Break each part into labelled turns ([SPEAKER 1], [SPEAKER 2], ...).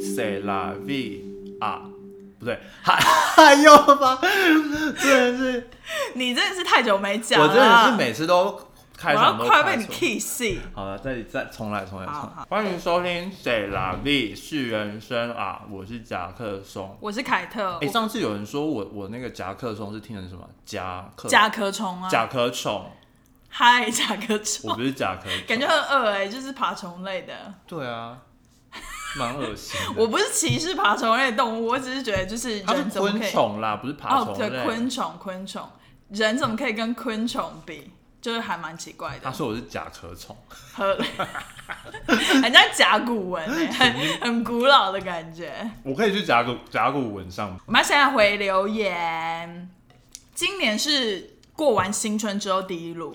[SPEAKER 1] 塞拉 V 啊，不对，还还有吧， 真的是，
[SPEAKER 2] 你真的是太久没讲了，
[SPEAKER 1] 我真的是每次都
[SPEAKER 2] 我
[SPEAKER 1] 开
[SPEAKER 2] 要
[SPEAKER 1] 场都
[SPEAKER 2] 快被
[SPEAKER 1] 开
[SPEAKER 2] 你
[SPEAKER 1] 错。
[SPEAKER 2] 气死。
[SPEAKER 1] 好了，再再重来，重来，重
[SPEAKER 2] 好
[SPEAKER 1] 来
[SPEAKER 2] 好。
[SPEAKER 1] 欢迎收听《塞拉 V 是人生》啊，我是夹克松。
[SPEAKER 2] 我是凯特
[SPEAKER 1] 哎、，上次有人说我我那个夹克松是听成什么夹克
[SPEAKER 2] 甲壳虫啊，
[SPEAKER 1] 甲壳虫，
[SPEAKER 2] 嗨，甲壳
[SPEAKER 1] 我
[SPEAKER 2] 虫，
[SPEAKER 1] 不是甲壳 虫，
[SPEAKER 2] 感觉很恶哎、就是爬虫类的。
[SPEAKER 1] 对啊，蛮恶心的。
[SPEAKER 2] 我不是歧视爬虫类的动物，我只是觉得就是
[SPEAKER 1] 它是
[SPEAKER 2] 人怎么
[SPEAKER 1] 昆
[SPEAKER 2] 可以
[SPEAKER 1] 虫啦，不是爬
[SPEAKER 2] 哦，
[SPEAKER 1] 虫类。
[SPEAKER 2] 对，昆虫，昆虫，人怎么可以跟昆虫比？就是还蛮奇怪
[SPEAKER 1] 他
[SPEAKER 2] 的，
[SPEAKER 1] 说我是甲壳虫，
[SPEAKER 2] 喝了， 很像甲骨文哎、很很古老的感觉。
[SPEAKER 1] 我可以去甲骨甲骨文上。
[SPEAKER 2] 我们要现在回留言。今年是过完新春之后第一路，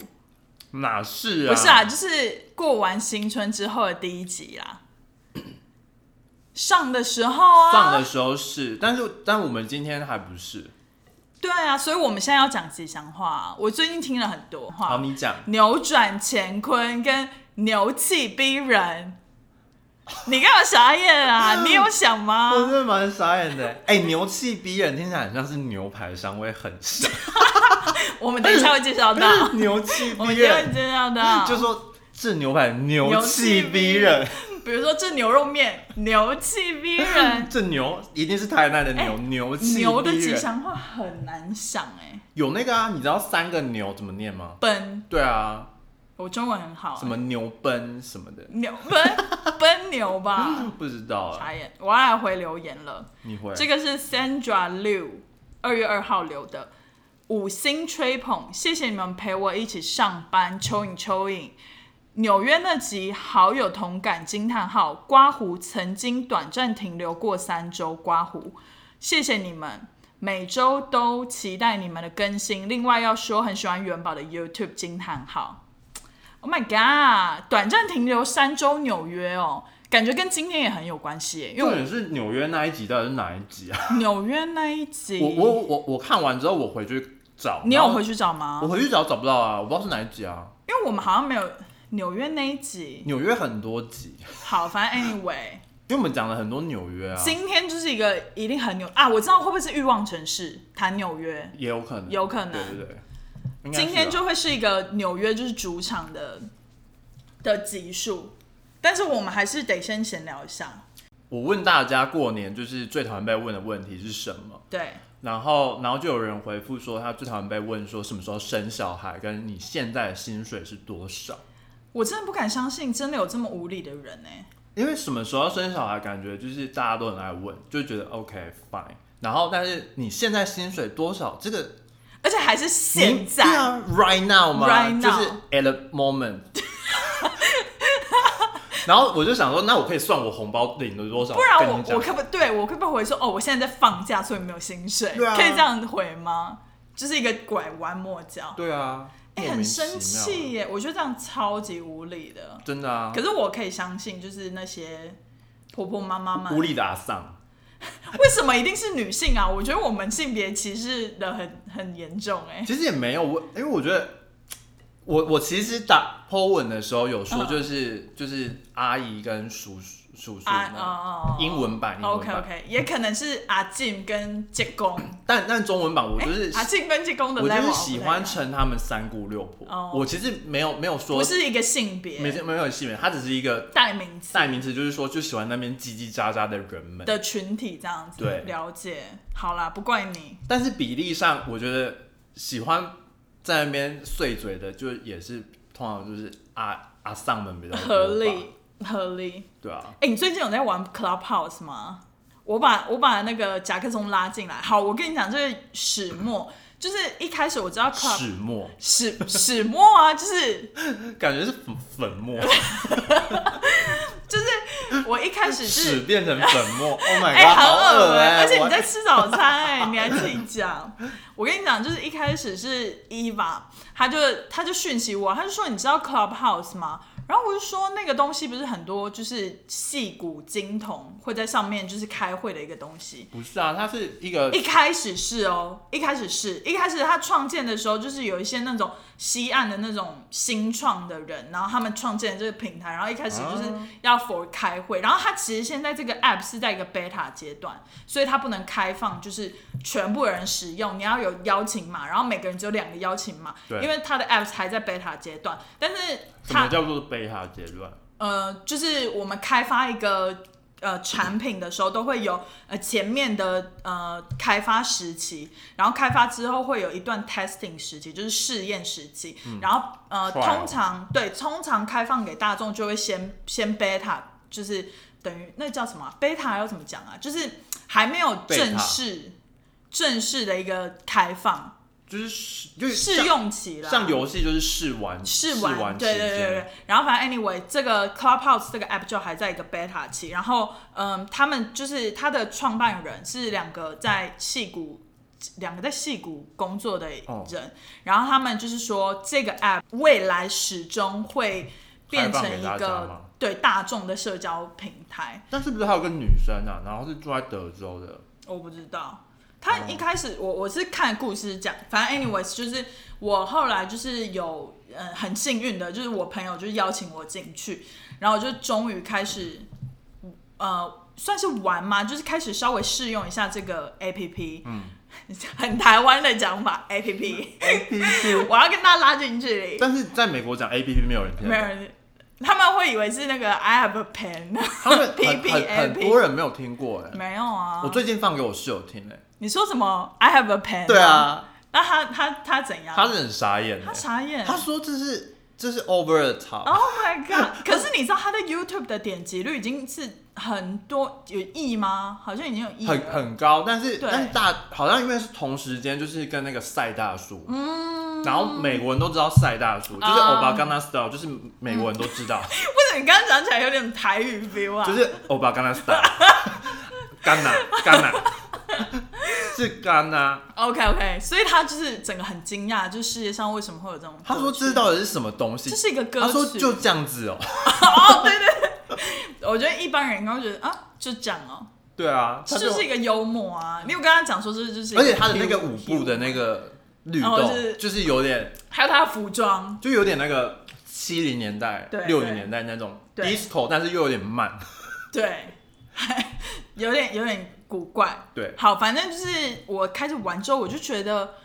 [SPEAKER 1] 哪是啊？
[SPEAKER 2] 不是啊，就是过完新春之后的第一集啦。上的时候啊，
[SPEAKER 1] 上的时候是，但是但我们今天还不是。
[SPEAKER 2] 对啊，所以我们现在要讲吉祥话啊、我最近听了很多
[SPEAKER 1] 好，
[SPEAKER 2] 话，
[SPEAKER 1] 你讲。
[SPEAKER 2] 扭转乾坤跟牛气逼人。你干嘛傻眼 啊？你有想吗？
[SPEAKER 1] 我真的蛮傻眼的， 哎、牛气逼人，听起来很像是牛排香味，很 像
[SPEAKER 2] 我们等一下会介 绍到，
[SPEAKER 1] 牛气
[SPEAKER 2] 啊我
[SPEAKER 1] 逼
[SPEAKER 2] 们等一下会
[SPEAKER 1] 人，
[SPEAKER 2] 介绍到，
[SPEAKER 1] 就说这牛排牛气逼人，。
[SPEAKER 2] 比如说这牛肉面，牛气逼 人哎
[SPEAKER 1] 这牛一定是台南的牛，牛气
[SPEAKER 2] 牛的
[SPEAKER 1] 逼
[SPEAKER 2] 吉
[SPEAKER 1] 人。
[SPEAKER 2] 祥话很难想哎、
[SPEAKER 1] 有那个啊，你知道三个牛怎么念吗？
[SPEAKER 2] 奔，
[SPEAKER 1] 对啊，
[SPEAKER 2] 我中文很好、欸。
[SPEAKER 1] 什么牛奔什么的，
[SPEAKER 2] 牛奔奔牛 吧？
[SPEAKER 1] 不知道啊。
[SPEAKER 2] 傻眼，我要来回留言了。
[SPEAKER 1] 你会
[SPEAKER 2] 这个是 Sandra Liu 二月二号留的，五星吹捧，谢谢你们陪我一起上班，蚯蚓蚯蚓。纽约那集好有同感，惊叹号！刮胡曾经短暂停留过三周，刮胡，谢谢你们，每周都期待你们的更新。另外要说，很喜欢元宝的 YouTube 惊叹号。Oh my god！短暂停留三周纽约哦，感觉跟今天也很有关系耶，因为
[SPEAKER 1] 重
[SPEAKER 2] 我
[SPEAKER 1] 点是纽约那一集到底是哪一集啊？
[SPEAKER 2] 纽约那一集，
[SPEAKER 1] 我我我我看完之后我回去找，
[SPEAKER 2] 你有回
[SPEAKER 1] 去？
[SPEAKER 2] 去找吗
[SPEAKER 1] 我？回去找找不到啊，我不知道是哪一集啊。
[SPEAKER 2] 因为我们好像没有纽约那一集。
[SPEAKER 1] 纽约很多集，
[SPEAKER 2] 好，反正 anyway，、
[SPEAKER 1] 因为我们讲了很多纽约啊，
[SPEAKER 2] 今天就是一个一定很纽啊，我知道会不会是欲望城市谈纽约，
[SPEAKER 1] 也有可能，
[SPEAKER 2] 有可能
[SPEAKER 1] 对对对。应该是啊
[SPEAKER 2] 今天就会是一个纽约就是主场的的集数，但是我们还是得先闲聊一下。
[SPEAKER 1] 我问大家过年就是最讨厌被问的问题是什么，
[SPEAKER 2] 对，
[SPEAKER 1] 然后然后就有人回复说他最讨厌被问说什么时候生小孩，跟你现在的薪水是多少，
[SPEAKER 2] 我真的不敢相信，真的有这么无理的人欸呢、
[SPEAKER 1] 因为什么时候生小孩，感觉就是大家都很爱问，就觉得 OK fine，然后但是你现在薪水多少这个
[SPEAKER 2] 而且还是现在，
[SPEAKER 1] 对啊，right now 嘛
[SPEAKER 2] Right now
[SPEAKER 1] 就是 at the moment。然后我就想说，那我可以算我红包领了多少？
[SPEAKER 2] 不然
[SPEAKER 1] 跟
[SPEAKER 2] 我
[SPEAKER 1] 你讲
[SPEAKER 2] 我可不对我可不可以回说哦，我现在在放假，所以没有薪水，
[SPEAKER 1] 对啊
[SPEAKER 2] 可以这样回吗？就是一个拐弯抹角，
[SPEAKER 1] 对啊，
[SPEAKER 2] 哎、
[SPEAKER 1] 莫
[SPEAKER 2] 很
[SPEAKER 1] 名其妙
[SPEAKER 2] 生气，耶！我觉得这样超级无理的。
[SPEAKER 1] 真的啊
[SPEAKER 2] 可，是我可以相信，就是那些婆婆妈妈们
[SPEAKER 1] 无，理的阿丧。
[SPEAKER 2] 为什么一定是女性啊？我觉得我们性别歧视的很很严重哎、
[SPEAKER 1] 其实也没有我，因为我觉得我我其实打 po 文的时候有说，
[SPEAKER 2] 嗯
[SPEAKER 1] 就是、就是阿姨跟叔叔叔叔
[SPEAKER 2] 啊
[SPEAKER 1] 那个
[SPEAKER 2] 哦哦哦
[SPEAKER 1] 英文版英文
[SPEAKER 2] OK
[SPEAKER 1] 版
[SPEAKER 2] OK，也可能是阿静跟介公，
[SPEAKER 1] 但但中文版我
[SPEAKER 2] 哎
[SPEAKER 1] 就是、
[SPEAKER 2] 阿静跟介公的
[SPEAKER 1] 我
[SPEAKER 2] level，
[SPEAKER 1] 就是
[SPEAKER 2] 不
[SPEAKER 1] 喜
[SPEAKER 2] 太一
[SPEAKER 1] 欢
[SPEAKER 2] 样
[SPEAKER 1] 称他们三姑六婆。
[SPEAKER 2] 哦
[SPEAKER 1] 我其实没有没有说
[SPEAKER 2] 不是一个性
[SPEAKER 1] 没
[SPEAKER 2] 别
[SPEAKER 1] 没有戏名，它只是一个
[SPEAKER 2] 代名词。
[SPEAKER 1] 代名词，就是说就喜欢那边叽叽喳喳的人们。
[SPEAKER 2] 的群体这样子，
[SPEAKER 1] 对
[SPEAKER 2] 了解。好啦，不怪你，
[SPEAKER 1] 但是比例上，我觉得喜欢在那边碎嘴的，就也是通常就是阿阿丧们比较多吧
[SPEAKER 2] 合理合理。
[SPEAKER 1] 对啊，
[SPEAKER 2] 哎、你最近有在玩 Clubhouse 吗？我把我把那个夹克松拉进来。好，我跟你讲，这个始末就是一开始我知道 Club
[SPEAKER 1] 始末
[SPEAKER 2] 始始末啊，就是
[SPEAKER 1] 感觉是粉粉 末，
[SPEAKER 2] 我一开始
[SPEAKER 1] 屎
[SPEAKER 2] 是
[SPEAKER 1] 变成粉末。Oh my
[SPEAKER 2] 哎、
[SPEAKER 1] god，
[SPEAKER 2] 很
[SPEAKER 1] 好
[SPEAKER 2] 恶
[SPEAKER 1] 恶
[SPEAKER 2] 哎、
[SPEAKER 1] 哎！
[SPEAKER 2] 而且你
[SPEAKER 1] 我
[SPEAKER 2] 在吃早餐哎、你还自己讲。我跟你讲，就是一开始是 Eva，他就他就讯息我，他就说你知道 Clubhouse 吗？然后我就说那个东西不是很多，就是戏骨金童会在上面就是开会的一个东西。
[SPEAKER 1] 不是啊，它是一个
[SPEAKER 2] 一开始是哦，一开始是一开始他创建的时候，就是有一些那种西岸的那种新创的人，然后他们创建这个平台，然后一开始就是
[SPEAKER 1] 啊
[SPEAKER 2] 要 for 开会，然后他其实现在这个 app 是在一个 beta 阶段，所以它不能开放，就是全部人使用，你要有邀请码，然后每个人只有两个邀请码，
[SPEAKER 1] 对
[SPEAKER 2] 因为它的 app 还在 beta 阶段，但是
[SPEAKER 1] 什
[SPEAKER 2] 它
[SPEAKER 1] 么叫做贝塔结论？
[SPEAKER 2] 呃，就是我们开发一个呃产品的时候，都会有呃前面的呃开发时期，然后开发之后会有一段 testing 时期，就是试验时期，
[SPEAKER 1] 嗯
[SPEAKER 2] 然后呃
[SPEAKER 1] Trial
[SPEAKER 2] 通常对通常开放给大众就会先先 beta，就是等于那叫什么啊 beta 要怎么讲啊？就是还没有
[SPEAKER 1] Beta
[SPEAKER 2] 正式正式的一个开放
[SPEAKER 1] 就是试就是
[SPEAKER 2] 试
[SPEAKER 1] 像
[SPEAKER 2] 用期啦，
[SPEAKER 1] 像游戏就是试玩
[SPEAKER 2] 试
[SPEAKER 1] 玩
[SPEAKER 2] 玩，
[SPEAKER 1] 期
[SPEAKER 2] 对对对对
[SPEAKER 1] 间
[SPEAKER 2] 对。然后反正 anyway，这个 Clubhouse 这个 app 就还在一个 beta 期。然后嗯，他们就是它的创办人是两个在戏谷。两个在戏谷工作的人，
[SPEAKER 1] 哦
[SPEAKER 2] 然后他们就是说，这个 app 未来始终会变成一
[SPEAKER 1] 开放给大家吗
[SPEAKER 2] 个对大众的社交平台。
[SPEAKER 1] 但是不是还有个女生啊？然后是住在德州的，
[SPEAKER 2] 我不知道。他一开始我我是看故事讲，反正 anyways 就是我后来就是有呃很幸运的，就是我朋友就邀请我进去，然后我就终于开始呃算是玩嘛，就是开始稍微试用一下这个 A P P，嗯， 很台湾的讲法 A P P，我
[SPEAKER 1] 嗯
[SPEAKER 2] 要跟大家拉近距离，
[SPEAKER 1] 但是在美国讲 A P P 没有人听得
[SPEAKER 2] 没有
[SPEAKER 1] 懂，
[SPEAKER 2] 人，他们会以为是那个 I have a pen，
[SPEAKER 1] 他们
[SPEAKER 2] P
[SPEAKER 1] 很
[SPEAKER 2] P
[SPEAKER 1] 很
[SPEAKER 2] A
[SPEAKER 1] 很
[SPEAKER 2] P，
[SPEAKER 1] 多人没有听过哎。
[SPEAKER 2] 没有啊，
[SPEAKER 1] 我最近放给我室友听哎，
[SPEAKER 2] 你说什么 I have a pen，
[SPEAKER 1] 对啊，
[SPEAKER 2] 那他他他怎样？
[SPEAKER 1] 他是很傻眼
[SPEAKER 2] 他
[SPEAKER 1] 哎，
[SPEAKER 2] 傻眼。啊
[SPEAKER 1] 他说嗯这是这是 over the top，
[SPEAKER 2] Oh my god！可是你知道他的 YouTube 的点击率已经是很多有亿吗？好像已经有亿
[SPEAKER 1] 很
[SPEAKER 2] 了。
[SPEAKER 1] 很高，但是
[SPEAKER 2] 对
[SPEAKER 1] 但是大好像因为是同时间，就是跟那个赛大叔，嗯，然后美国人都知道赛大叔，就是
[SPEAKER 2] 啊
[SPEAKER 1] Obagana style，就是美国人都知 道，
[SPEAKER 2] 为什么你刚刚讲起来有点台语 feel 啊？
[SPEAKER 1] 就是 Obagana style，干呐干呐， 是干呐。
[SPEAKER 2] OK OK，所以他就是整个很惊讶，就是世界上为什么会有这种歌曲？
[SPEAKER 1] 他说这到底是什么东西
[SPEAKER 2] 这？是一个歌曲。
[SPEAKER 1] 他说就这样子哦，
[SPEAKER 2] 我觉得一般人应该会觉得啊，就讲哦，
[SPEAKER 1] 对啊，他
[SPEAKER 2] 这就是一个幽默啊。你有跟他讲说这就是一个，
[SPEAKER 1] 而且他的那个舞步的，那个律
[SPEAKER 2] 然
[SPEAKER 1] 动
[SPEAKER 2] 后是，
[SPEAKER 1] 就是有点，
[SPEAKER 2] 还有他的服装，
[SPEAKER 1] 就有点那个七零年代、
[SPEAKER 2] 对
[SPEAKER 1] 六零年代那种
[SPEAKER 2] 对
[SPEAKER 1] disco，但是又有点慢，
[SPEAKER 2] 对， 有点有点古怪。
[SPEAKER 1] 对，
[SPEAKER 2] 好，反正就是我开始玩之后，我就觉得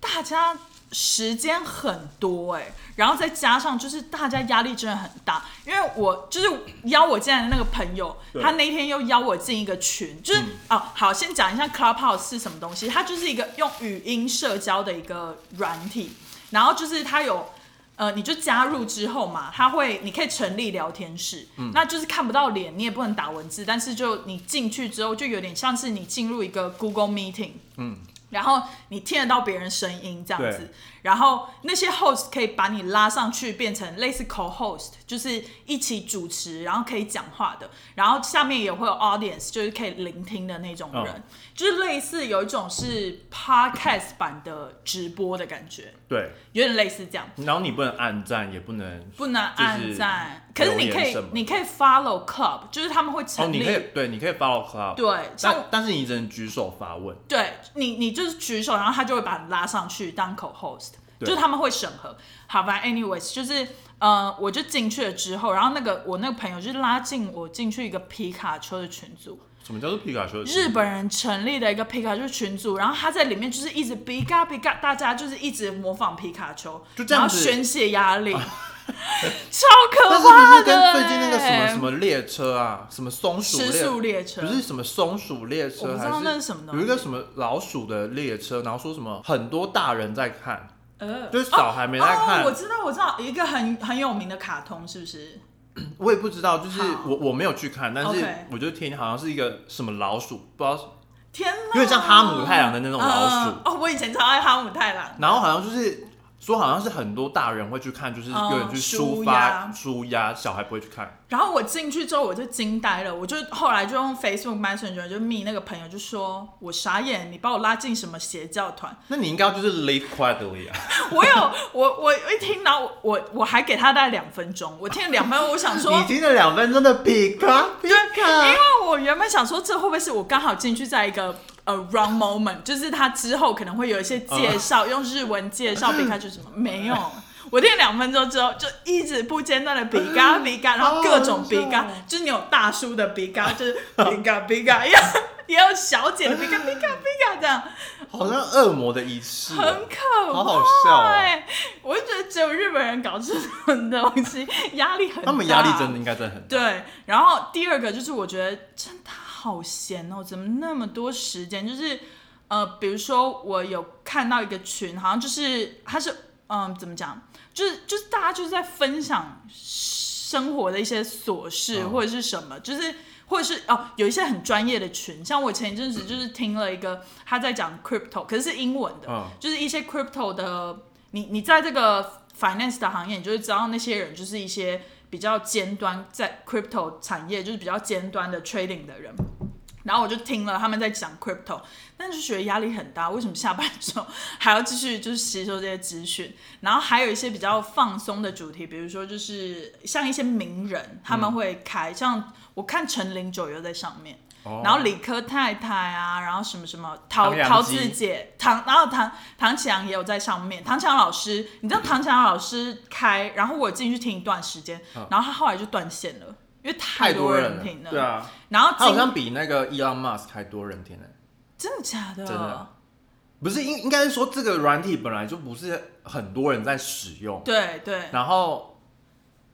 [SPEAKER 2] 大家时间很多哎、然后再加上就是大家压力真的很大，因为我就是邀我进来的那个朋友，
[SPEAKER 1] 对嗯
[SPEAKER 2] 他那天又邀我进一个群，就是、哦，好，先讲一下 Clubhouse 是什么东西，它就是一个用语音社交的一个软体，然后就是它有。呃，你就加入之后嘛，它会，你可以成立聊天室，
[SPEAKER 1] 嗯
[SPEAKER 2] 那就是看不到脸，你也不能打文字，但是就你进去之后，就有点像是你进入一个 Google Meeting，
[SPEAKER 1] 嗯，
[SPEAKER 2] 然后你听得到别人声音这样子
[SPEAKER 1] 对，
[SPEAKER 2] 然后那些 host 可以把你拉上去，变成类似 co-host，就是一起主持，然后可以讲话的，然后下面也会有 audience，就是可以聆听的那种人，
[SPEAKER 1] 嗯
[SPEAKER 2] 就是类似有一种是 podcast 版的直播的感觉，
[SPEAKER 1] 对。
[SPEAKER 2] 有点类似这样。
[SPEAKER 1] 然后你不能按赞，也不能
[SPEAKER 2] 不能按赞，
[SPEAKER 1] 就是
[SPEAKER 2] 可是你可
[SPEAKER 1] 留言
[SPEAKER 2] 以
[SPEAKER 1] 什么，的
[SPEAKER 2] 你可以 follow club，就是他们会
[SPEAKER 1] 哦，
[SPEAKER 2] 成
[SPEAKER 1] 你
[SPEAKER 2] 立，
[SPEAKER 1] 可以对，啊你可以 follow club，
[SPEAKER 2] 对，像
[SPEAKER 1] 但但是你只能举手发问，
[SPEAKER 2] 对你，你就是举手，然后他就会把你拉上去当口 host，就
[SPEAKER 1] 对
[SPEAKER 2] 是他们会审核。好吧，anyways，就是呃，我就进去了之后，然后那个我那个朋友就拉进我进去一个皮卡丘的群组，
[SPEAKER 1] 什么叫做皮卡丘的事？
[SPEAKER 2] 日本人成立的一个皮卡丘群组，然后他在里面就是一直皮卡皮卡，大家就是一直模仿皮卡丘，
[SPEAKER 1] 就这样
[SPEAKER 2] 然后
[SPEAKER 1] 子
[SPEAKER 2] 宣泄压力，
[SPEAKER 1] 嗯但
[SPEAKER 2] 超可
[SPEAKER 1] 是不
[SPEAKER 2] 怕
[SPEAKER 1] 是
[SPEAKER 2] 的
[SPEAKER 1] 跟
[SPEAKER 2] 欸。
[SPEAKER 1] 最近那个什么什么列车啊，什么松鼠
[SPEAKER 2] 时
[SPEAKER 1] 列
[SPEAKER 2] 速列车，
[SPEAKER 1] 不是什么松鼠列
[SPEAKER 2] 我
[SPEAKER 1] 车，
[SPEAKER 2] 不知
[SPEAKER 1] 还
[SPEAKER 2] 道那是什么东西
[SPEAKER 1] 有一个什么老鼠的列车，然后说什么很多大人在看，
[SPEAKER 2] 呃
[SPEAKER 1] 就是小孩没在看
[SPEAKER 2] 哦，我知道，我知道，一个很很有名的卡通是不是？
[SPEAKER 1] 我也不知道，就是
[SPEAKER 2] 好
[SPEAKER 1] 我我没有去看，但是
[SPEAKER 2] OK
[SPEAKER 1] 我就听好像是一个什么老鼠，不知道是，
[SPEAKER 2] 天哪！
[SPEAKER 1] 有点像哈姆太郎的那种老鼠
[SPEAKER 2] 嗯嗯哦，我以前超爱哈姆太郎。
[SPEAKER 1] 然后好像就是说好像是很多大人会去看，就是有点去
[SPEAKER 2] 嗯
[SPEAKER 1] 抒
[SPEAKER 2] 舒
[SPEAKER 1] 发、
[SPEAKER 2] 压
[SPEAKER 1] 舒压，小孩不会去看。
[SPEAKER 2] 然后我进去之后我就惊呆了，我就后来就用 Facebook Messenger 就密那个朋友就说，我傻眼，你把我拉进什么邪教团？
[SPEAKER 1] 那你应该就是 live quietly 啊，
[SPEAKER 2] 我有我我一听到我我我还给他大概两分钟，我听了两分钟，我想说
[SPEAKER 1] 你听了两分钟的 pick up，
[SPEAKER 2] 对，因为我原本想说，这会不会是我刚好进去在一个呃 wrong moment，就是他之后可能会有一些
[SPEAKER 1] 嗯
[SPEAKER 2] 介绍，用日文介绍皮卡丘什么？没有，我练两分钟之后就一直不间断的比嘎比嘎，然后各种比
[SPEAKER 1] 好
[SPEAKER 2] 嘎
[SPEAKER 1] 好笑哦，嗯
[SPEAKER 2] 就是你有大叔的比嘎，就是比嘎比嘎，也有也有小姐的比嘎比嘎比嘎这样，
[SPEAKER 1] 好像恶魔的仪式哦、
[SPEAKER 2] 很可
[SPEAKER 1] 好好笑哦
[SPEAKER 2] 怕欸我就觉得只有日本人搞这种东西， 压力很
[SPEAKER 1] 他
[SPEAKER 2] 大。
[SPEAKER 1] 们压力真的应该真的很大。
[SPEAKER 2] 对，然后第二个就是我觉得真的好闲哦，怎么那么多时间？就是呃，比如说我有看到一个群，好像就是它是嗯、怎么讲，就是就是大家就是在分享生活的一些琐事、
[SPEAKER 1] 嗯
[SPEAKER 2] 或者是什么，就是。或者是哦，有一些很专业的群，像我前一阵子就是听了一个他在讲 crypto，可是是英文的，
[SPEAKER 1] 嗯
[SPEAKER 2] 就是一些 crypto 的，你你在这个 finance 的行业，你就会知道那些人就是一些比较尖端，在 crypto 产业就是比较尖端的 trading 的人。然后我就听了他们在讲 crypto，但是觉得压力很大。为什么下班之后还要继续就是吸收这些资讯？然后还有一些比较放松的主题，比如说就是像一些名人他们会开，像我看陈林九又在上面，
[SPEAKER 1] 哦
[SPEAKER 2] 然后理科太太啊，然后什么什么陶
[SPEAKER 1] 唐扬
[SPEAKER 2] 陶
[SPEAKER 1] 基
[SPEAKER 2] 子姐唐，然后唐唐启阳也有在上面。唐启阳老师，你知道唐启阳老师开，然后我进去听一段时间，然后他后来就断线了，因为
[SPEAKER 1] 嗯太
[SPEAKER 2] 太
[SPEAKER 1] 多
[SPEAKER 2] 人
[SPEAKER 1] 了
[SPEAKER 2] 听了。
[SPEAKER 1] 对啊，
[SPEAKER 2] 然后
[SPEAKER 1] 他好
[SPEAKER 2] 今
[SPEAKER 1] 像比那个 Elon Musk 还多人听呢、
[SPEAKER 2] 真的假的？
[SPEAKER 1] 真的不是应应该是说这个软体本来就不是很多人在使用，
[SPEAKER 2] 对对
[SPEAKER 1] 然后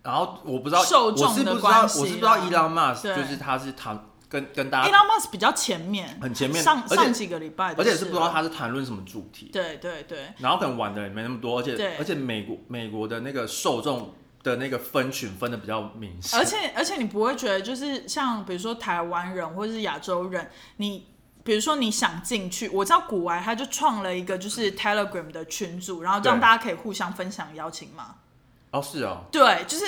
[SPEAKER 1] 然后我不知道，
[SPEAKER 2] 受众的
[SPEAKER 1] 我是不知道，我
[SPEAKER 2] 关系啊
[SPEAKER 1] 是不知道 Elon Musk
[SPEAKER 2] 对
[SPEAKER 1] 就是他是谈跟跟大家，
[SPEAKER 2] ，Elon Musk 比较前面，
[SPEAKER 1] 很前面
[SPEAKER 2] 上
[SPEAKER 1] 而且
[SPEAKER 2] 上几个礼拜的
[SPEAKER 1] 而
[SPEAKER 2] 事了，
[SPEAKER 1] 且是不知道他是谈论什么主题，
[SPEAKER 2] 对对对
[SPEAKER 1] 然后可能玩的也没那么多，而且
[SPEAKER 2] 对
[SPEAKER 1] 而且美国美国的那个受众的那个分群分的比较明显，
[SPEAKER 2] 而且而且你不会觉得就是像比如说台湾人或者是亚洲人，你比如说你想进去，我知道古玩他就创了一个就是 Telegram 的群组，然后让
[SPEAKER 1] 对
[SPEAKER 2] 大家可以互相分享邀请码。
[SPEAKER 1] 哦是哦，
[SPEAKER 2] 对，就是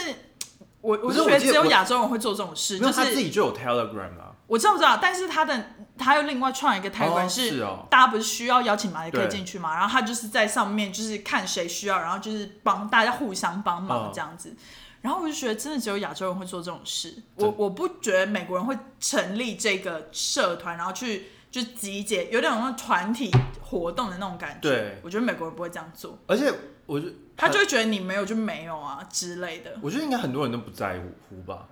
[SPEAKER 2] 我
[SPEAKER 1] 不
[SPEAKER 2] 我
[SPEAKER 1] 是
[SPEAKER 2] 就觉得
[SPEAKER 1] 我记得
[SPEAKER 2] 只有
[SPEAKER 1] 我
[SPEAKER 2] 亚洲人会做这种事，
[SPEAKER 1] 没有
[SPEAKER 2] 就
[SPEAKER 1] 他自
[SPEAKER 2] 是
[SPEAKER 1] 己就有 Telegram 啊啦，
[SPEAKER 2] 我知道我知道，但是他的他又另外创一个
[SPEAKER 1] 哦
[SPEAKER 2] Telegram
[SPEAKER 1] 是
[SPEAKER 2] 是
[SPEAKER 1] 哦
[SPEAKER 2] 大家不是需要邀请码也可以
[SPEAKER 1] 对
[SPEAKER 2] 进去嘛，然后他就是在上面就是看谁需要，然后就是帮大家互相帮
[SPEAKER 1] 嗯
[SPEAKER 2] 忙这样子。然后我就觉得真的只有亚洲人会做这种事，
[SPEAKER 1] 真
[SPEAKER 2] 我我不觉得美国人会成立这个社团，然后去就集结，有点像团体活动的那种感觉。
[SPEAKER 1] 对
[SPEAKER 2] 我觉得美国人不会这样做，
[SPEAKER 1] 而且我就
[SPEAKER 2] 他就会觉得你没有就没有啊之类的。
[SPEAKER 1] 我觉得应该很多人都不在乎吧，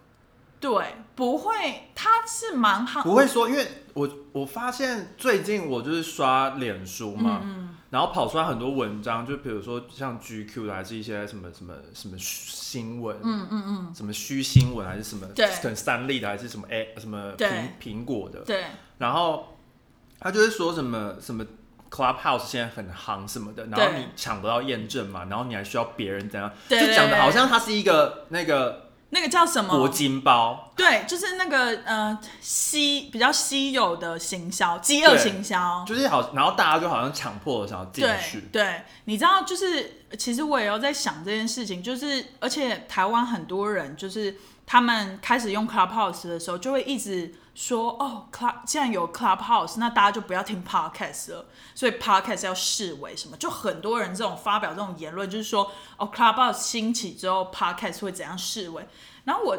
[SPEAKER 2] 对，不会，他是蛮 好，
[SPEAKER 1] 不会说，因为我我发现最近我就是刷脸书嘛，
[SPEAKER 2] 嗯
[SPEAKER 1] 然后跑出来很多文章，就比如说像 GQ 的，还是一些什么什么什么新闻，嗯嗯嗯，什么虚新闻还是什么，
[SPEAKER 2] 对
[SPEAKER 1] 可能三立的还是什么哎什么
[SPEAKER 2] 对
[SPEAKER 1] 苹苹果的，
[SPEAKER 2] 对
[SPEAKER 1] 然后他就是说什么什么 Clubhouse 现在很夯什么的，然后
[SPEAKER 2] 对
[SPEAKER 1] 你抢不到验证嘛，然后你还需要别人怎样，
[SPEAKER 2] 对
[SPEAKER 1] 就讲的
[SPEAKER 2] 对
[SPEAKER 1] 好像它是一个那个
[SPEAKER 2] 那个叫什么？
[SPEAKER 1] 铂金包，
[SPEAKER 2] 对，就是那个呃稀比较稀有的行销，饥饿
[SPEAKER 1] 对
[SPEAKER 2] 行销。
[SPEAKER 1] 就是好，然后大家就好像抢破了想要进
[SPEAKER 2] 哦对
[SPEAKER 1] 去。
[SPEAKER 2] 对，你知道，就是其实我也有在想这件事情，就是而且台湾很多人就是他们开始用 Clubhouse 的时候，就会一直说哦，Club 既然有 Clubhouse，那大家就不要听 Podcast 了，所以 Podcast 要视为什么？就很多人这种发表这种言论，就是说哦，Clubhouse 兴起之后，Podcast 会怎样视为？然后我。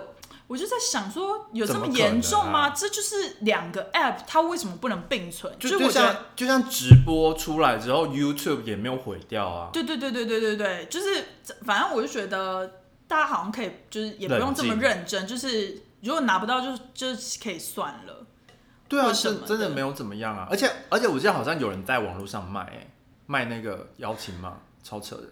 [SPEAKER 2] 我就在想说，有这
[SPEAKER 1] 怎么
[SPEAKER 2] 么
[SPEAKER 1] 可
[SPEAKER 2] 严
[SPEAKER 1] 能
[SPEAKER 2] 重吗？
[SPEAKER 1] 啊
[SPEAKER 2] 这就是两个 app，它为什么不能并存？
[SPEAKER 1] 就是就
[SPEAKER 2] 我觉得
[SPEAKER 1] 像就像直播出来之后，YouTube 也没有毁掉啊。
[SPEAKER 2] 对对对对对对对，就是反正我就觉得大家好像可以，就是也不用这么
[SPEAKER 1] 冷静
[SPEAKER 2] 认真，就是如果拿不到就就是可以算了。
[SPEAKER 1] 对啊，
[SPEAKER 2] 为什
[SPEAKER 1] 是
[SPEAKER 2] 么的
[SPEAKER 1] 真的没有怎么样啊。而且而且我记得好像有人在网络上卖、欸，卖那个邀请码，超扯的。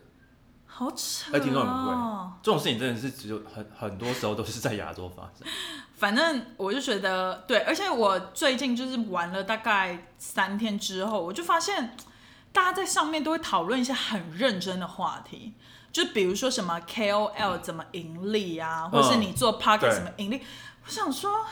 [SPEAKER 2] 好扯、
[SPEAKER 1] 哎听说很贵
[SPEAKER 2] 哦！
[SPEAKER 1] 这种事情真的是只有很很多时候都是在亚洲发生。
[SPEAKER 2] 反正我就觉得对，而且我最近就是玩了大概三天之后，我就发现大家在上面都会讨论一些很认真的话题，就比如说什么 KOL 怎么盈利啊，或者是
[SPEAKER 1] 嗯
[SPEAKER 2] 你做 p o c k
[SPEAKER 1] 对
[SPEAKER 2] e t 怎么盈利。我想说，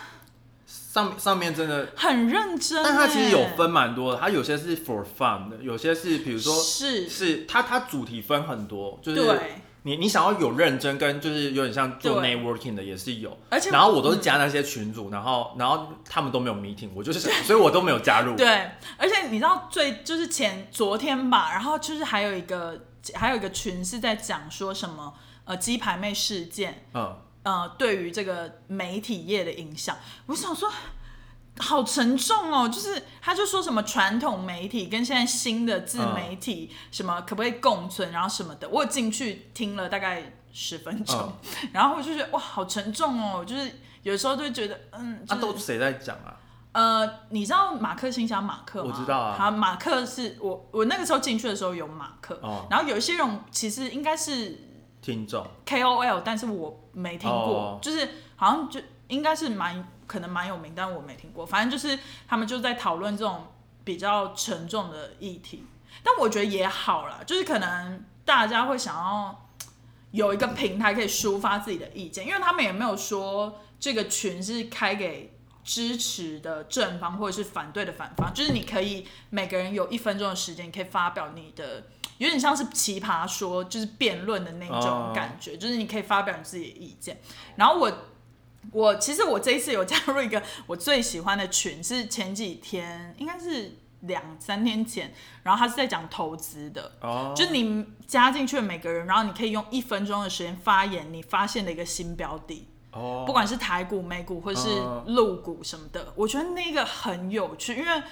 [SPEAKER 1] 上上面真的，
[SPEAKER 2] 很认真欸。
[SPEAKER 1] 但它其实有分蛮多的，它有些是 for fun 的，有些是比如说
[SPEAKER 2] 是
[SPEAKER 1] 是它它主题分很多，就是
[SPEAKER 2] 对，
[SPEAKER 1] 你你想要有认真跟就是有点像做
[SPEAKER 2] 对
[SPEAKER 1] networking 的也是有，
[SPEAKER 2] 而且嗯
[SPEAKER 1] 然后我都是加那些群组，然后然后他们都没有 meeting，我就是所以我都没有加入。
[SPEAKER 2] 对，而且你知道最就是前昨天吧，然后就是还有一个还有一个群是在讲说什么呃鸡排妹事件，
[SPEAKER 1] 嗯，
[SPEAKER 2] 呃对于这个媒体业的影响，我想说。好沉重哦，就是他就说什么传统媒体跟现在新的自媒体、什么可不可以共存，然后什么的，我有进去听了大概十分钟，
[SPEAKER 1] 嗯
[SPEAKER 2] 然后我就觉得哇，好沉重哦，就是有时候就会觉得嗯，
[SPEAKER 1] 那、
[SPEAKER 2] 就是
[SPEAKER 1] 都谁在讲啊？
[SPEAKER 2] 呃，你知道马克信箱马克吗？
[SPEAKER 1] 我知道啊
[SPEAKER 2] 好，马克是我我那个时候进去的时候有马克，
[SPEAKER 1] 哦
[SPEAKER 2] 然后有一些人其实应该是
[SPEAKER 1] 听众
[SPEAKER 2] KOL，但是我没听过，
[SPEAKER 1] 哦
[SPEAKER 2] 就是好像就应该是蛮可能蛮有名，但我没听过。反正就是他们就在讨论这种比较沉重的议题，但我觉得也好啦，就是可能大家会想要有一个平台可以抒发自己的意见，因为他们也没有说这个群是开给。支持的正方或者是反对的反方，就是你可以每个人有一分钟的时间，你可以发表你的，有点像是奇葩说，就是辩论的那种
[SPEAKER 1] 哦
[SPEAKER 2] 感觉，就是你可以发表你自己的意见。然后我我其实我这一次有加入一个我最喜欢的群，是前几天应该是两三天前，然后他是在讲投资的，
[SPEAKER 1] 哦，
[SPEAKER 2] 就你加进去的每个人，然后你可以用一分钟的时间发言你发现的一个新标的，
[SPEAKER 1] 哦，
[SPEAKER 2] 不管是台股、美股或是
[SPEAKER 1] 嗯
[SPEAKER 2] 陆股什么的，我觉得那个很有趣，因为。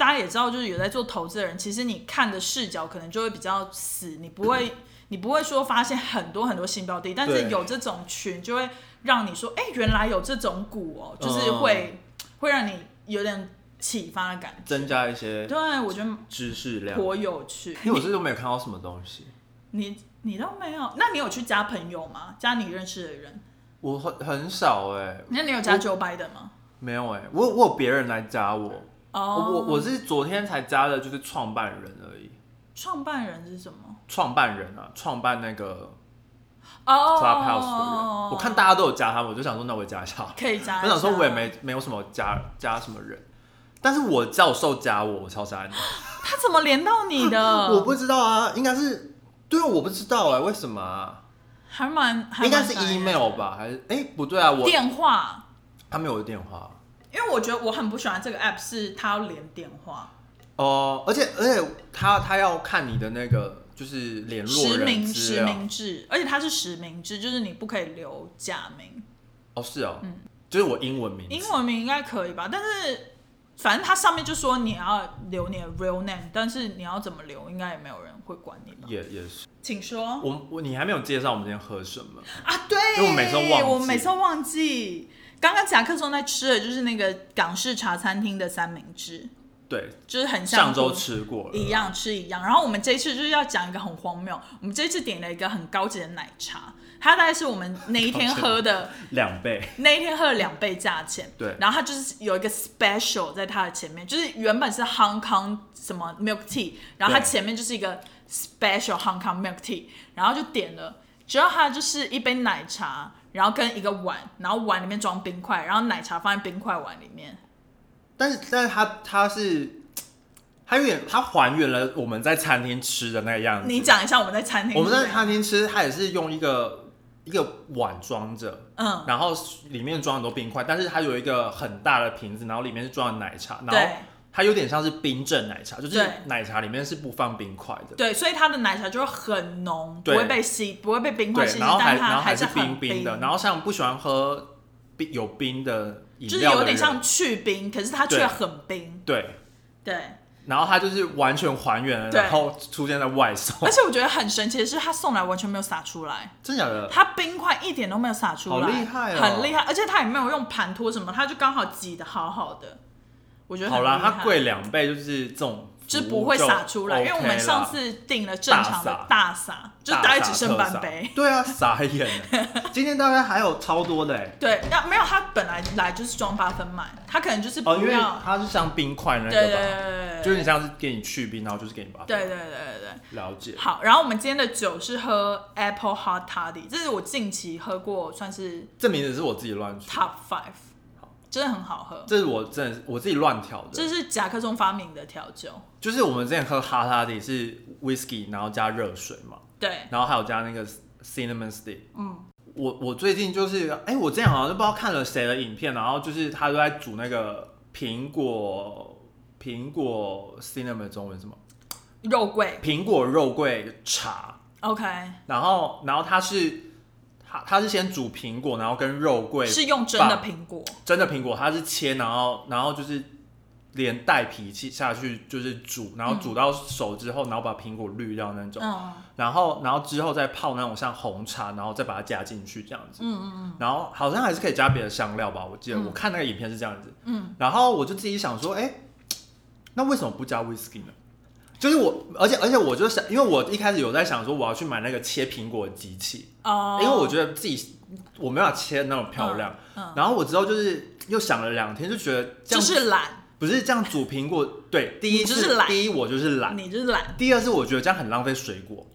[SPEAKER 2] 大家也知道，就是有在做投资的人，其实你看的视角可能就会比较死，你不会，你不会说发现很多很多新标的，但是
[SPEAKER 1] 对
[SPEAKER 2] 有这种群就会让你说，哎、原来有这种股哦，就是
[SPEAKER 1] 嗯
[SPEAKER 2] 会、会让你有点启发的感觉。
[SPEAKER 1] 增加一些
[SPEAKER 2] 对，我觉得
[SPEAKER 1] 知识量，
[SPEAKER 2] 颇有趣。
[SPEAKER 1] 因为我这都没有看到什么东西。
[SPEAKER 2] 你你都没有？那你有去加朋友吗？加你认识的人？
[SPEAKER 1] 我很很少哎、
[SPEAKER 2] 那你有加 Joe Biden 吗？
[SPEAKER 1] 没有哎、我我有别人来加我，我
[SPEAKER 2] 哦，
[SPEAKER 1] 我我是昨天才加的，就是创办人而已，
[SPEAKER 2] 创办人是什么？
[SPEAKER 1] 创办人啊，创办那个
[SPEAKER 2] 哦
[SPEAKER 1] Clubhouse 的人，我看大家都有加他们，我就想说那我也加一下，
[SPEAKER 2] 可以加一
[SPEAKER 1] 我
[SPEAKER 2] 下。
[SPEAKER 1] 想说我也没没有什么加加什么人，但是我教授加我，我超傻眼的，
[SPEAKER 2] 他怎么连到你的？
[SPEAKER 1] 我不知道啊，应该是对啊，我不知道哎、为什么啊？
[SPEAKER 2] 还蛮还蛮
[SPEAKER 1] 应该是
[SPEAKER 2] 傻眼
[SPEAKER 1] email 吧，还是哎、不对啊，我
[SPEAKER 2] 电话，
[SPEAKER 1] 他没有电话。
[SPEAKER 2] 因为我觉得我很不喜欢这个 app，是它要连电话。
[SPEAKER 1] 哦，而且而且他他要看你的那个就是联络
[SPEAKER 2] 实
[SPEAKER 1] 人啊
[SPEAKER 2] 名
[SPEAKER 1] 资
[SPEAKER 2] 实
[SPEAKER 1] 料
[SPEAKER 2] 名制，而且它是实名制，就是你不可以留假名。
[SPEAKER 1] 哦，是哦，就是我英文名字
[SPEAKER 2] 嗯英文名应该可以吧？但是反正它上面就说你要留你的 real name，但是你要怎么留，应该也没有人会管你吧？
[SPEAKER 1] 也也是，
[SPEAKER 2] 请说
[SPEAKER 1] 我我你还没有介绍我们今天喝什么，
[SPEAKER 2] 啊，对，
[SPEAKER 1] 因为我每次都忘记
[SPEAKER 2] 我每次都忘记。刚刚夹克松在吃的就是那个港式茶餐厅的三明治，
[SPEAKER 1] 对，
[SPEAKER 2] 就是很像
[SPEAKER 1] 上周
[SPEAKER 2] 我
[SPEAKER 1] 吃过了，
[SPEAKER 2] 一，样吃一样。然后我们这一次就是要讲一个很荒谬，我们这一次点了一个很高级的奶茶，它大概是我们那一天
[SPEAKER 1] 高级的
[SPEAKER 2] 喝的
[SPEAKER 1] 两倍，
[SPEAKER 2] 那一天喝了两倍价钱，
[SPEAKER 1] 对
[SPEAKER 2] 然后它就是有一个 special 在它的前面，就是原本是 Hong Kong 什么 milk tea，然后它
[SPEAKER 1] 对
[SPEAKER 2] 前面就是一个 special Hong Kong milk tea，然后就点了，主要它就是一杯奶茶，然后跟一个碗，然后碗里面装冰块，然后奶茶放在冰块碗里面，
[SPEAKER 1] 但是但是他他是他有点他还原了我们在餐厅吃的那个样子，
[SPEAKER 2] 你讲一下我们在餐厅
[SPEAKER 1] 我们
[SPEAKER 2] 是怎样，
[SPEAKER 1] 在餐厅吃，他也是用一个一个碗装着，
[SPEAKER 2] 嗯，
[SPEAKER 1] 然后里面装很多冰块，但是它有一个很大的瓶子，然后里面是装的奶茶，然
[SPEAKER 2] 对
[SPEAKER 1] 后它有点像是冰镇奶茶，就是
[SPEAKER 2] 对
[SPEAKER 1] 奶茶里面是不放冰块的，
[SPEAKER 2] 对，所以它的奶茶就是很浓，不
[SPEAKER 1] 对
[SPEAKER 2] 会被吸，不会被冰块
[SPEAKER 1] 对
[SPEAKER 2] 吸，
[SPEAKER 1] 然后
[SPEAKER 2] 但
[SPEAKER 1] 然后
[SPEAKER 2] 它还
[SPEAKER 1] 是
[SPEAKER 2] 很
[SPEAKER 1] 冰的，然后像不喜欢喝冰有冰的饮
[SPEAKER 2] 就是
[SPEAKER 1] 料的
[SPEAKER 2] 有
[SPEAKER 1] 人，
[SPEAKER 2] 点像去冰，可是它却
[SPEAKER 1] 对
[SPEAKER 2] 很冰，
[SPEAKER 1] 对，
[SPEAKER 2] 对。
[SPEAKER 1] 然后它就是完全还原了，
[SPEAKER 2] 对
[SPEAKER 1] 然后出现在外送
[SPEAKER 2] 而，且我觉得很神奇的是，他送来完全没有洒出来，
[SPEAKER 1] 真假的？
[SPEAKER 2] 他冰块一点都没有洒出来，
[SPEAKER 1] 好厉害哦
[SPEAKER 2] 很厉害。而且他也没有用盘托什么，他就刚好挤得好好的，我觉得很
[SPEAKER 1] 好啦，它
[SPEAKER 2] 厉害，
[SPEAKER 1] 贵两倍，就是这种
[SPEAKER 2] 就是
[SPEAKER 1] 服务
[SPEAKER 2] 不会
[SPEAKER 1] 就
[SPEAKER 2] 洒出来，因为我
[SPEAKER 1] OK
[SPEAKER 2] 们
[SPEAKER 1] 啦
[SPEAKER 2] 上次订了正常的大洒，就是大概只剩半
[SPEAKER 1] 大撒特
[SPEAKER 2] 杯
[SPEAKER 1] 撒。对啊，傻眼 了。今天大概还有超多的哎、
[SPEAKER 2] 对，那没有他本来来就是装八分满，他可能就是不
[SPEAKER 1] 哦，因为
[SPEAKER 2] 要，
[SPEAKER 1] 它是像冰块那个吧，
[SPEAKER 2] 对对对对
[SPEAKER 1] 就
[SPEAKER 2] 对
[SPEAKER 1] 是你像是给你去冰，然后就是给你把它
[SPEAKER 2] 对对对对。
[SPEAKER 1] 了解。
[SPEAKER 2] 好，然后我们今天的酒是喝 Apple Hot Toddy，这是我近期喝过算是
[SPEAKER 1] 这名字是我自己乱取。
[SPEAKER 2] Top Five。真的很好喝。
[SPEAKER 1] 这是我真的是我自己乱调的，
[SPEAKER 2] 这是甲克虫发明的调酒，
[SPEAKER 1] 就是我们之前喝哈拉底是 whisky，然后加热水嘛，
[SPEAKER 2] 对，
[SPEAKER 1] 然后还有加那个 cinnamon stick。嗯，我我最近就是，哎、我之前好像就不知道看了谁的影片，然后就是他都在煮那个苹果苹果 cinnamon 中文是什么？
[SPEAKER 2] 肉桂
[SPEAKER 1] 苹果肉桂茶。
[SPEAKER 2] ，OK，
[SPEAKER 1] 然后然后他是他他是先煮苹果，然后跟肉桂
[SPEAKER 2] 是用真的
[SPEAKER 1] 棒
[SPEAKER 2] 苹果，
[SPEAKER 1] 真的苹果，它是切，然后然后就是连带皮去下去就是煮，然后煮到熟之后，然后把苹果滤掉那种，
[SPEAKER 2] 嗯，
[SPEAKER 1] 然后然后之后再泡那种像红茶，然后再把它加进去这样子，嗯嗯嗯，然后好像还是可以加别的香料吧，我记得、
[SPEAKER 2] 嗯
[SPEAKER 1] 我看那个影片是这样子，嗯，然后我就自己想说，哎、那为什么不加 whisky 呢？就是我，而且而且我就想，因为我一开始有在想说我要去买那个切苹果的机器，
[SPEAKER 2] 哦，嗯
[SPEAKER 1] 因为我觉得自己我没办法切那么漂亮。然后我之后就是又想了两天，就觉得这
[SPEAKER 2] 就
[SPEAKER 1] 样、
[SPEAKER 2] 是懒，
[SPEAKER 1] 不是这样煮苹果，对，第一
[SPEAKER 2] 你就是是懒
[SPEAKER 1] 第一我就是懒，
[SPEAKER 2] 你就是懒，
[SPEAKER 1] 第二是我觉得这样很浪费水果，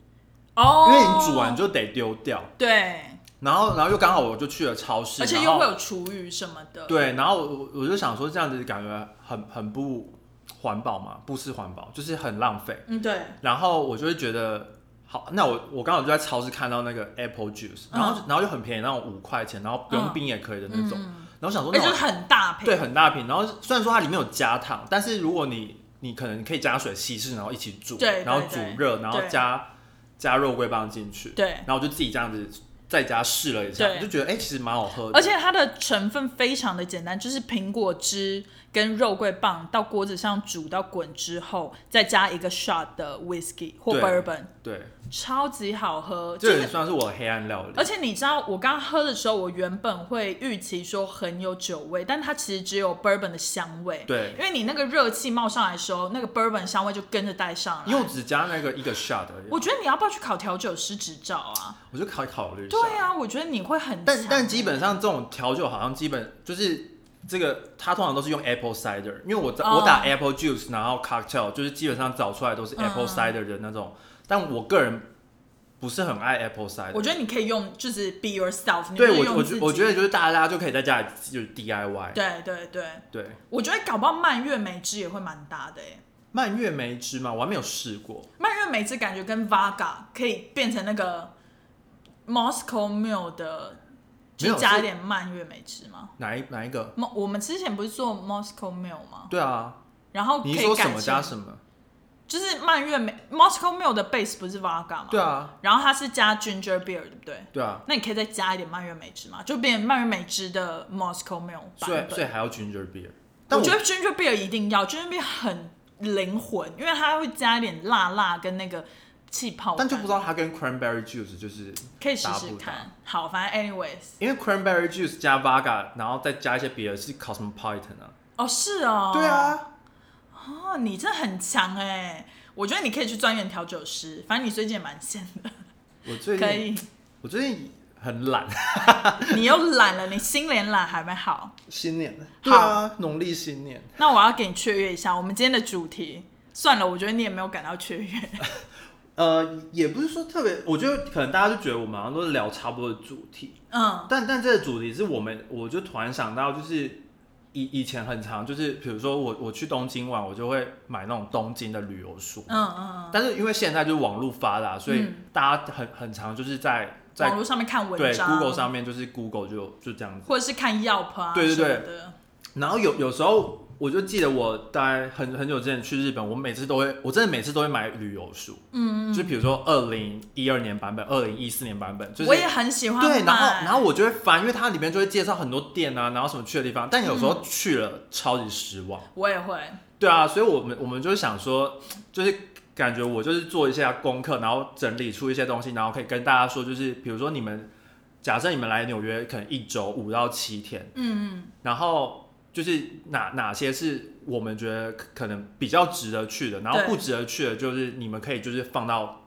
[SPEAKER 2] 哦，
[SPEAKER 1] 因为你煮完就得丢掉。
[SPEAKER 2] 对，
[SPEAKER 1] 然后然后又刚好我就去了超市，
[SPEAKER 2] 而且
[SPEAKER 1] 然
[SPEAKER 2] 又
[SPEAKER 1] 后
[SPEAKER 2] 会有厨余什么的，
[SPEAKER 1] 对，然后我我就想说这样子感觉很很不环保嘛，不是环保，就是很浪费。
[SPEAKER 2] 嗯，对，
[SPEAKER 1] 然后我就会觉得，好，那我我刚好就在超市看到那个 apple juice，
[SPEAKER 2] 嗯
[SPEAKER 1] 然后、然后就很便宜，那种五块钱，然后不用冰也可以的那种。然后想说
[SPEAKER 2] 嗯而
[SPEAKER 1] 那我，
[SPEAKER 2] 且哎就是很大瓶，
[SPEAKER 1] 对，很大瓶。然后虽然说它里面有加糖，但是如果你你可能可以加水稀释，然后一起煮，
[SPEAKER 2] 对对
[SPEAKER 1] 然后煮
[SPEAKER 2] 对
[SPEAKER 1] 热，然后
[SPEAKER 2] 对
[SPEAKER 1] 加加肉桂棒进去，
[SPEAKER 2] 对
[SPEAKER 1] 然后我就自己这样子在家试了一下，
[SPEAKER 2] 对
[SPEAKER 1] 就觉得哎、其实蛮好喝的。
[SPEAKER 2] 而且它的成分非常的简单，就是苹果汁跟肉桂棒到锅子上煮到滚之后，再加一个 shot 的 whisky 或
[SPEAKER 1] 对
[SPEAKER 2] bourbon，
[SPEAKER 1] 对，
[SPEAKER 2] 超级好喝。就
[SPEAKER 1] 这也
[SPEAKER 2] 是，
[SPEAKER 1] 算是我的黑暗料理。
[SPEAKER 2] 而且你知道，我刚喝的时候，我原本会预期说很有酒味，但它其实只有 bourbon 的香味。，
[SPEAKER 1] 对
[SPEAKER 2] 因，为你那个热气冒上来的时候，那个 bourbon 香味就跟着带上来。
[SPEAKER 1] 因为我只加那个一个 shot 而已，
[SPEAKER 2] 我
[SPEAKER 1] 我
[SPEAKER 2] 觉得你要不要去考调酒师执照啊？
[SPEAKER 1] 我就考考虑一下。
[SPEAKER 2] 对啊，我觉得你会很
[SPEAKER 1] 但
[SPEAKER 2] 强
[SPEAKER 1] 但基本上这种调酒好像基本就是这个，它通常都是用 apple cider，因为我在、
[SPEAKER 2] 哦
[SPEAKER 1] 我打 apple juice，然后 cocktail 就是基本上找出来都是
[SPEAKER 2] 嗯
[SPEAKER 1] apple cider 的那种，但我个人不是很爱 apple cider。
[SPEAKER 2] 我觉得你可以用，就是 be yourself 你可
[SPEAKER 1] 对
[SPEAKER 2] 以
[SPEAKER 1] 我
[SPEAKER 2] 用
[SPEAKER 1] 我
[SPEAKER 2] 自己。
[SPEAKER 1] 觉我觉得就是大家就可以在家里就是 DIY。
[SPEAKER 2] 对对对，
[SPEAKER 1] 对，
[SPEAKER 2] 我觉得搞不好蔓越莓汁也会蛮搭的欸诶。
[SPEAKER 1] 蔓越莓汁嘛，我还没有试过。
[SPEAKER 2] 蔓越莓汁感觉跟 Vaga 可以变成那个 Moscow Mule 的，
[SPEAKER 1] 没
[SPEAKER 2] 就
[SPEAKER 1] 有
[SPEAKER 2] 是加
[SPEAKER 1] 是
[SPEAKER 2] 一点蔓越莓汁吗？
[SPEAKER 1] 哪一哪一个？
[SPEAKER 2] 我我们之前不是做 Moscow Mule 吗？
[SPEAKER 1] 对啊，
[SPEAKER 2] 然哦后可
[SPEAKER 1] 你
[SPEAKER 2] 以
[SPEAKER 1] 是说
[SPEAKER 2] 改
[SPEAKER 1] 什么加
[SPEAKER 2] 成
[SPEAKER 1] 什么？
[SPEAKER 2] 就是蔓越莓 Moscow Mule 的 base 不是 Vaga 吗？
[SPEAKER 1] 对。啊，
[SPEAKER 2] 然后它是加 ginger beer，对不对？
[SPEAKER 1] 对啊，
[SPEAKER 2] 那你可以再加一点蔓越莓汁嘛，就变成蔓越莓汁的 Moscow Mule 版
[SPEAKER 1] 所以
[SPEAKER 2] 本。
[SPEAKER 1] 所以还要 ginger beer。但
[SPEAKER 2] 我
[SPEAKER 1] 我
[SPEAKER 2] 觉得 ginger beer 一定要，ginger beer 很灵魂，因为它会加一点辣辣跟那个气泡感，
[SPEAKER 1] 但就不知道它跟 cranberry juice 就是
[SPEAKER 2] 可以试
[SPEAKER 1] 搭
[SPEAKER 2] 试
[SPEAKER 1] 不搭
[SPEAKER 2] 看。好，反正 anyways，
[SPEAKER 1] 因为 cranberry juice 加 vodka，然后再加一些别的是 cosmopolitan 啊。
[SPEAKER 2] 哦是哦，
[SPEAKER 1] 对，啊，
[SPEAKER 2] 哦你真的很强哎，我觉得你可以去钻研调酒师，反正你最近也蛮闲的，
[SPEAKER 1] 我最
[SPEAKER 2] 可
[SPEAKER 1] 近
[SPEAKER 2] 以，
[SPEAKER 1] 我最近很懒，
[SPEAKER 2] 你又懒了，你心连懒还没好。
[SPEAKER 1] 新年对啊，农历新年。
[SPEAKER 2] 那我要给你雀跃一下，我们今天的主题，算了，我觉得你也没有感到雀跃，
[SPEAKER 1] 呃，也不是说特别，我觉得可能大家就觉得我们好像都是聊差不多的主题，
[SPEAKER 2] 嗯
[SPEAKER 1] 但但这个主题是我们，我就突然想到，就是以以前很常就是，比如说我我去东京玩，我就会买那种东京的旅游书，
[SPEAKER 2] 嗯嗯，
[SPEAKER 1] 但是因为现在就是网络发达，所以大家很很常就是在在
[SPEAKER 2] 网络上面看文
[SPEAKER 1] 对
[SPEAKER 2] 章
[SPEAKER 1] Google 上面就是 Google 就就这样子。
[SPEAKER 2] 或者是看 Yelp 啊，
[SPEAKER 1] 对对对
[SPEAKER 2] 的，
[SPEAKER 1] 然后有有时候我就记得我大概很很久之前去日本，我每次都会，我真的每次都会买旅游书，嗯嗯，就比如说二零一二年版本、二零一四年版本，就是
[SPEAKER 2] 我也很欸喜欢
[SPEAKER 1] 对，然后
[SPEAKER 2] 买
[SPEAKER 1] 然后我就会翻，因为它里面就会介绍很多店啊，然后什么去的地方，但
[SPEAKER 2] 嗯
[SPEAKER 1] 有时候去了、超级失望，
[SPEAKER 2] 我也会，
[SPEAKER 1] 对啊，所以我们我们就是想说，就是。感觉我就是做一下功课，然后整理出一些东西，然后可以跟大家说，就是比如说你们假设你们来纽约可能一周五到七天，
[SPEAKER 2] 嗯嗯，
[SPEAKER 1] 然后就是哪哪些是我们觉得可可能比较值得去的，然后
[SPEAKER 2] 对
[SPEAKER 1] 不值得去的，就是你们可以就是放到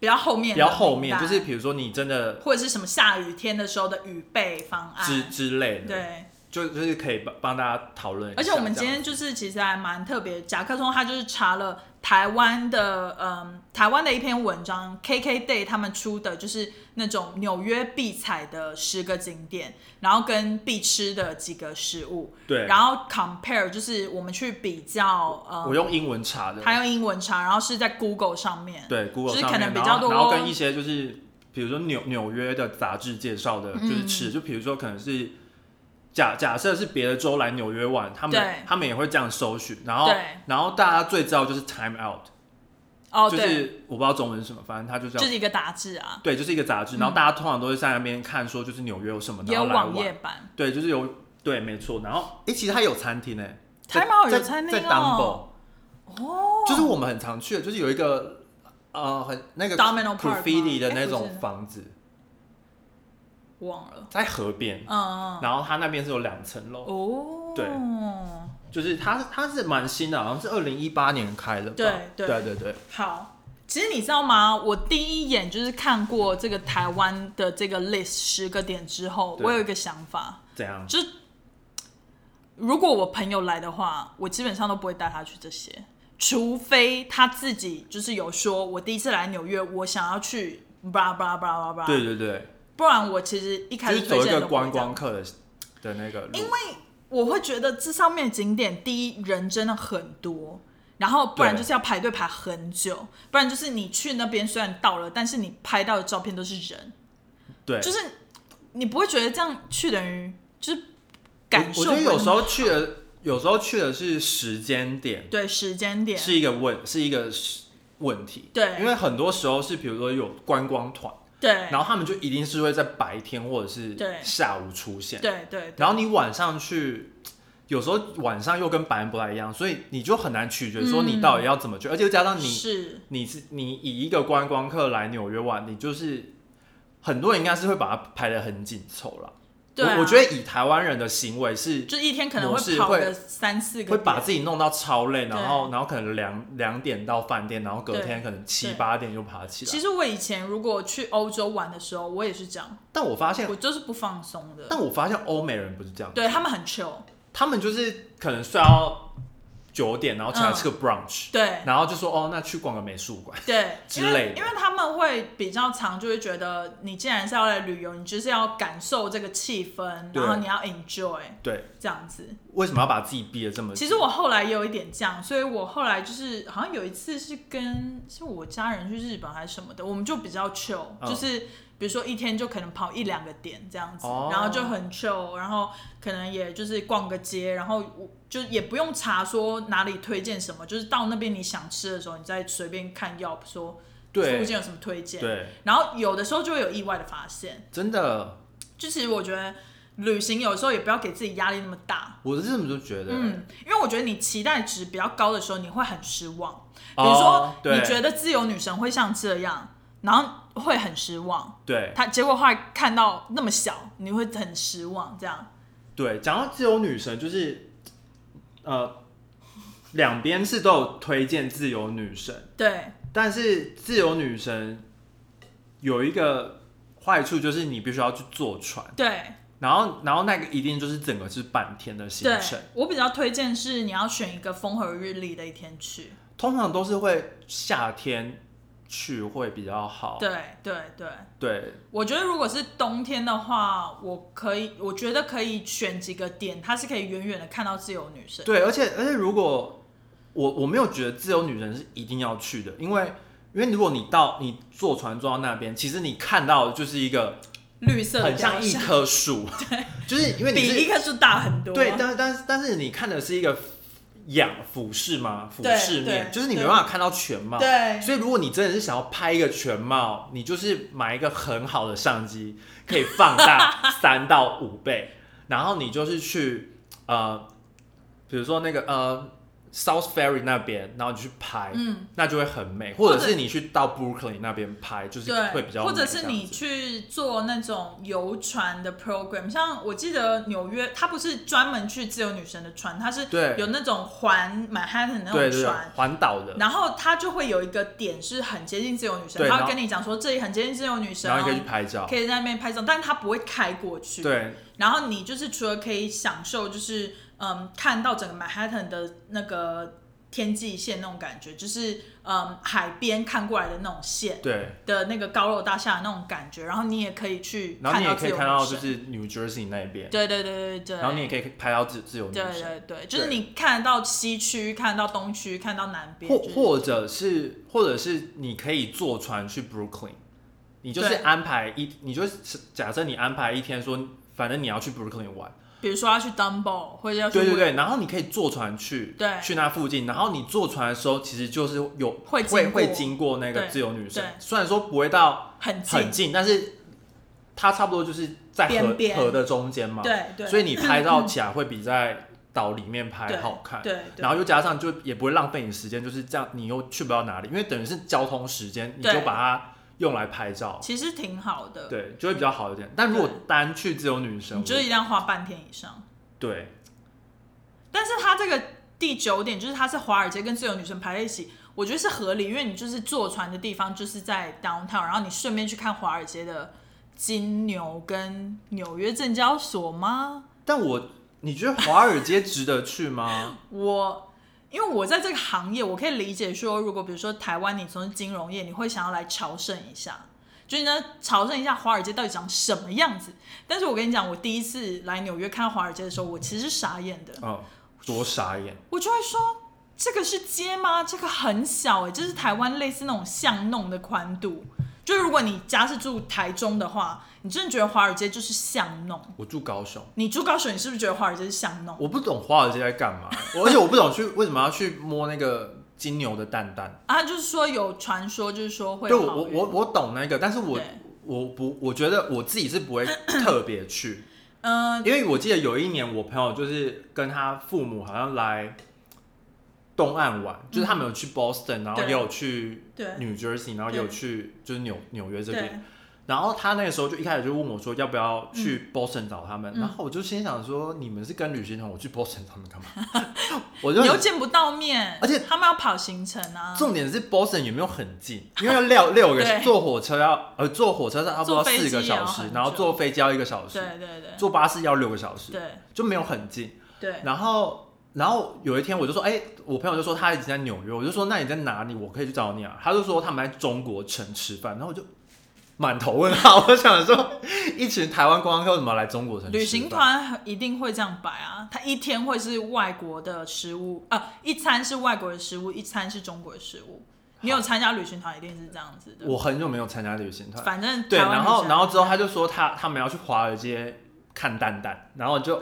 [SPEAKER 2] 比较后面的
[SPEAKER 1] 比较后面，
[SPEAKER 2] 明白
[SPEAKER 1] 就是比如说你真的
[SPEAKER 2] 或者是什么下雨天的时候的雨备方
[SPEAKER 1] 之
[SPEAKER 2] 案，
[SPEAKER 1] 之类的。
[SPEAKER 2] 对，
[SPEAKER 1] 就就是可以帮帮大家讨论一下
[SPEAKER 2] 而
[SPEAKER 1] 这
[SPEAKER 2] 且
[SPEAKER 1] 样。
[SPEAKER 2] 我们今天就是其实还蛮特别，甲壳虫他就是查了台湾的，嗯，台湾的一篇文章，KK Day 他们出的就是那种纽约必踩的十个景点，然后跟必吃的几个食物，
[SPEAKER 1] 对，
[SPEAKER 2] 然后 compare 就是我们去比较，呃、
[SPEAKER 1] 我用英文查的，
[SPEAKER 2] 他用英文查，然后是在 Google 上面，
[SPEAKER 1] 对 Google
[SPEAKER 2] 就是
[SPEAKER 1] 上
[SPEAKER 2] 可
[SPEAKER 1] 面，
[SPEAKER 2] 能比
[SPEAKER 1] 然
[SPEAKER 2] 较
[SPEAKER 1] 后然后
[SPEAKER 2] 多
[SPEAKER 1] 跟一些就是比如说纽纽约的杂志介绍的，
[SPEAKER 2] 嗯
[SPEAKER 1] 就是吃，就比如说可能是假假设是别的州来纽约玩，他们
[SPEAKER 2] 对
[SPEAKER 1] 他们也会这样搜寻，然后
[SPEAKER 2] 对
[SPEAKER 1] 然后大家最知道就是 Time Out，、
[SPEAKER 2] 哦，
[SPEAKER 1] 就
[SPEAKER 2] 对，
[SPEAKER 1] 是我不知道中文是什么，反正它就叫、
[SPEAKER 2] 就是一个打字啊，
[SPEAKER 1] 对，就是一个杂志，然后大家通常都会在那边看说就是纽约有什么，
[SPEAKER 2] 也
[SPEAKER 1] 然
[SPEAKER 2] 有
[SPEAKER 1] 后来
[SPEAKER 2] 网页
[SPEAKER 1] 玩，
[SPEAKER 2] 版，
[SPEAKER 1] 对，就是有对没错，然后诶、其实它有餐厅诶、在
[SPEAKER 2] Time Out 有
[SPEAKER 1] 在
[SPEAKER 2] 餐
[SPEAKER 1] 在
[SPEAKER 2] 厅
[SPEAKER 1] d u m b l
[SPEAKER 2] 哦哦，
[SPEAKER 1] 就是我们很常去的，就是有一个呃很那个
[SPEAKER 2] Domino Park 吗
[SPEAKER 1] graffiti 的
[SPEAKER 2] 哎
[SPEAKER 1] 那
[SPEAKER 2] 不
[SPEAKER 1] 种
[SPEAKER 2] 是
[SPEAKER 1] 房子，
[SPEAKER 2] 忘了，
[SPEAKER 1] 在河边，
[SPEAKER 2] 嗯，
[SPEAKER 1] 然后它那边是有两层楼，
[SPEAKER 2] 哦，
[SPEAKER 1] 对就是它它是蛮新的，好像是二零一八年开的吧，
[SPEAKER 2] 对对
[SPEAKER 1] 对对对，
[SPEAKER 2] 好，其实你知道吗？我第一眼就是看过这个台湾的这个 list 十个点之后，
[SPEAKER 1] 对
[SPEAKER 2] 我有一个想法，
[SPEAKER 1] 这样
[SPEAKER 2] 就是如果我朋友来的话，我基本上都不会带他去这些，除非他自己就是有说，我第一次来纽约，我想要去。巴拉巴拉巴拉巴拉，
[SPEAKER 1] 对对对，
[SPEAKER 2] 不然我其实啊一开
[SPEAKER 1] 就
[SPEAKER 2] 始
[SPEAKER 1] 是走
[SPEAKER 2] 推
[SPEAKER 1] 一
[SPEAKER 2] 荐
[SPEAKER 1] 个
[SPEAKER 2] 都不会
[SPEAKER 1] 观
[SPEAKER 2] 这样
[SPEAKER 1] 光客的的那个路
[SPEAKER 2] 因，为我会觉得这上面的景点，第一人真的很多，然后不然
[SPEAKER 1] 对
[SPEAKER 2] 就是要排队排很久，不然就是你去那边虽然到了，但是你拍到的照片都是人，
[SPEAKER 1] 对，
[SPEAKER 2] 就是你不会觉得这样去等于就是感受
[SPEAKER 1] 我
[SPEAKER 2] 不
[SPEAKER 1] 我觉
[SPEAKER 2] 会
[SPEAKER 1] 得
[SPEAKER 2] 那么。
[SPEAKER 1] 有时候去的有时候去的是时间点
[SPEAKER 2] 对时间点，
[SPEAKER 1] 是一个问是一个是问题，
[SPEAKER 2] 对
[SPEAKER 1] 因为很多时候是比如说有观光团。
[SPEAKER 2] 对
[SPEAKER 1] 然后他们就一定是会在白天或者是
[SPEAKER 2] 对
[SPEAKER 1] 下午出现，
[SPEAKER 2] 对对
[SPEAKER 1] 然后你晚上去，有时候晚上又跟白人不太一样，所以你就很难取决说你到底要怎么去，而且又加上你
[SPEAKER 2] 嗯是
[SPEAKER 1] 你是你以一个观光客来纽约玩，你就是很多人应该是会把它排得很紧凑啦。
[SPEAKER 2] 对啊
[SPEAKER 1] 我我觉得以台湾人的行为是
[SPEAKER 2] 就一天可能
[SPEAKER 1] 模式
[SPEAKER 2] 跑
[SPEAKER 1] 会
[SPEAKER 2] 个三四个
[SPEAKER 1] 会
[SPEAKER 2] 点，
[SPEAKER 1] 把自己弄到超累，
[SPEAKER 2] 对
[SPEAKER 1] 然后然后可能两两点到饭店，然后隔
[SPEAKER 2] 对
[SPEAKER 1] 天可能七
[SPEAKER 2] 对
[SPEAKER 1] 八点就爬起来
[SPEAKER 2] 其。实我以前如果去欧洲玩的时候，我也是这样，
[SPEAKER 1] 但我发现
[SPEAKER 2] 我，就是不放松的。
[SPEAKER 1] 但我发现欧美人不是这样。
[SPEAKER 2] 对他们很 chill，
[SPEAKER 1] 他们就是可能睡到九点，然后起来
[SPEAKER 2] 嗯
[SPEAKER 1] 吃个 brunch，、
[SPEAKER 2] 对，
[SPEAKER 1] 然后就说哦，那去逛个美术馆。
[SPEAKER 2] 对，
[SPEAKER 1] 之
[SPEAKER 2] 因为
[SPEAKER 1] 类的
[SPEAKER 2] 因为他们会比较常就会觉得，你既然是要来旅游，你就是要感受这个气氛，
[SPEAKER 1] 对
[SPEAKER 2] 然后你要 enjoy
[SPEAKER 1] 对，
[SPEAKER 2] 这样子。
[SPEAKER 1] 为什么要把自己逼得这么紧？
[SPEAKER 2] 其实我后来也有一点这样，所以我后来就是好像有一次是跟是我家人去日本还是什么的，我们就比较 chill，、
[SPEAKER 1] 嗯
[SPEAKER 2] 就是比如说一天就可能跑一两个点这样子，
[SPEAKER 1] 哦
[SPEAKER 2] 然后就很 chill，然后可能也就是逛个街，然后我就也不用查说哪里推荐什么，就是到那边你想吃的时候，你再随便看 Yelp 说附
[SPEAKER 1] 对
[SPEAKER 2] 近有什么推荐。
[SPEAKER 1] 对，
[SPEAKER 2] 然后有的时候就会有意外的发现，
[SPEAKER 1] 真的，
[SPEAKER 2] 就其实我觉得旅行有时候也不要给自己压力那么大。
[SPEAKER 1] 我是这么就觉得。欸
[SPEAKER 2] 嗯，因为我觉得你期待值比较高的时候，你会很失望。比
[SPEAKER 1] 哦
[SPEAKER 2] 如说，
[SPEAKER 1] 对
[SPEAKER 2] 你觉得自由女神会像这样，然后会很失望。
[SPEAKER 1] 对
[SPEAKER 2] 她结果后来看到那么小，你会很失望。这样，
[SPEAKER 1] 对，讲到自由女神，就是呃，两边是都有推荐自由女神，
[SPEAKER 2] 对
[SPEAKER 1] 但是自由女神有一个坏处，就是你必须要去坐船，
[SPEAKER 2] 对
[SPEAKER 1] 然后然后那个一定就是整个是半天的行
[SPEAKER 2] 对
[SPEAKER 1] 程。，
[SPEAKER 2] 我比较推荐是你要选一个风和日丽的一天去。
[SPEAKER 1] 通常都是会夏天去会比较好。
[SPEAKER 2] 对对对，
[SPEAKER 1] 对
[SPEAKER 2] 我觉得如果是冬天的话，我可以，我觉得可以选几个点，它是可以远远的看到自由女神。
[SPEAKER 1] 对而且而且如果我我没有觉得自由女神是一定要去的，因为因为如果你到你坐船坐到那边，其实你看到的就是一个
[SPEAKER 2] 绿色的
[SPEAKER 1] 很像
[SPEAKER 2] 雕
[SPEAKER 1] 一
[SPEAKER 2] 像
[SPEAKER 1] 棵 树，就是因为你
[SPEAKER 2] 比一
[SPEAKER 1] 是
[SPEAKER 2] 棵树大很多。啊
[SPEAKER 1] 对，但但是但是你看的是一个仰俯视嘛，俯
[SPEAKER 2] 对
[SPEAKER 1] 视面，
[SPEAKER 2] 对
[SPEAKER 1] 就是你没
[SPEAKER 2] 对
[SPEAKER 1] 办法看到全貌。
[SPEAKER 2] 对
[SPEAKER 1] 所以如果你真的是想要拍一个全貌，你就是买一个很好的相机，可以放 大三到五倍，然后你就是去呃，比如说那个呃 South Ferry 那边，然后你去拍，
[SPEAKER 2] 嗯，
[SPEAKER 1] 那就会很美，或者
[SPEAKER 2] 或者
[SPEAKER 1] 是你去到 Brooklyn 那边拍，就是
[SPEAKER 2] 对，
[SPEAKER 1] 会比较美
[SPEAKER 2] 或
[SPEAKER 1] 这
[SPEAKER 2] 者
[SPEAKER 1] 样子，
[SPEAKER 2] 是你去做那种游船的 program，像我记得纽约，它不是专门去自由女神的船，它是
[SPEAKER 1] 对
[SPEAKER 2] 有那种环 Manhattan 的那
[SPEAKER 1] 对对
[SPEAKER 2] 种
[SPEAKER 1] 对
[SPEAKER 2] 船。
[SPEAKER 1] 环岛的，
[SPEAKER 2] 然后它就会有一个点是很接近自由女神，
[SPEAKER 1] 对然
[SPEAKER 2] 它会
[SPEAKER 1] 后
[SPEAKER 2] 跟你讲说这里很接近自由女神，
[SPEAKER 1] 然后你可以去
[SPEAKER 2] 哦
[SPEAKER 1] 拍照，
[SPEAKER 2] 可以在那边拍照，但它不会开过去。
[SPEAKER 1] 对
[SPEAKER 2] 然后你就是除了可以享受，就是嗯，看到整个 Manhattan 的那个天际线那种感觉，就是嗯，海边看过来的那种线
[SPEAKER 1] 对，
[SPEAKER 2] 的那个高楼大厦的那种感觉，然后你也可以去
[SPEAKER 1] 然后
[SPEAKER 2] 看
[SPEAKER 1] 你也
[SPEAKER 2] 到
[SPEAKER 1] 可
[SPEAKER 2] 自
[SPEAKER 1] 以
[SPEAKER 2] 由
[SPEAKER 1] 看到
[SPEAKER 2] 女
[SPEAKER 1] 就
[SPEAKER 2] 神，
[SPEAKER 1] 是 New Jersey 那边，
[SPEAKER 2] 对对对对对，
[SPEAKER 1] 然后你也可以拍到自自由女
[SPEAKER 2] 对
[SPEAKER 1] 神。
[SPEAKER 2] 对对，就是你看得到西区，看得到东区，看得到南边，
[SPEAKER 1] 或或者
[SPEAKER 2] 就是
[SPEAKER 1] 是或者是你可以坐船去 Brooklyn，你就是
[SPEAKER 2] 对
[SPEAKER 1] 安排一，你就是假设你安排一天说，反正你要去 Brooklyn 玩，
[SPEAKER 2] 比如说要去 Dumbo 或者要去
[SPEAKER 1] 对对对，然后你可以坐船去，
[SPEAKER 2] 对
[SPEAKER 1] 去那附近，然后你坐船的时候，其实就是有
[SPEAKER 2] 会经
[SPEAKER 1] 会
[SPEAKER 2] 过
[SPEAKER 1] 会经过那个
[SPEAKER 2] 对
[SPEAKER 1] 自由女神
[SPEAKER 2] 对，
[SPEAKER 1] 虽然说不会到
[SPEAKER 2] 很近，
[SPEAKER 1] 很近，但是它差不多就是在河
[SPEAKER 2] 边边
[SPEAKER 1] 河的中间嘛，
[SPEAKER 2] 对对，嗯
[SPEAKER 1] 所以你拍照起来会比在岛里面拍
[SPEAKER 2] 对
[SPEAKER 1] 好看，
[SPEAKER 2] 对，对
[SPEAKER 1] 然后又加上就也不会浪费你时间，就是这样，你又去不到哪里，因为等于是交通时间，你
[SPEAKER 2] 对
[SPEAKER 1] 就把它用来拍照，
[SPEAKER 2] 其实挺好的，
[SPEAKER 1] 对，就会比较好一点。但如果
[SPEAKER 2] 对
[SPEAKER 1] 单去自由女神，
[SPEAKER 2] 你
[SPEAKER 1] 我
[SPEAKER 2] 就是一定要花半天以上。
[SPEAKER 1] 对
[SPEAKER 2] 但是它这个第九点就是它是华尔街跟自由女神排在一起，我觉得是合理，因为你就是坐船的地方就是在 downtown，然后你顺便去看华尔街的金牛跟纽约证交所吗？
[SPEAKER 1] 但我你觉得华尔街值得去吗？
[SPEAKER 2] 我因为我在这个行业，我可以理解说，如果比如说台湾你从事金融业，你会想要来朝圣一下，就是呢朝圣一下华尔街到底长什么样子。但是我跟你讲，我第一次来纽约看华尔街的时候，我其实是傻眼的，
[SPEAKER 1] 嗯，多傻眼。
[SPEAKER 2] 我就会说。这个是街吗？这个很小哎、这是台湾类似那种巷弄的宽度。就是如果你家是住台中的话，你真的觉得华尔街就是巷弄。
[SPEAKER 1] 我住高雄，
[SPEAKER 2] 你住高雄，你是不是觉得华尔街是巷弄？
[SPEAKER 1] 我不懂华尔街在干嘛，我而且我不懂去为什么要去摸那个金牛的蛋蛋。
[SPEAKER 2] 啊，就是说有传说，就是说会
[SPEAKER 1] 对，我
[SPEAKER 2] 好
[SPEAKER 1] 我
[SPEAKER 2] 运
[SPEAKER 1] 我我懂那个，但是我
[SPEAKER 2] 对
[SPEAKER 1] 我不我觉得我自己是不会 特别去。
[SPEAKER 2] 嗯，
[SPEAKER 1] 因为我记得有一年，我朋友就是跟他父母好像来东岸玩，就是他们有去 Boston，然后
[SPEAKER 2] 嗯对
[SPEAKER 1] 也有去
[SPEAKER 2] 对
[SPEAKER 1] New Jersey，然后也有去就是纽纽约这边。
[SPEAKER 2] 对，嗯
[SPEAKER 1] 然后他那个时候就一开始就问我说要不要去 Boston 找他们，然后我就心想说你们是跟旅行团，我去 Boston 找他们干嘛？ 我就
[SPEAKER 2] 你又
[SPEAKER 1] 很
[SPEAKER 2] 见不到面，
[SPEAKER 1] 而且
[SPEAKER 2] 他们要跑行程啊，
[SPEAKER 1] 重点是 Boston 也没有很近，因为要六六个
[SPEAKER 2] 对
[SPEAKER 1] 坐火车要呃坐火车差不多
[SPEAKER 2] 坐飞机
[SPEAKER 1] 四个小
[SPEAKER 2] 也要
[SPEAKER 1] 时
[SPEAKER 2] 很，久
[SPEAKER 1] 然后坐飞机要一个小时，
[SPEAKER 2] 对对对
[SPEAKER 1] 坐巴士要六个小时，
[SPEAKER 2] 对
[SPEAKER 1] 就没有很近。
[SPEAKER 2] 对，
[SPEAKER 1] 然后，然后有一天我就说，哎、我朋友就说他已经在纽约，我就说那你在哪里？我可以去找你啊。他就说他们在中国城吃饭，然后我就满头问号，我想说一群台湾观光客为什么要来中国城吃饭？
[SPEAKER 2] 旅行团一定会这样摆啊，他一天会是外国的食物，啊，一餐是外国的食物，一餐是中国的食物。你有参加旅行团，一定是这样子的。
[SPEAKER 1] 我很久没有参加旅行团，
[SPEAKER 2] 反正
[SPEAKER 1] 对，
[SPEAKER 2] 台湾
[SPEAKER 1] 然
[SPEAKER 2] 旅
[SPEAKER 1] 后
[SPEAKER 2] 行
[SPEAKER 1] 然后之后他就说他他们要去华尔街看蛋蛋，然后我就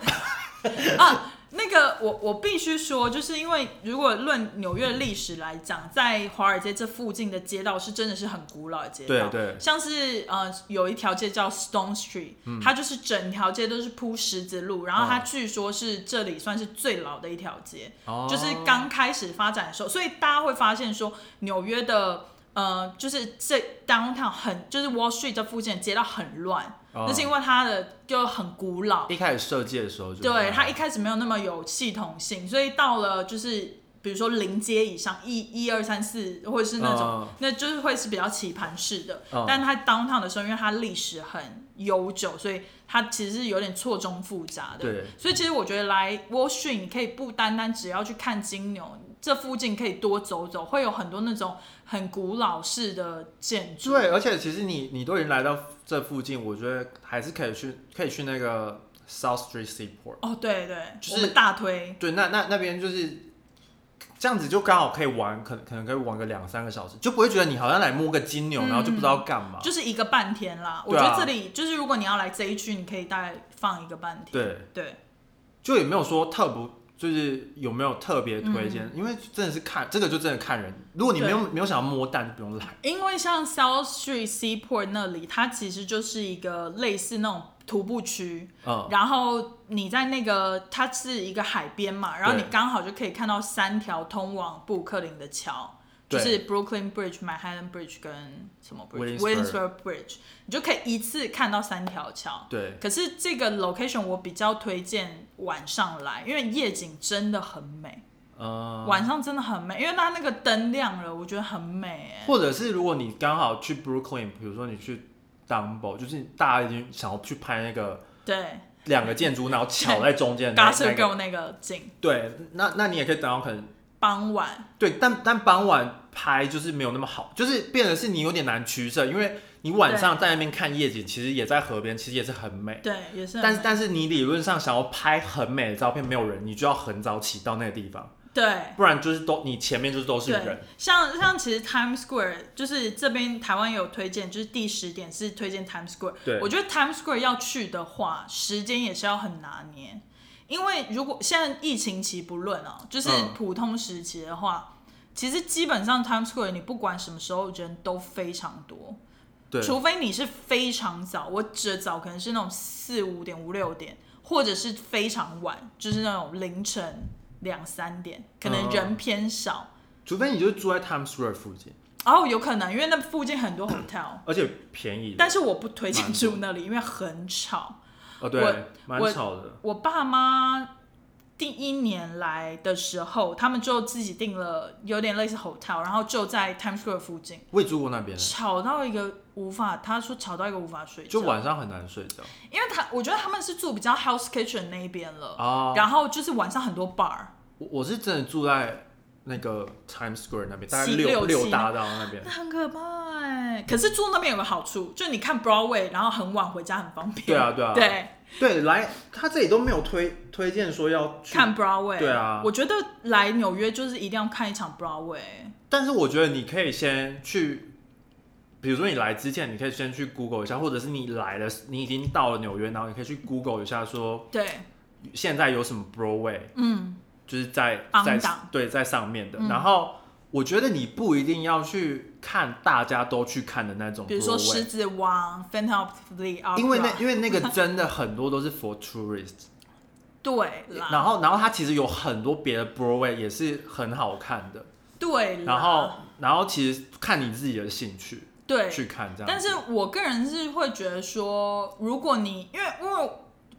[SPEAKER 2] 哎啊，那个我我必须说，就是因为如果论纽约历史来讲，在华尔街这附近的街道是真的是很古老的街
[SPEAKER 1] 对
[SPEAKER 2] 道，
[SPEAKER 1] 对
[SPEAKER 2] 像是呃有一条街叫 Stone Street，、它就是整条街都是铺石子路，然后它
[SPEAKER 1] 嗯哦
[SPEAKER 2] 据说是这里算是最老的一条街，
[SPEAKER 1] 哦
[SPEAKER 2] 就是刚开始发展的时候，所以大家会发现说纽约的。呃，就是这 downtown 很，就是 Wall Street 这附近的街道很乱，
[SPEAKER 1] 哦
[SPEAKER 2] 那、是因为它的就很古老，
[SPEAKER 1] 一开始设计的时候就
[SPEAKER 2] 对它
[SPEAKER 1] 他
[SPEAKER 2] 一开始没有那么有系统性，所以到了就是比如说零阶以上，一一二三四，或者是那种，
[SPEAKER 1] 嗯
[SPEAKER 2] 那就是会是比较棋盘式的。
[SPEAKER 1] 嗯
[SPEAKER 2] 但它 downtown 的时候，因为它历史很悠久，所以它其实是有点错综复杂的。
[SPEAKER 1] 对，
[SPEAKER 2] 所以其实我觉得来 Wall Street，你可以不单单只要去看金牛，这附近可以多走走，会有很多那种很古老式的建筑。
[SPEAKER 1] 对，而且其实你你都已经来到这附近，我觉得还是可以去可以去那个 South Street Seaport。
[SPEAKER 2] 哦，对对，
[SPEAKER 1] 就是
[SPEAKER 2] 我们大推。
[SPEAKER 1] 对，那那那边就是这样子，就刚好可以玩，可可能可以玩个两三个小时，就不会觉得你好像来摸个金牛，
[SPEAKER 2] 嗯
[SPEAKER 1] 然后就不知道干嘛。
[SPEAKER 2] 就是一个半天啦。我
[SPEAKER 1] 对
[SPEAKER 2] 觉
[SPEAKER 1] 啊
[SPEAKER 2] 得这里就是如果你要来这一区，你可以大概放一个半天。
[SPEAKER 1] 对，
[SPEAKER 2] 对
[SPEAKER 1] 就也没有说特不，就是有没有特别推荐，
[SPEAKER 2] 嗯
[SPEAKER 1] 因为真的是看这个就真的看人。如果你没有没有想要摸蛋，就不用来。
[SPEAKER 2] 因为像 South Street Seaport 那里，它其实就是一个类似那种徒步区。
[SPEAKER 1] 嗯，
[SPEAKER 2] 然后你在那个，它是一个海边嘛，然后你
[SPEAKER 1] 对
[SPEAKER 2] 刚好就可以看到三条通往布克林的桥，就
[SPEAKER 1] 对
[SPEAKER 2] 是 Brooklyn Bridge、Manhattan Bridge 跟什么 Bridge、
[SPEAKER 1] Williamsburg
[SPEAKER 2] Williamsburg Bridge，你就可以一次看到三条桥。
[SPEAKER 1] 对，
[SPEAKER 2] 可是这个 location 我比较推荐晚上来，因为夜景真的很美，
[SPEAKER 1] 嗯、
[SPEAKER 2] 晚上真的很美，因为它那个灯亮了，我觉得很美哎。
[SPEAKER 1] 或者是如果你刚好去 Brooklyn，比如说你去 Dumbo，就是大家已经想要去拍那个
[SPEAKER 2] 对，
[SPEAKER 1] 两个建筑物，然后巧在中间的那
[SPEAKER 2] 嘎
[SPEAKER 1] 那
[SPEAKER 2] 是
[SPEAKER 1] 个。
[SPEAKER 2] 够那个景，
[SPEAKER 1] 对，那那你也可以等到可能
[SPEAKER 2] 傍晚
[SPEAKER 1] 对，但但傍晚拍就是没有那么好，就是变得是你有点难取舍，因为你晚上在那边看夜景，其实也在河边，其实也是很美。
[SPEAKER 2] 对也是很美，啊
[SPEAKER 1] 但是但是你理论上想要拍很美的照片，没有人，你就要很早起到那个地方，
[SPEAKER 2] 对。
[SPEAKER 1] 不然就是都你前面就是都是
[SPEAKER 2] 对
[SPEAKER 1] 人。，
[SPEAKER 2] 像像其实 Times Square 就是这边台湾有推荐，就是第十点是推荐 Times Square。
[SPEAKER 1] 对
[SPEAKER 2] 我觉得 Times Square 要去的话，时间也是要很拿捏，因为如果现在疫情期不论啊，就是
[SPEAKER 1] 嗯
[SPEAKER 2] 普通时期的话，其实基本上 Times Square 你不管什么时候人都非常多，
[SPEAKER 1] 对，
[SPEAKER 2] 除非你是非常早，我指的早可能是那种四五点、五六点，或者是非常晚，就是那种凌晨两三点，可能
[SPEAKER 1] 嗯
[SPEAKER 2] 人偏少。
[SPEAKER 1] 除非你就是住在 Times Square 附近，
[SPEAKER 2] 哦，有可能，因为那附 近很多 hotel，
[SPEAKER 1] 而且便宜的。
[SPEAKER 2] 但是我不推荐
[SPEAKER 1] 蛮多
[SPEAKER 2] 住那里，因为很吵。
[SPEAKER 1] 哦，对
[SPEAKER 2] 我，
[SPEAKER 1] 蛮
[SPEAKER 2] 我
[SPEAKER 1] 吵的。
[SPEAKER 2] 我爸妈第一年来的时候，他们就自己订了有点类似 hotel，然后就在 Times Square 附近，
[SPEAKER 1] 我也住过那边，
[SPEAKER 2] 吵到一个无法，他说吵到一个无法睡觉，
[SPEAKER 1] 就晚上很难睡觉
[SPEAKER 2] 因为他我觉得他们是住比较 house kitchen 那一边了，
[SPEAKER 1] 啊。
[SPEAKER 2] 然后就是晚上很多 bar，
[SPEAKER 1] 我我是真的住在那个 Times Square 那边，大概
[SPEAKER 2] 七
[SPEAKER 1] 六
[SPEAKER 2] 六七
[SPEAKER 1] 六大道那边
[SPEAKER 2] 那。很可怕哎、可是住那边有个好处，就你看 Broadway，然后很晚回家很方便。
[SPEAKER 1] 对啊对啊
[SPEAKER 2] 对。
[SPEAKER 1] 对，来，他这里都没有推推荐说要去
[SPEAKER 2] 看 Broadway。
[SPEAKER 1] 对啊
[SPEAKER 2] 我觉得来纽约就是一定要看一场 Broadway。
[SPEAKER 1] 但是我觉得你可以先去，比如说你来之前，你可以先去 Google 一下，或者是你来了，你已经到了纽约，然后你可以去 Google 一下说
[SPEAKER 2] 对，
[SPEAKER 1] 现在有什么 Broadway，
[SPEAKER 2] 嗯，
[SPEAKER 1] 就是在
[SPEAKER 2] 昂
[SPEAKER 1] 在
[SPEAKER 2] 档嗯
[SPEAKER 1] 对在上面的。然后我觉得你不一定要去看大家都去看的那种 Broadway，
[SPEAKER 2] 比如说《狮子王》《Phantom of the Opera》，
[SPEAKER 1] 因为那因为 那个真的很多都是 for tourists，
[SPEAKER 2] 对 啦，
[SPEAKER 1] 然后然后它其实有很多别的 Broadway 也是很好看的，
[SPEAKER 2] 对啦，
[SPEAKER 1] 然后然后其实看你自己的兴趣
[SPEAKER 2] 对，
[SPEAKER 1] 去看这样。
[SPEAKER 2] 但是我个人是会觉得说，如果你因为因为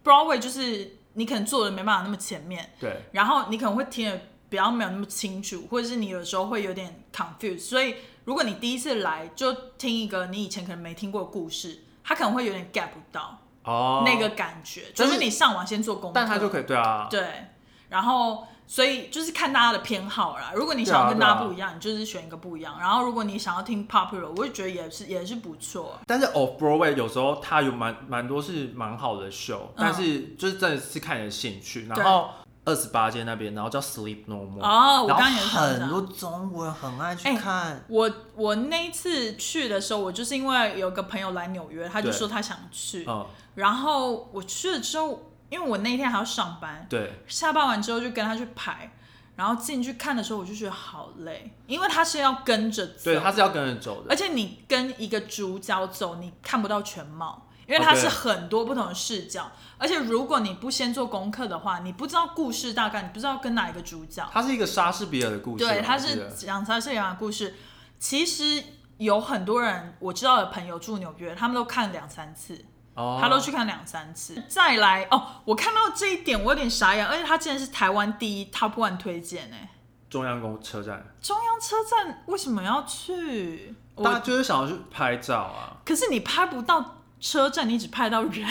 [SPEAKER 2] Broadway 就是你可能坐的没办法那么前面，
[SPEAKER 1] 对
[SPEAKER 2] 然后你可能会听得比较没有那么清楚，或者是你有时候会有点 confused。所以如果你第一次来就听一个你以前可能没听过的故事，它可能会有点 get 不到
[SPEAKER 1] 哦，
[SPEAKER 2] 那个感觉，就
[SPEAKER 1] 但是
[SPEAKER 2] 是你上网先做功课，
[SPEAKER 1] 但他就可以对啊，
[SPEAKER 2] 对，然后。所以就是看大家的偏好啦。如果你想要
[SPEAKER 1] 对啊
[SPEAKER 2] 跟大家
[SPEAKER 1] 对啊
[SPEAKER 2] 不一样，你就是选一个不一样。然后如果你想要听 popular，我就觉得也是也是不错。
[SPEAKER 1] 但是 Off Broadway 有时候它有蛮蛮多是蛮好的 show，、但
[SPEAKER 2] 嗯
[SPEAKER 1] 是就是真的是看你的兴趣。然后二十八街那边，然后叫 Sleep No More，、
[SPEAKER 2] 哦
[SPEAKER 1] 然后
[SPEAKER 2] 我刚刚也是想
[SPEAKER 1] 很多中国人很爱去看，
[SPEAKER 2] 我我那一次去的时候，我就是因为有个朋友来纽约，他就
[SPEAKER 1] 对
[SPEAKER 2] 说他想去，
[SPEAKER 1] 嗯，
[SPEAKER 2] 然后我去了之后，因为我那一天还要上班，
[SPEAKER 1] 对，
[SPEAKER 2] 下班完之后就跟他去排，然后进去看的时候我就觉得好累，因为他是要跟着走，
[SPEAKER 1] 对，他是要跟着走
[SPEAKER 2] 而
[SPEAKER 1] 的，
[SPEAKER 2] 且你跟一个主角走，你看不到全貌，因为
[SPEAKER 1] 哦
[SPEAKER 2] 它
[SPEAKER 1] 对
[SPEAKER 2] 是很多不同的视角，而且如果你不先做功课的话，你不知道故事大概，你不知道跟哪一个主角，
[SPEAKER 1] 他是一个莎士比亚的故事嘛，啊
[SPEAKER 2] 对，他
[SPEAKER 1] 我记
[SPEAKER 2] 是
[SPEAKER 1] 得
[SPEAKER 2] 讲莎士比亚的故事，其实。有很多人我知道的朋友住纽约，他们都看两三次，
[SPEAKER 1] 哦，
[SPEAKER 2] 他都去看两三次，再来哦，我看到这一点我有点傻眼，而且他竟然是台湾第一 Top One 推荐哎，
[SPEAKER 1] 中央公车站，
[SPEAKER 2] 中央车站为什么要去？
[SPEAKER 1] 大家
[SPEAKER 2] 我
[SPEAKER 1] 就是想要去拍照啊，
[SPEAKER 2] 可是你拍不到车站，你只拍到人。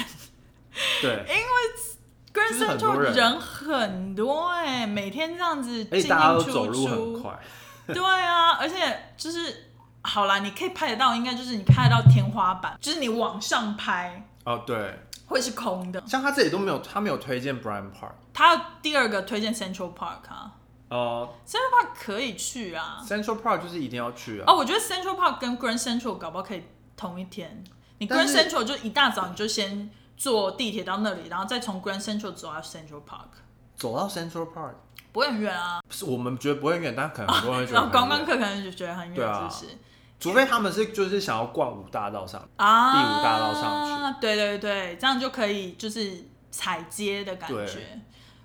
[SPEAKER 1] 对，
[SPEAKER 2] 哎 Grand
[SPEAKER 1] 是很多
[SPEAKER 2] Central
[SPEAKER 1] 人
[SPEAKER 2] 人很多哎、每天这样子
[SPEAKER 1] 而
[SPEAKER 2] 进
[SPEAKER 1] 且大家
[SPEAKER 2] 进
[SPEAKER 1] 都
[SPEAKER 2] 出
[SPEAKER 1] 走路很
[SPEAKER 2] 出，
[SPEAKER 1] 快，
[SPEAKER 2] 对啊，而且就是好啦，你可以拍得到，应该就是你拍得到天花板，就是你往上拍
[SPEAKER 1] 哦，对，
[SPEAKER 2] 会是空的。
[SPEAKER 1] 像他这里都没有，他没有推荐 Brian Park，
[SPEAKER 2] 他第二个推荐 Central Park 啊
[SPEAKER 1] 哦、
[SPEAKER 2] ，Central Park 可以去啊，
[SPEAKER 1] c e n t r a l Park 就是一定要去啊，
[SPEAKER 2] 哦，我觉得 Central Park 跟 Grand Central 搞不好可以同一天。你
[SPEAKER 1] 但
[SPEAKER 2] Grand
[SPEAKER 1] 是
[SPEAKER 2] Central 就一大早你就先坐地铁到那里，然后再从 Grand Central 走到 Central Park，
[SPEAKER 1] 走到 Central Park。
[SPEAKER 2] 不会很远啊。
[SPEAKER 1] 是我们觉得不会很远，但可能很多人会觉 得
[SPEAKER 2] 然
[SPEAKER 1] 很
[SPEAKER 2] 后哦观光
[SPEAKER 1] 远。
[SPEAKER 2] 客可能就觉得很
[SPEAKER 1] 对
[SPEAKER 2] 远，
[SPEAKER 1] 啊
[SPEAKER 2] 是不是？
[SPEAKER 1] 除非他们是就是想要逛五大道上，
[SPEAKER 2] 啊，
[SPEAKER 1] 第五大道上
[SPEAKER 2] 去。对对对，这样就可以就是踩街的感觉
[SPEAKER 1] 对。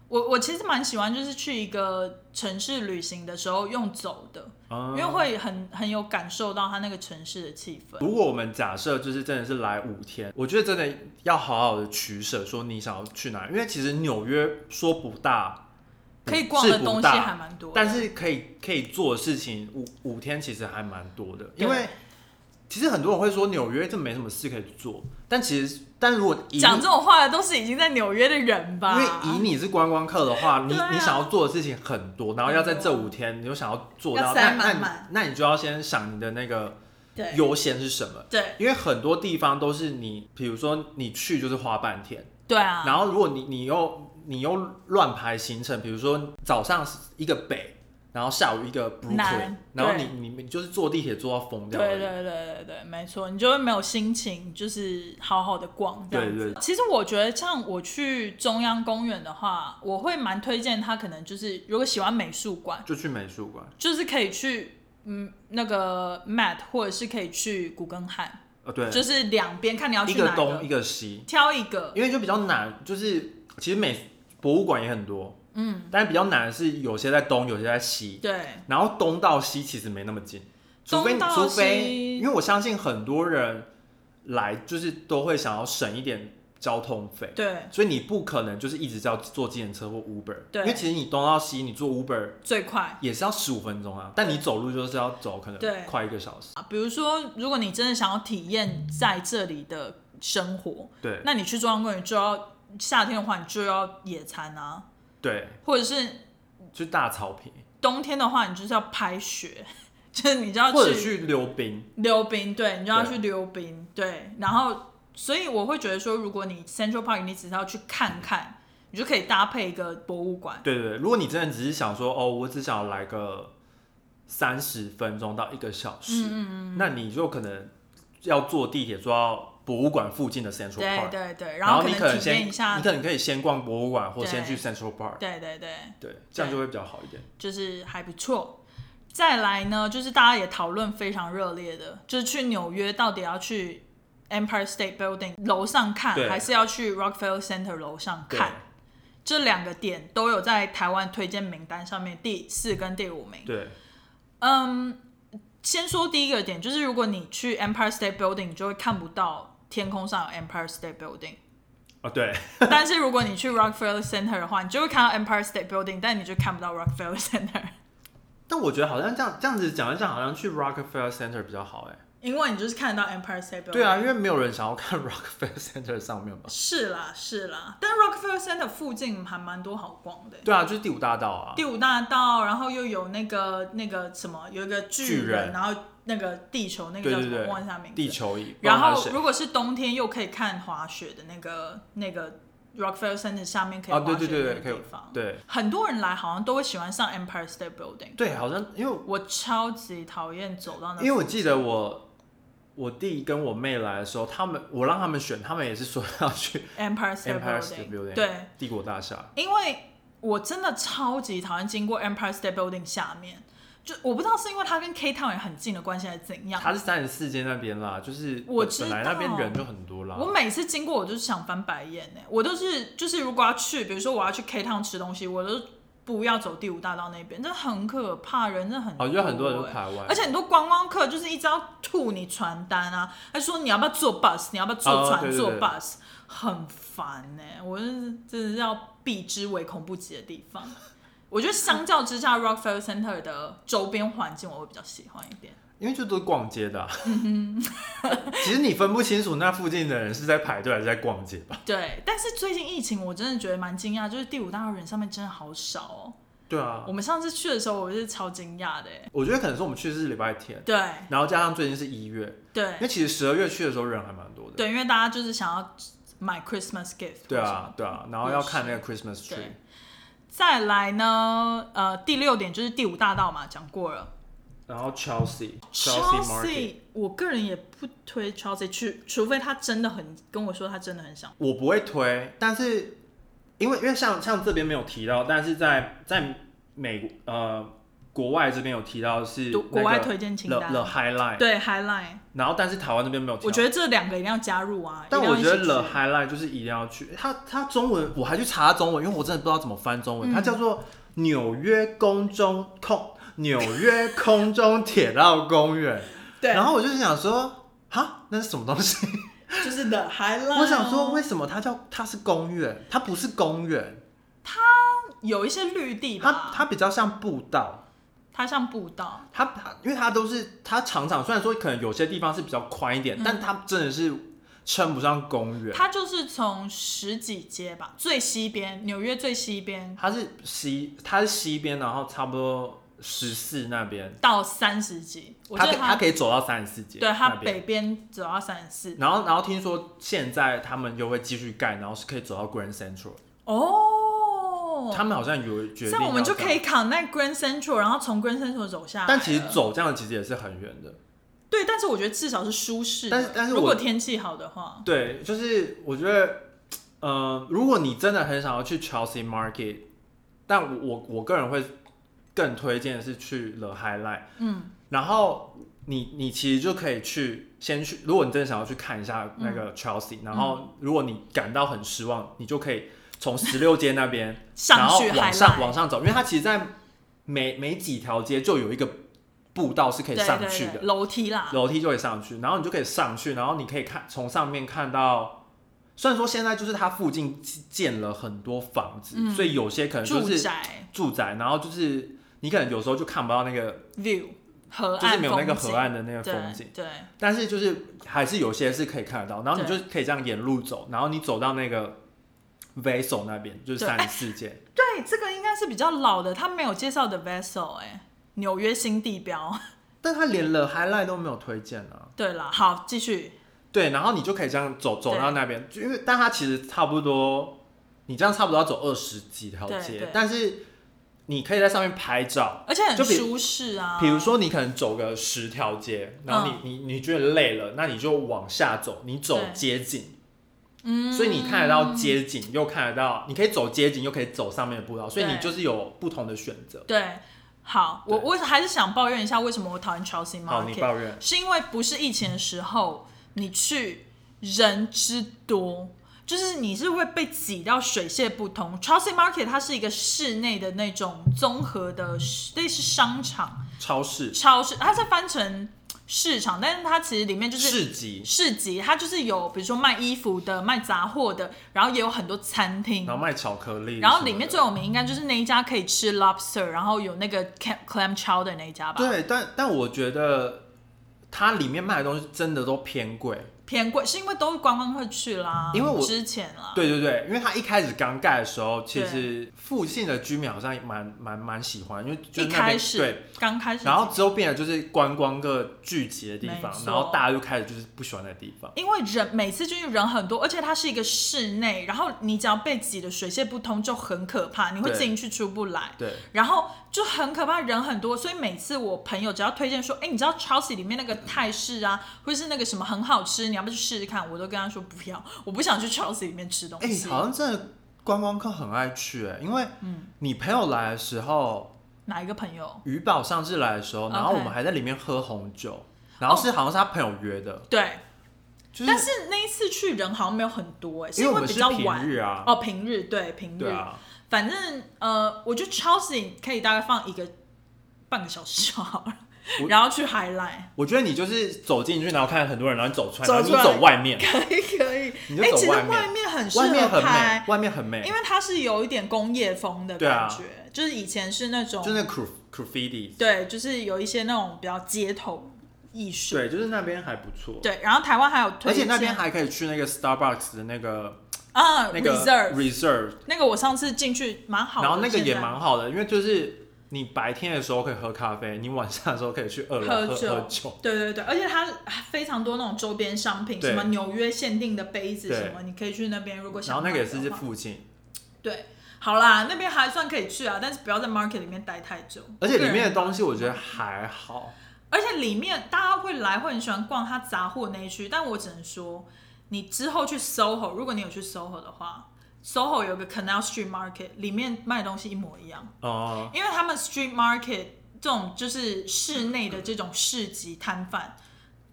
[SPEAKER 2] 我我其实蛮喜欢，就是去一个城市旅行的时候用走的，
[SPEAKER 1] 嗯
[SPEAKER 2] 因为会很很有感受到它那个城市的气氛。
[SPEAKER 1] 如果我们假设就是真的是来五天，我觉得真的要好好的取舍，说你想要去哪，因为其实纽约说不大，
[SPEAKER 2] 可以逛的
[SPEAKER 1] 是不
[SPEAKER 2] 东西
[SPEAKER 1] 大
[SPEAKER 2] 还蛮多的
[SPEAKER 1] 但是可以可以做的事情五五天其实还蛮多的，因为其实很多人会说纽约这没什么事可以做，但其实，但如果以你
[SPEAKER 2] 讲这种话的都是已经在纽约的人吧？
[SPEAKER 1] 因为以你是观光客的话，你、
[SPEAKER 2] 对啊
[SPEAKER 1] 你想要做的事情很多，然后要在这五天你又想要做到，
[SPEAKER 3] 要塞
[SPEAKER 1] 那那
[SPEAKER 3] 满
[SPEAKER 1] 你
[SPEAKER 3] 满
[SPEAKER 1] 那你就要先想你的那个
[SPEAKER 3] 对，
[SPEAKER 1] 优先是什么。
[SPEAKER 2] 对
[SPEAKER 1] 因为很多地方都是你，比如说你去就是花半天，
[SPEAKER 2] 对啊，
[SPEAKER 1] 然后如果你你又你又乱排行程，比如说早上一个北，然后下午一个 Brooklyn，
[SPEAKER 2] 南
[SPEAKER 1] 然后你
[SPEAKER 2] 对
[SPEAKER 1] 你你就是坐地铁坐到疯掉而
[SPEAKER 2] 对
[SPEAKER 1] 已，
[SPEAKER 2] 对对对对，没错，你就会没有心情，就是好好的逛这样子。
[SPEAKER 1] 对对
[SPEAKER 2] 其实我觉得，像我去中央公园的话，我会蛮推荐他，可能就是如果喜欢美术馆，
[SPEAKER 1] 就去美术馆。
[SPEAKER 2] 就是可以去嗯那个 Mat，或者是可以去古根汉，
[SPEAKER 1] 哦，对，
[SPEAKER 2] 就是两边看你要
[SPEAKER 1] 一
[SPEAKER 2] 去
[SPEAKER 1] 个
[SPEAKER 2] 哪
[SPEAKER 1] 东一
[SPEAKER 2] 个
[SPEAKER 1] 个西，
[SPEAKER 2] 挑一个。
[SPEAKER 1] 因为就比较难，就是其实美博物馆也很多，嗯，但是比较难的是有些在东，有些在西，
[SPEAKER 2] 对，
[SPEAKER 1] 然后东到西其实没那么近，除非
[SPEAKER 2] 东到
[SPEAKER 1] 除非，
[SPEAKER 2] 西
[SPEAKER 1] 因为我相信很多人来就是都会想要省一点交通费，
[SPEAKER 2] 对，
[SPEAKER 1] 所以你不可能就是一直叫坐计程车或 Uber，
[SPEAKER 2] 对
[SPEAKER 1] 因为其实你东到西你坐 Uber
[SPEAKER 2] 最快。
[SPEAKER 1] 也是要十五分钟啊，但你走路就是要走可
[SPEAKER 2] 对
[SPEAKER 1] 能快一个小时，
[SPEAKER 2] 啊，比如说，如果你真的想要体验在这里的生活，
[SPEAKER 1] 对
[SPEAKER 2] 那你去中央公园就要夏天的话，你就要野餐啊，
[SPEAKER 1] 对，
[SPEAKER 2] 或者是
[SPEAKER 1] 就大草坪，
[SPEAKER 2] 冬天的话，你就是要拍雪， 就是你就要
[SPEAKER 1] 或者去溜冰，
[SPEAKER 2] 溜冰，对，你就要
[SPEAKER 1] 对
[SPEAKER 2] 去溜冰，对，然后所以我会觉得说，如果你 Central Park 你只是要去看看，你就可以搭配一个博物馆，
[SPEAKER 1] 对对对，如果你真的只是想说，哦，我只想要来个三十分钟到一个小时，那你就可能要坐地铁坐到博物馆附近的 Central
[SPEAKER 2] 对
[SPEAKER 1] Park，
[SPEAKER 2] 对对，
[SPEAKER 1] 然
[SPEAKER 2] 后
[SPEAKER 1] 你
[SPEAKER 2] 可能体
[SPEAKER 1] 先，
[SPEAKER 2] 验一下
[SPEAKER 1] 你，可能可以先逛博物馆，或
[SPEAKER 2] 对
[SPEAKER 1] 先去 Central Park，
[SPEAKER 2] 对对对，
[SPEAKER 1] 对，这样就会比较好一点。
[SPEAKER 2] 就是还不错。再来呢，就是大家也讨论非常热烈的，就是去纽约到底要去 Empire State Building 楼上看，
[SPEAKER 1] 对
[SPEAKER 2] 还是要去 Rockefeller Center 楼上看？这两个点都有在台湾推荐名单上面第四跟第五名。
[SPEAKER 1] 对
[SPEAKER 2] 嗯，先说第一个点，就是如果你去 Empire State Building，你就会看不到天空上有 Empire State Building。
[SPEAKER 1] 啊，对，
[SPEAKER 2] 但是如果你去 Rockefeller Center 的话，你就会看到 Empire State Building，但你就看不到 Rockefeller Center。
[SPEAKER 1] 但我觉得好像这样这样子讲一讲，好像去 Rockefeller Center 比较好哎。
[SPEAKER 2] 因为你就是看得到 Empire State Building。
[SPEAKER 1] 对啊，因为没有人想要看 Rockefeller Center 上面吧？
[SPEAKER 2] 是啦是啦，但 Rockefeller Center 附近还蛮多好逛的。
[SPEAKER 1] 对啊，就是第五大道啊。
[SPEAKER 2] 第五大道，然后又有那个那个什么，有一个巨人，
[SPEAKER 1] 巨人
[SPEAKER 2] 然后那个地球那个
[SPEAKER 1] 对
[SPEAKER 2] 叫
[SPEAKER 1] 对
[SPEAKER 2] 什么，
[SPEAKER 1] 对
[SPEAKER 2] 忘记他名，字。
[SPEAKER 1] 地球仪。不知道
[SPEAKER 2] 然
[SPEAKER 1] 它
[SPEAKER 2] 后
[SPEAKER 1] 是谁
[SPEAKER 2] 如果是冬天，又可以看滑雪的那个那个 Rockefeller Center 下面可以
[SPEAKER 1] 啊，
[SPEAKER 2] 滑雪
[SPEAKER 1] 对对对
[SPEAKER 2] 的
[SPEAKER 1] 对，
[SPEAKER 2] 那
[SPEAKER 1] 可
[SPEAKER 2] 个
[SPEAKER 1] 以
[SPEAKER 2] 地方。
[SPEAKER 1] 对
[SPEAKER 2] 很多人来好像都会喜欢上 Empire State Building。
[SPEAKER 1] 对，好像因为
[SPEAKER 2] 我超级讨厌走到那，
[SPEAKER 1] 因为我记得我我弟跟我妹来的时候，他们我让他们选，他们也是说要去
[SPEAKER 2] Empire State
[SPEAKER 1] Empire State Building，
[SPEAKER 2] Building，对，，
[SPEAKER 1] 帝国大厦。
[SPEAKER 2] 因为我真的超级讨厌经过 Empire State Building 下面，就我不知道是因为它跟 K Town 也很近的关系，还是怎样。
[SPEAKER 1] 它是三十四街那边啦，就是
[SPEAKER 2] 我
[SPEAKER 1] 本
[SPEAKER 2] 知
[SPEAKER 1] 本来那边
[SPEAKER 2] 道
[SPEAKER 1] 人就很多啦。
[SPEAKER 2] 我每次经过，我就是想翻白眼呢、我都是就是，如果要去，比如说我要去 K Town 吃东西，我都不要走第五大道那边，真的很可怕，人真的很多、
[SPEAKER 1] 哦，因为很多人都
[SPEAKER 2] 欸
[SPEAKER 1] 排外，
[SPEAKER 2] 而且很多观光客就是一直要吐你传单啊，他说你要不要坐 bus，你要不要坐船、
[SPEAKER 1] 哦对对对
[SPEAKER 2] 坐 bus，很烦呢、我是真的是要避之唯恐不及的地方。我觉得相较之下，Rockefeller Center 的周边环境我会比较喜欢一点。
[SPEAKER 1] 因为就都是逛街的、啊。
[SPEAKER 2] 嗯
[SPEAKER 1] 其实你分不清楚那附近的人是在排队还是在逛街吧？
[SPEAKER 2] 对，但是最近疫情，我真的觉得蛮惊讶，就是第五大道人上面真的好少哦。
[SPEAKER 1] 对啊
[SPEAKER 2] 我，们上次去的时候，我是超惊讶的欸。
[SPEAKER 1] 我觉得可能是我们去是礼拜天，
[SPEAKER 2] 对
[SPEAKER 1] 然后加上最近是一月，因
[SPEAKER 2] 对
[SPEAKER 1] 为其实十二月去的时候人还蛮多的。
[SPEAKER 2] 对，因为大家就是想要买 Christmas gift。
[SPEAKER 1] 对啊，对
[SPEAKER 2] 嗯
[SPEAKER 1] 啊，然后要看那个 Christmas
[SPEAKER 2] 对
[SPEAKER 1] tree，，
[SPEAKER 2] 再来呢，呃，第六点就是第五大道嘛，讲过了。
[SPEAKER 1] 然后 Chelsea Chelsea Market。
[SPEAKER 2] Chelsea，我个人也不推 Chelsea 去，除非他真的很跟我说他真的很想。
[SPEAKER 1] 我不会推，但是因为因为像像这边没有提到，但是在在美国呃国外这边有提到是、那
[SPEAKER 2] 读
[SPEAKER 1] 个
[SPEAKER 2] 国外推荐清
[SPEAKER 1] The
[SPEAKER 2] 单
[SPEAKER 1] The Highlight，
[SPEAKER 2] 对 Highline，
[SPEAKER 1] 然后但是台湾这边没有提到。
[SPEAKER 2] 我觉
[SPEAKER 1] 得，
[SPEAKER 2] 得这两个一定要加入啊。
[SPEAKER 1] 但
[SPEAKER 2] 一定
[SPEAKER 1] 我
[SPEAKER 2] 要一
[SPEAKER 1] 觉得
[SPEAKER 2] 起
[SPEAKER 1] The
[SPEAKER 2] 去
[SPEAKER 1] Highlight 就是一定要去。它它中文我还去查中文，因为我真的不知道怎么翻中
[SPEAKER 2] 嗯
[SPEAKER 1] 文。它叫做纽约空中空纽约空中铁道公园。
[SPEAKER 2] 对，
[SPEAKER 1] 然后我就想说，哈，那是什么东西？
[SPEAKER 2] 就是 The Highline。
[SPEAKER 1] 我想说，为什么它叫它是公园？它不是公园。
[SPEAKER 2] 有一些绿地
[SPEAKER 1] 它
[SPEAKER 2] 吧，
[SPEAKER 1] 它比较像步道，
[SPEAKER 2] 它像步道，
[SPEAKER 1] 它它，因为它都是它常常虽然说可能有些地方是比较宽一点，
[SPEAKER 2] 嗯
[SPEAKER 1] 但它真的是称不上公园，
[SPEAKER 2] 它就是从十几街吧，最西边，纽约最西边
[SPEAKER 1] 它是西它是西边，然后差不多十四那边，
[SPEAKER 2] 到三十几，我
[SPEAKER 1] 它
[SPEAKER 2] 记
[SPEAKER 1] 可
[SPEAKER 2] 得
[SPEAKER 1] 它
[SPEAKER 2] 它
[SPEAKER 1] 可以走到三十四街，
[SPEAKER 2] 对它
[SPEAKER 1] 那边
[SPEAKER 2] 北边走到三十四，
[SPEAKER 1] 然后，然后听说现在他们又会继续盖，然后是可以走到 Grand Central。
[SPEAKER 2] 哦，
[SPEAKER 1] 他们好像有决定，
[SPEAKER 2] 这样我们就可以。扛那 Grand Central，然后从 Grand Central 走下来了。
[SPEAKER 1] 但其实走这样其实也是很远的。
[SPEAKER 2] 对，但是我觉得至少是舒适的。
[SPEAKER 1] 但是但是
[SPEAKER 2] 如
[SPEAKER 1] 我
[SPEAKER 2] 果天气好的话，
[SPEAKER 1] 对，就是我觉得，呃，如果你真的很想要去 Chelsea Market，但我我我个人会更推荐的是去 The Highlight。
[SPEAKER 2] 嗯，
[SPEAKER 1] 然后你你其实就可以去先去，如果你真的想要去看一下那
[SPEAKER 2] 嗯
[SPEAKER 1] 个 Chelsea，、然后如果你感到很失望，你就可以从十六街那边。然
[SPEAKER 2] 上
[SPEAKER 1] 后
[SPEAKER 2] 去海
[SPEAKER 1] 往上
[SPEAKER 2] 浪，
[SPEAKER 1] 往上走，因为它其实，在每每几条街就有一个步道是可以
[SPEAKER 2] 对
[SPEAKER 1] 上去
[SPEAKER 2] 对
[SPEAKER 1] 的，
[SPEAKER 2] 对，楼梯啦，
[SPEAKER 1] 楼梯就可以上去，然后你就可以上去，然后你可以看从上面看到。虽然说现在就是它附近建了很多房子，
[SPEAKER 2] 嗯
[SPEAKER 1] 所以有些可能就
[SPEAKER 2] 住
[SPEAKER 1] 是
[SPEAKER 2] 宅
[SPEAKER 1] 住宅，然后就是你可能有时候就看不到那个，
[SPEAKER 2] view 河岸
[SPEAKER 1] 就是没有那个
[SPEAKER 2] 风景
[SPEAKER 1] 河岸的那个风
[SPEAKER 2] 对
[SPEAKER 1] 景，
[SPEAKER 2] 对，
[SPEAKER 1] 但是就是还是有些是可以看得到，然后你就
[SPEAKER 2] 对
[SPEAKER 1] 可以这样沿路走，然后你走到那个 Vessel 那边，就是
[SPEAKER 2] 对
[SPEAKER 1] 三
[SPEAKER 2] 哎
[SPEAKER 1] 十四街，
[SPEAKER 2] 对，这个应该是比较老的，他没有介绍的 vessel 哎、纽约新地标。
[SPEAKER 1] 但它连了 Highlight 都没有推荐啊。
[SPEAKER 2] 对啦，好，继续。
[SPEAKER 1] 对，然后你就可以这样走走
[SPEAKER 2] 对
[SPEAKER 1] 到那边，就因为但它其实差不多，你这样差不多要走二十几条
[SPEAKER 2] 对
[SPEAKER 1] 街
[SPEAKER 2] 对，
[SPEAKER 1] 但是你可以在上面拍照。
[SPEAKER 2] 而且很
[SPEAKER 1] 就比
[SPEAKER 2] 舒适啊。嗯
[SPEAKER 1] 比如，说，你可能走个十条街，然后你、你你觉得累了，那你就往下走，你走
[SPEAKER 2] 对
[SPEAKER 1] 街景，
[SPEAKER 2] 嗯
[SPEAKER 1] 所以你看得到街景，又看得到，你可以走街景，又可以走上面的步道，所以你
[SPEAKER 2] 对
[SPEAKER 1] 就是有不同的选择。
[SPEAKER 2] 对，好，我
[SPEAKER 1] 对
[SPEAKER 2] 我还是想抱怨一下，为什么我讨厌 Chelsea
[SPEAKER 1] 好，你
[SPEAKER 2] Market，
[SPEAKER 1] 抱怨，
[SPEAKER 2] 是因为不是疫情的时候你去人之多。就是你是会被挤到水泄不通。Chelsea Market 它是一个室内的那种综合的类似商场、
[SPEAKER 1] 超市、
[SPEAKER 2] 超市，它是翻成市场，但是它其实里面就是嗯
[SPEAKER 1] 市集，
[SPEAKER 2] 市集，它就是有比如说卖衣服的、卖杂货的，然后也有很多餐厅
[SPEAKER 1] 然。后卖巧克力什么的，
[SPEAKER 2] 然后里面最有名应该就是那一家可以吃 lobster，然后有那个 clam clam chowder 那一家吧，
[SPEAKER 1] 对，但但我觉得它里面卖的东西真的都偏贵。
[SPEAKER 2] 偏贵，是因为都是观光客去啦，
[SPEAKER 1] 因为我
[SPEAKER 2] 之前啦，
[SPEAKER 1] 对对对，因为它一开始刚盖的时候，其实附近的居民好像也蛮蛮蛮喜欢，因为就
[SPEAKER 2] 一
[SPEAKER 1] 是那边
[SPEAKER 2] 开始
[SPEAKER 1] 对，
[SPEAKER 2] 刚开始，
[SPEAKER 1] 然后之后变得就是观光客聚集的地方
[SPEAKER 2] 没，错
[SPEAKER 1] 然后大家就开始就是不喜欢那地方。
[SPEAKER 2] 因为人每次进去人很多，而且它是一个室内，然后你只要被挤得水泄不通就很可怕，你会
[SPEAKER 1] 对
[SPEAKER 2] 进去出不来。
[SPEAKER 1] 对，
[SPEAKER 2] 然后就很可怕，人很多，所以每次我朋友只要推荐说，哎，你知道 Chelsea 里面那个泰式啊，或是那个什么很好吃，你要不要去试试看？我都跟他说不要，我不想去 Chelsea 里面吃东
[SPEAKER 1] 哎、
[SPEAKER 2] 西。
[SPEAKER 1] 好像真的观光客很爱去、哎，因为
[SPEAKER 2] 嗯
[SPEAKER 1] 你朋友来的时候，
[SPEAKER 2] 哪一个朋友？
[SPEAKER 1] 余宝上次来的时候，然后
[SPEAKER 2] OK
[SPEAKER 1] 我们还在里面喝红酒，然后是好像是他朋友约的，
[SPEAKER 2] 对，
[SPEAKER 1] 就是
[SPEAKER 2] 但是那一次去人好像没有很多、哎，是
[SPEAKER 1] 因为我
[SPEAKER 2] 为
[SPEAKER 1] 们
[SPEAKER 2] 比
[SPEAKER 1] 是
[SPEAKER 2] 较
[SPEAKER 1] 平
[SPEAKER 2] 晚。
[SPEAKER 1] 日啊，
[SPEAKER 2] 哦，平日对平日，
[SPEAKER 1] 对啊，
[SPEAKER 2] 反正呃，我觉得 Chelsea 可以大概放一个半个小时就好了
[SPEAKER 1] 我，
[SPEAKER 2] 然后去 highlight。
[SPEAKER 1] 我觉得你就是走进去，然后看很多人，然后你走出来，
[SPEAKER 2] 走
[SPEAKER 1] 然后你
[SPEAKER 2] 出来
[SPEAKER 1] 走外面，
[SPEAKER 2] 可以可以，
[SPEAKER 1] 你
[SPEAKER 2] 哎、
[SPEAKER 1] 就走
[SPEAKER 2] 其实
[SPEAKER 1] 外面
[SPEAKER 2] 外面很适
[SPEAKER 1] 外面
[SPEAKER 2] 合
[SPEAKER 1] 很
[SPEAKER 2] 拍
[SPEAKER 1] 美，，外面很美
[SPEAKER 2] 因，为它是有一点工业风的
[SPEAKER 1] 对啊
[SPEAKER 2] 感觉，就是以前是那种
[SPEAKER 1] 就那 c r c r f i t i
[SPEAKER 2] 对，就是有一些那种比较街头艺术，
[SPEAKER 1] 对，就是那边还不错，
[SPEAKER 2] 对然后台湾还有推
[SPEAKER 1] 而且
[SPEAKER 2] 荐，
[SPEAKER 1] 那边还可以去那个 Starbucks 的那个
[SPEAKER 2] 啊
[SPEAKER 1] 那个
[SPEAKER 2] reserve
[SPEAKER 1] reserve，
[SPEAKER 2] 那个我上次进去蛮好的，
[SPEAKER 1] 然后那个也
[SPEAKER 2] 现在
[SPEAKER 1] 蛮好的，因为就是你白天的时候可以喝咖啡，你晚上的时候可以去二楼喝
[SPEAKER 2] 喝酒
[SPEAKER 1] 喝酒，
[SPEAKER 2] 对对对，而且它非常多那种周边商品，
[SPEAKER 1] 对
[SPEAKER 2] 什么纽约限定的杯子
[SPEAKER 1] 对
[SPEAKER 2] 什么，你可以去那边如果
[SPEAKER 1] 然
[SPEAKER 2] 想
[SPEAKER 1] 后
[SPEAKER 2] 买
[SPEAKER 1] 那
[SPEAKER 2] 的话。
[SPEAKER 1] 个也是附近，
[SPEAKER 2] 对，好啦，那边还算可以去啊，但是不要在 market 里面待太久。
[SPEAKER 1] 而且里
[SPEAKER 2] 个人
[SPEAKER 1] 面的东西我觉得还好，
[SPEAKER 2] 而且里面大家会来会很喜欢逛它杂货那一区，但我只能说，你之后去 SOHO，如果你有去 SOHO 的话，SOHO 有个 Canal Street Market，里面卖的东西一模一样，
[SPEAKER 1] 哦、
[SPEAKER 2] 因为他们 Street Market 这种就是室内的这种市集摊贩，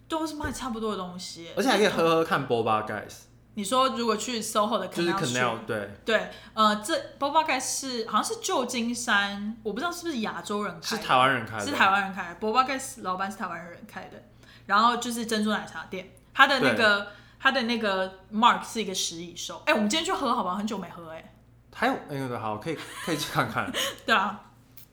[SPEAKER 2] 都是卖差不多的东西。
[SPEAKER 1] 而且还可以喝喝看 Boba Guys，
[SPEAKER 2] 你说如果去 SOHO 的
[SPEAKER 1] 就是
[SPEAKER 2] Canal Street，
[SPEAKER 1] Canal 对，
[SPEAKER 2] 对，呃，这 Boba 盖是好像是旧金山，我不知道是不是亚洲人开
[SPEAKER 1] 是
[SPEAKER 2] 的，
[SPEAKER 1] 台湾人开的，
[SPEAKER 2] 是台湾人开的，博巴盖斯老板是台湾人开的，然后就是珍珠奶茶店，他的那个他的那个 Mark 是一个食蚁兽，哎、我们今天去喝好不好？很久没喝 哎、
[SPEAKER 1] 嗯还有那个好可以可以去看看。
[SPEAKER 2] 对啊，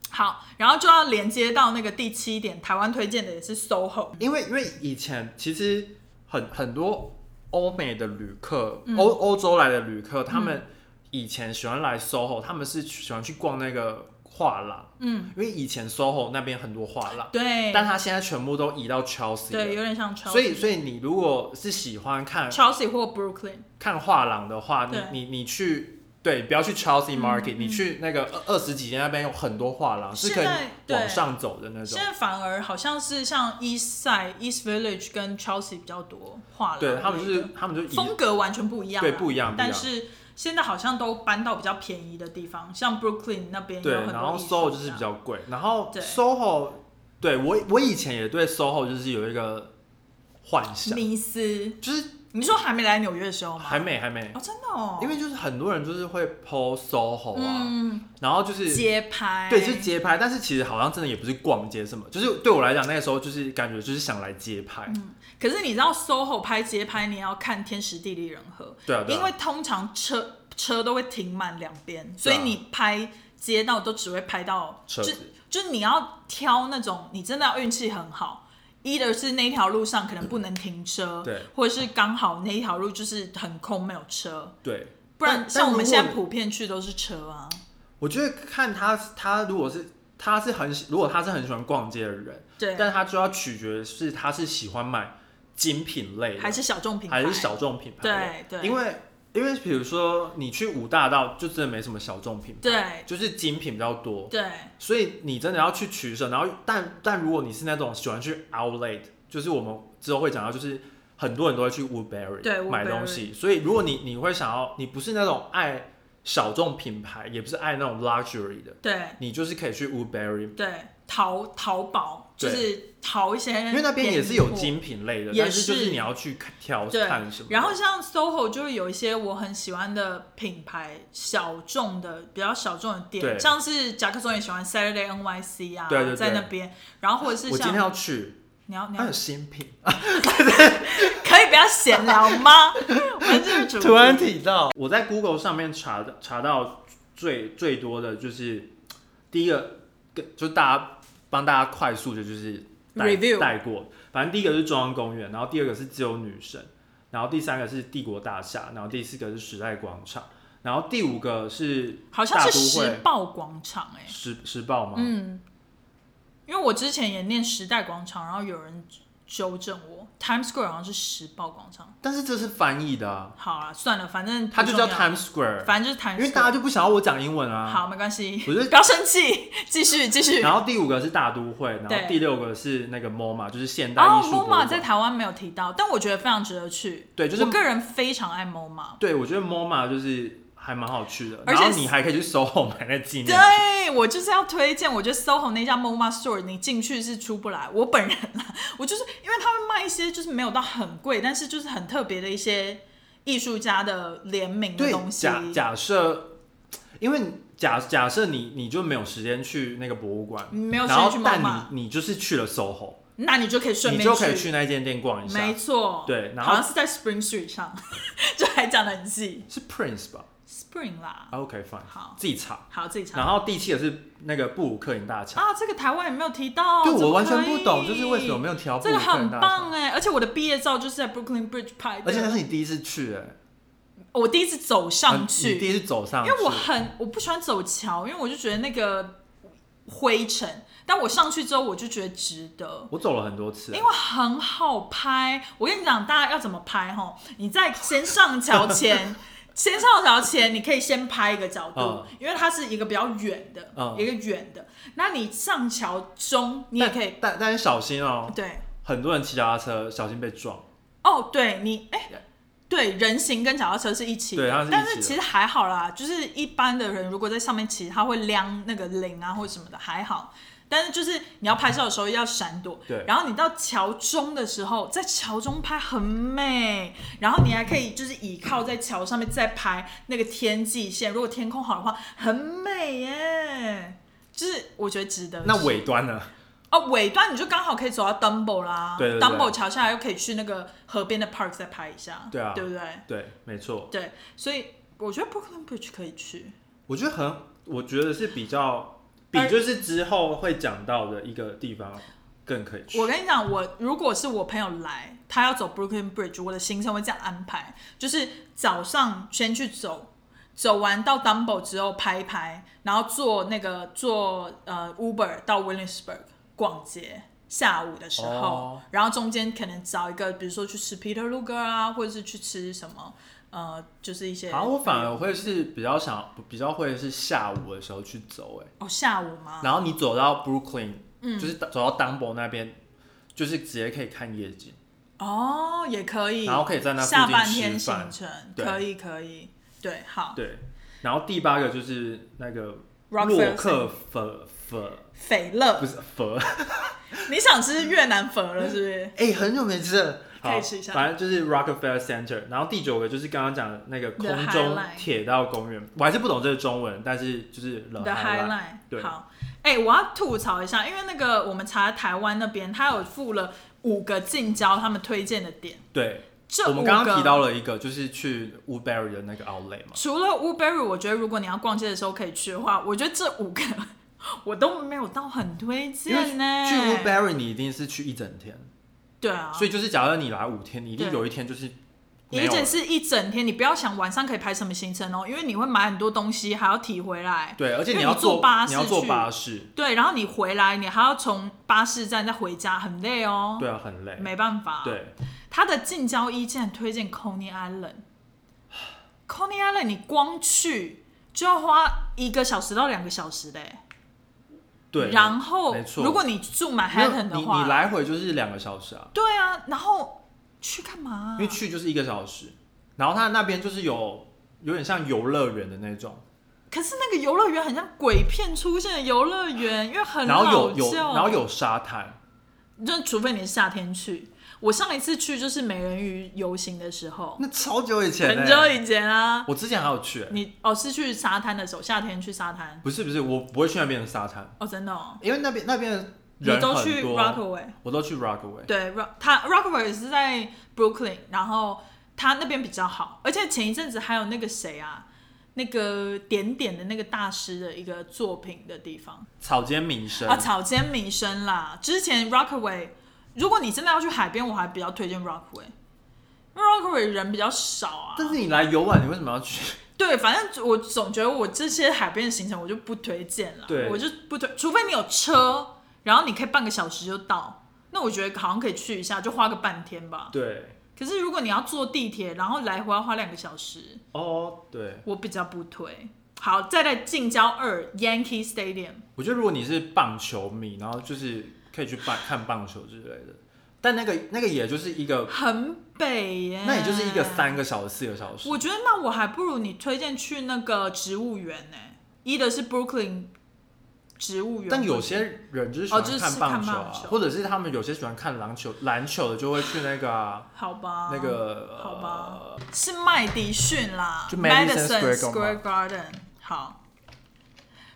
[SPEAKER 2] 好，然后就要连接到那个第七点，台湾推荐的也是 SOHO。
[SPEAKER 1] 因为因为以前其实很很多欧美的旅客，
[SPEAKER 2] 嗯
[SPEAKER 1] 欧欧、洲来的旅客，他们以前喜欢来 SOHO，他们是喜欢去逛那个画廊，
[SPEAKER 2] 嗯，
[SPEAKER 1] 因为以前 SOHO 那边很多画廊，
[SPEAKER 2] 对，
[SPEAKER 1] 但他现在全部都移到 Chelsea
[SPEAKER 2] 对，
[SPEAKER 1] 了
[SPEAKER 2] 有点像 Chelsea，
[SPEAKER 1] 所以所以你如果是喜欢看
[SPEAKER 2] Chelsea 或 Brooklyn，
[SPEAKER 1] 看画廊的话，
[SPEAKER 2] 对嗯
[SPEAKER 1] 你你你去。对，不要去 Chelsea Market，、你去那个二二十几间那边有很多画廊，是可
[SPEAKER 2] 现在
[SPEAKER 1] 以
[SPEAKER 2] 对
[SPEAKER 1] 往上走的那种
[SPEAKER 2] 现。在反而好像是像 East Side、East Village 跟 Chelsea 比较多画廊，
[SPEAKER 1] 对，他们就是他们就移
[SPEAKER 2] 风格完全不一样啦，啊
[SPEAKER 1] 对不一样不一样
[SPEAKER 2] 但是现在好像都搬到比较便宜的地方，像 Brooklyn 那边有
[SPEAKER 1] 对，
[SPEAKER 2] 很多
[SPEAKER 1] 然后
[SPEAKER 2] 艺术啊
[SPEAKER 1] SOHO 就是比较贵，然后
[SPEAKER 2] 对
[SPEAKER 1] SOHO，对我我以前也对 SOHO 就是有一个幻想，
[SPEAKER 2] 迷思。
[SPEAKER 1] 就是
[SPEAKER 2] 你说还没来纽约的时候吗？
[SPEAKER 1] 还没还没
[SPEAKER 2] 哦，，真的哦，
[SPEAKER 1] 因为就是很多人就是会 PO SOHO 啊，
[SPEAKER 2] 嗯，
[SPEAKER 1] 然后就是
[SPEAKER 2] 街拍，
[SPEAKER 1] 对，就是街拍，但是其实好像真的也不是逛街什么，就是对我来讲那个时候就是感觉就是想来街拍，
[SPEAKER 2] 可是你知道 SOHO 拍街拍，你要看天时地利人和，
[SPEAKER 1] 对啊对啊
[SPEAKER 2] 因为通常车车都会停满两边，所以你拍街道都只会拍到
[SPEAKER 1] 啊车
[SPEAKER 2] 就
[SPEAKER 1] 子
[SPEAKER 2] 就你要挑那种你真的要运气很好。either 是那条路上可能不能停车，
[SPEAKER 1] 对
[SPEAKER 2] 或者是刚好那一条路就是很空没有车，
[SPEAKER 1] 对，
[SPEAKER 2] 不然
[SPEAKER 1] 但
[SPEAKER 2] 像我们现在，
[SPEAKER 1] 但如果
[SPEAKER 2] 普遍去都是车啊。
[SPEAKER 1] 我觉得看他他如果是。他是很喜，如果他是很喜欢逛街的人，
[SPEAKER 2] 对，啊
[SPEAKER 1] 但他就要取决是他是喜欢买精品类的
[SPEAKER 2] 还是小众品牌，
[SPEAKER 1] 还是小众品牌的。
[SPEAKER 2] 对对
[SPEAKER 1] 因为因为比如说你去五大道，就真的没什么小众品牌，
[SPEAKER 2] 对
[SPEAKER 1] 就是精品比较多，
[SPEAKER 2] 对
[SPEAKER 1] 所以你真的要去取舍。然后，但但如果你是那种喜欢去 outlet，就是我们之后会讲到，就是很多人都会去 Woodbury
[SPEAKER 2] 对，Woodbury
[SPEAKER 1] 买东西，所以如果你你会想要，你不是那种爱小众品牌，也不是爱那种 luxury 的，
[SPEAKER 2] 对，
[SPEAKER 1] 你就是可以去 Woodbury。
[SPEAKER 2] 对，淘淘宝就
[SPEAKER 1] 对
[SPEAKER 2] 是淘一些，
[SPEAKER 1] 因为那边也是有。精品类的，
[SPEAKER 2] 也
[SPEAKER 1] 但是就是是你要去看挑
[SPEAKER 2] 对
[SPEAKER 1] 看什么，。
[SPEAKER 2] 然后像 SOHO 就会有一些我很喜欢的品牌，小众的比较小众的店，
[SPEAKER 1] 对
[SPEAKER 2] 像是甲克松也喜欢 Saturday NYC 啊，
[SPEAKER 1] 对对对
[SPEAKER 2] 在那边。然后或者是
[SPEAKER 1] 我今
[SPEAKER 2] 像
[SPEAKER 1] 天要哎去，
[SPEAKER 2] 你要你
[SPEAKER 1] 它
[SPEAKER 2] 要
[SPEAKER 1] 有新品，
[SPEAKER 2] 可以不要闲聊 吗？我们这个主题
[SPEAKER 1] 突然提到，我在 Google 上面查的查到最最多的就是第一个，跟就大家帮大家快速的就是带
[SPEAKER 2] Review
[SPEAKER 1] 带过，反正第一个是中央公园，然后第二个是自由女神，然后第三个是帝国大厦，然后第四个是时代广场，然后第五个是
[SPEAKER 2] 好像是
[SPEAKER 1] 大都
[SPEAKER 2] 时
[SPEAKER 1] 会
[SPEAKER 2] 报广场哎、
[SPEAKER 1] 时时报吗？
[SPEAKER 2] 嗯，因为我之前也念时代广场，然后有人纠正我，Times Square 好像是时报广场。
[SPEAKER 1] 但是这是翻译的、啊，
[SPEAKER 2] 好了，算了，反正
[SPEAKER 1] 它就
[SPEAKER 2] 不
[SPEAKER 1] 叫
[SPEAKER 2] 重要
[SPEAKER 1] Times Square，
[SPEAKER 2] 反正就是谈，
[SPEAKER 1] 因为大家就不想要我讲英文啊。
[SPEAKER 2] 好，没关系，
[SPEAKER 1] 我 就
[SPEAKER 2] 不要生气，继续继续。
[SPEAKER 1] 然后第五个是大都会，然后
[SPEAKER 2] 对
[SPEAKER 1] 第六个是那个 MoMA，就是现代
[SPEAKER 2] 哦
[SPEAKER 1] 艺术博物馆。
[SPEAKER 2] ，MoMA 在台湾没有提到，但我觉得非常值得去。
[SPEAKER 1] 对就是
[SPEAKER 2] 我个人非常爱 MoMA。
[SPEAKER 1] 对，我觉得 MoMA 就是还蛮好去的，
[SPEAKER 2] 而
[SPEAKER 1] 然
[SPEAKER 2] 且
[SPEAKER 1] 后你还可以去 SOHO 买那纪念。
[SPEAKER 2] 对，我就是要推荐。我觉得 SOHO 那家 MoMA Store 你进去是出不来。我本人啦， 我就是因为他会卖一些就是没有到很贵，但是就是很特别的一些艺术家的联名的东
[SPEAKER 1] 对，
[SPEAKER 2] 西。
[SPEAKER 1] 假假设，因为假假设你你就没有时间去那个博物馆，
[SPEAKER 2] 你没有时
[SPEAKER 1] 然
[SPEAKER 2] 间
[SPEAKER 1] 后
[SPEAKER 2] 去 MoMA
[SPEAKER 1] 但你你就是去了 SOHO，
[SPEAKER 2] 那你就可以顺
[SPEAKER 1] 你
[SPEAKER 2] 便
[SPEAKER 1] 就可以去那间店逛一下
[SPEAKER 2] 没。错，
[SPEAKER 1] 对然后
[SPEAKER 2] 好像是在 Spring Street 上， 就还讲的很细。
[SPEAKER 1] 是 Prince 吧
[SPEAKER 2] Spring 啦，
[SPEAKER 1] 啊？OK fine，
[SPEAKER 2] 好
[SPEAKER 1] 自己查。
[SPEAKER 2] 好自己查
[SPEAKER 1] 然后第七个是那个布鲁克林大桥，
[SPEAKER 2] 啊。这个台湾也没有提到，
[SPEAKER 1] 对
[SPEAKER 2] 哦怎么
[SPEAKER 1] 我完全不懂，
[SPEAKER 2] 可
[SPEAKER 1] 就
[SPEAKER 2] 以
[SPEAKER 1] 是为什么没有调布
[SPEAKER 2] 这
[SPEAKER 1] 鲁
[SPEAKER 2] 个
[SPEAKER 1] 克林
[SPEAKER 2] 很
[SPEAKER 1] 大
[SPEAKER 2] 棒
[SPEAKER 1] 桥？
[SPEAKER 2] 哎，而且我的毕业照就是在 Brooklyn Bridge 拍的，
[SPEAKER 1] 而且那是你第一次去哎，呃
[SPEAKER 2] 我第一次走上
[SPEAKER 1] 你第
[SPEAKER 2] 去，
[SPEAKER 1] 一次走上
[SPEAKER 2] 因
[SPEAKER 1] 去，
[SPEAKER 2] 为我很我不喜欢走桥，因为我就觉得那个灰尘，但我上去之后我就觉得值得。
[SPEAKER 1] 我走了很多次
[SPEAKER 2] 因
[SPEAKER 1] 欸，
[SPEAKER 2] 为很好拍。我跟你讲，大家要怎么拍哈？你在先上桥 前，先上桥前，你可以先拍一个角度，
[SPEAKER 1] 嗯
[SPEAKER 2] 因为它是一个比较远的，
[SPEAKER 1] 嗯
[SPEAKER 2] 一个远的。那你上桥中，你也可以
[SPEAKER 1] 但但是小心哦，
[SPEAKER 2] 对
[SPEAKER 1] 很多人骑脚踏车小心被撞。
[SPEAKER 2] 哦，对你哎。对，人行跟脚踏车是一起的，
[SPEAKER 1] 对它是一起的
[SPEAKER 2] 但是其实还好啦，就是一般的人如果在上面骑，他会亮那个铃啊或者什么的，还好。但是就是你要拍照的时候要闪躲，
[SPEAKER 1] 对
[SPEAKER 2] 然后你到桥中的时候，在桥中拍很美，然后你还可以就是倚靠在桥上面再拍那个天际线，如果天空好的话，很美耶。就是我觉得值得去。
[SPEAKER 1] 那尾端呢？
[SPEAKER 2] 哦，尾端你就刚好可以走到 Dumbo 啦
[SPEAKER 1] 对对对
[SPEAKER 2] d u m b o 桥下来又可以去那个河边的 park 再拍一下，
[SPEAKER 1] 对啊
[SPEAKER 2] 对不对？
[SPEAKER 1] 对，没错，
[SPEAKER 2] 对，所以我觉得 Brooklyn Bridge 可以去，
[SPEAKER 1] 我觉得很，我觉得是比较比就是之后会讲到的一个地方更可以去
[SPEAKER 2] 我。跟你讲，我如果是我朋友来，他要走 Brooklyn Bridge，我的行程会这样安排：就是早上先去走，走完到 Dumbo 之后拍一拍，然后坐那个坐呃 Uber 到 Williamsburg 逛街。下午的时候
[SPEAKER 1] 哦
[SPEAKER 2] 然后中间可能找一个，比如说去吃 Peter Luger 啊，或者是去吃什么，呃，就是一些
[SPEAKER 1] 好，我反而会是比较想，比较会是下午的时候去走、欸，
[SPEAKER 2] 哦下午吗？
[SPEAKER 1] 然后你走到 Brooklyn，、就是
[SPEAKER 2] 嗯
[SPEAKER 1] 走到 Dumbo 那边，就是直接可以看夜景，
[SPEAKER 2] 哦，也可以。
[SPEAKER 1] 然后可以在那附近
[SPEAKER 2] 下半天
[SPEAKER 1] 吃饭
[SPEAKER 2] 行程，
[SPEAKER 1] 对
[SPEAKER 2] 可以可以，对，好。
[SPEAKER 1] 对。然后第八个就是那个
[SPEAKER 2] Rockefeller
[SPEAKER 1] 洛克粉粉，
[SPEAKER 2] 斐乐
[SPEAKER 1] 不，是粉，
[SPEAKER 2] 你想吃越南粉了是不是？
[SPEAKER 1] 哎、很久没吃了。
[SPEAKER 2] 可以
[SPEAKER 1] 好
[SPEAKER 2] 吃一下
[SPEAKER 1] 反正就是 Rockefeller Center，然后第九个就是刚刚讲的那个
[SPEAKER 2] The
[SPEAKER 1] 空中
[SPEAKER 2] Highline
[SPEAKER 1] 铁道公园，我还是不懂这个中文，但是就是 The
[SPEAKER 2] The
[SPEAKER 1] Highline，
[SPEAKER 2] Highline，
[SPEAKER 1] 嗯对
[SPEAKER 2] 好，哎、我要吐槽一下，因为那个我们查台湾那边，他有附了五个近郊他们推荐的点，
[SPEAKER 1] 对，
[SPEAKER 2] 这
[SPEAKER 1] 我
[SPEAKER 2] 五
[SPEAKER 1] 们刚刚提到
[SPEAKER 2] 个
[SPEAKER 1] 了一个，就是去 Woodbury 的那个 Outlet 嘛，
[SPEAKER 2] 除了 Uber，我觉得如果你要逛街的时候可以去的话，我觉得这五个我都没有到很推
[SPEAKER 1] 因为
[SPEAKER 2] 荐呢、
[SPEAKER 1] 去 Woodbury 你一定是去一整天，
[SPEAKER 2] 对啊，
[SPEAKER 1] 所以就是假如你来五天，你一定
[SPEAKER 2] 对
[SPEAKER 1] 有一天就是没
[SPEAKER 2] 一
[SPEAKER 1] 有了
[SPEAKER 2] 整是一整天，你不要想晚上可以排什么行程哦，因为你会买很多东西，还要提回来。
[SPEAKER 1] 对，而且
[SPEAKER 2] 因为
[SPEAKER 1] 要
[SPEAKER 2] 你坐
[SPEAKER 1] 坐
[SPEAKER 2] 巴
[SPEAKER 1] 你
[SPEAKER 2] 士
[SPEAKER 1] 要坐
[SPEAKER 2] 去
[SPEAKER 1] 巴士，
[SPEAKER 2] 对，然后你回来，你还要从巴士站再回家，很累哦。
[SPEAKER 1] 对啊，很累，
[SPEAKER 2] 没啊办法。，
[SPEAKER 1] 对，
[SPEAKER 2] 他的近郊一竟然推荐 Coney Island。Coney Island，你光去就要花一个小时到两个小时嘞。
[SPEAKER 1] 对，
[SPEAKER 2] 然后
[SPEAKER 1] 没，错
[SPEAKER 2] 如果你住满
[SPEAKER 1] 没有
[SPEAKER 2] Manhattan 的
[SPEAKER 1] 你
[SPEAKER 2] 话，
[SPEAKER 1] 你来回就是两个小时啊，
[SPEAKER 2] 对啊，然后去干嘛、
[SPEAKER 1] 因为去就是一个小时，然后它那边就是有有点像游乐园的那种，
[SPEAKER 2] 可是那个游乐园很像鬼片出现的游乐园，因为很
[SPEAKER 1] 然后
[SPEAKER 2] 老
[SPEAKER 1] 有
[SPEAKER 2] 旧。
[SPEAKER 1] 有然后有沙滩，
[SPEAKER 2] 就除非你是夏天去。我上一次去就是美人鱼游行的时候，
[SPEAKER 1] 那超久以前、欸，
[SPEAKER 2] 很久以前啊。
[SPEAKER 1] 我之前还有去欸、
[SPEAKER 2] 你哦是去沙滩的时候，夏天去沙滩
[SPEAKER 1] 不是不是，我不会去那边的沙滩，
[SPEAKER 2] 哦，真的哦。
[SPEAKER 1] 因为那边那边的
[SPEAKER 2] 你
[SPEAKER 1] 人
[SPEAKER 2] 都去
[SPEAKER 1] 很多，
[SPEAKER 2] Rockaway，
[SPEAKER 1] 我都去 Rockaway，
[SPEAKER 2] 对，Rock 他 Rockaway 是在 Brooklyn，然后他那边比较好，而且前一阵子还有那个谁啊，那个点点的那个大师的一个作品的地方。
[SPEAKER 1] 草间弥生
[SPEAKER 2] 啊，草间弥生啦。之前 Rockaway，如果你真的要去海边，我还比较推荐 Rockaway，因为 Rockaway 人比较少啊。
[SPEAKER 1] 但是你来游玩，你为什么要去？
[SPEAKER 2] 对，反正我总觉得我这些海边的行程我就不推荐了，
[SPEAKER 1] 对
[SPEAKER 2] 我就不推，除非你有车，然后你可以半个小时就到，那我觉得好像可以去一下，就花个半天吧。
[SPEAKER 1] 对，
[SPEAKER 2] 可是如果你要坐地铁，然后来回要花两个小时，
[SPEAKER 1] 哦，对，
[SPEAKER 2] 我比较不推。好，再来近郊二 Yankee Stadium，
[SPEAKER 1] 我觉得如果你是棒球迷，然后就是可以去棒看棒球之类的，但那个那个也就是一个，
[SPEAKER 2] 很北耶，
[SPEAKER 1] 那也就是一个三个小时、四个小时。
[SPEAKER 2] 我觉得那我还不如你推荐去那个植物园呢、一的是 Brooklyn 植物园，
[SPEAKER 1] 但有些人就是喜
[SPEAKER 2] 哦就是
[SPEAKER 1] 欢看棒
[SPEAKER 2] 看
[SPEAKER 1] 球
[SPEAKER 2] 棒
[SPEAKER 1] 啊，
[SPEAKER 2] 球
[SPEAKER 1] 或者是他们有些喜欢看篮球，篮球的就会去那个啊、
[SPEAKER 2] 好吧，
[SPEAKER 1] 那个
[SPEAKER 2] 哦好吧是麦迪逊啦
[SPEAKER 1] 就
[SPEAKER 2] Madison
[SPEAKER 1] Madison Square
[SPEAKER 2] Square Garden 好，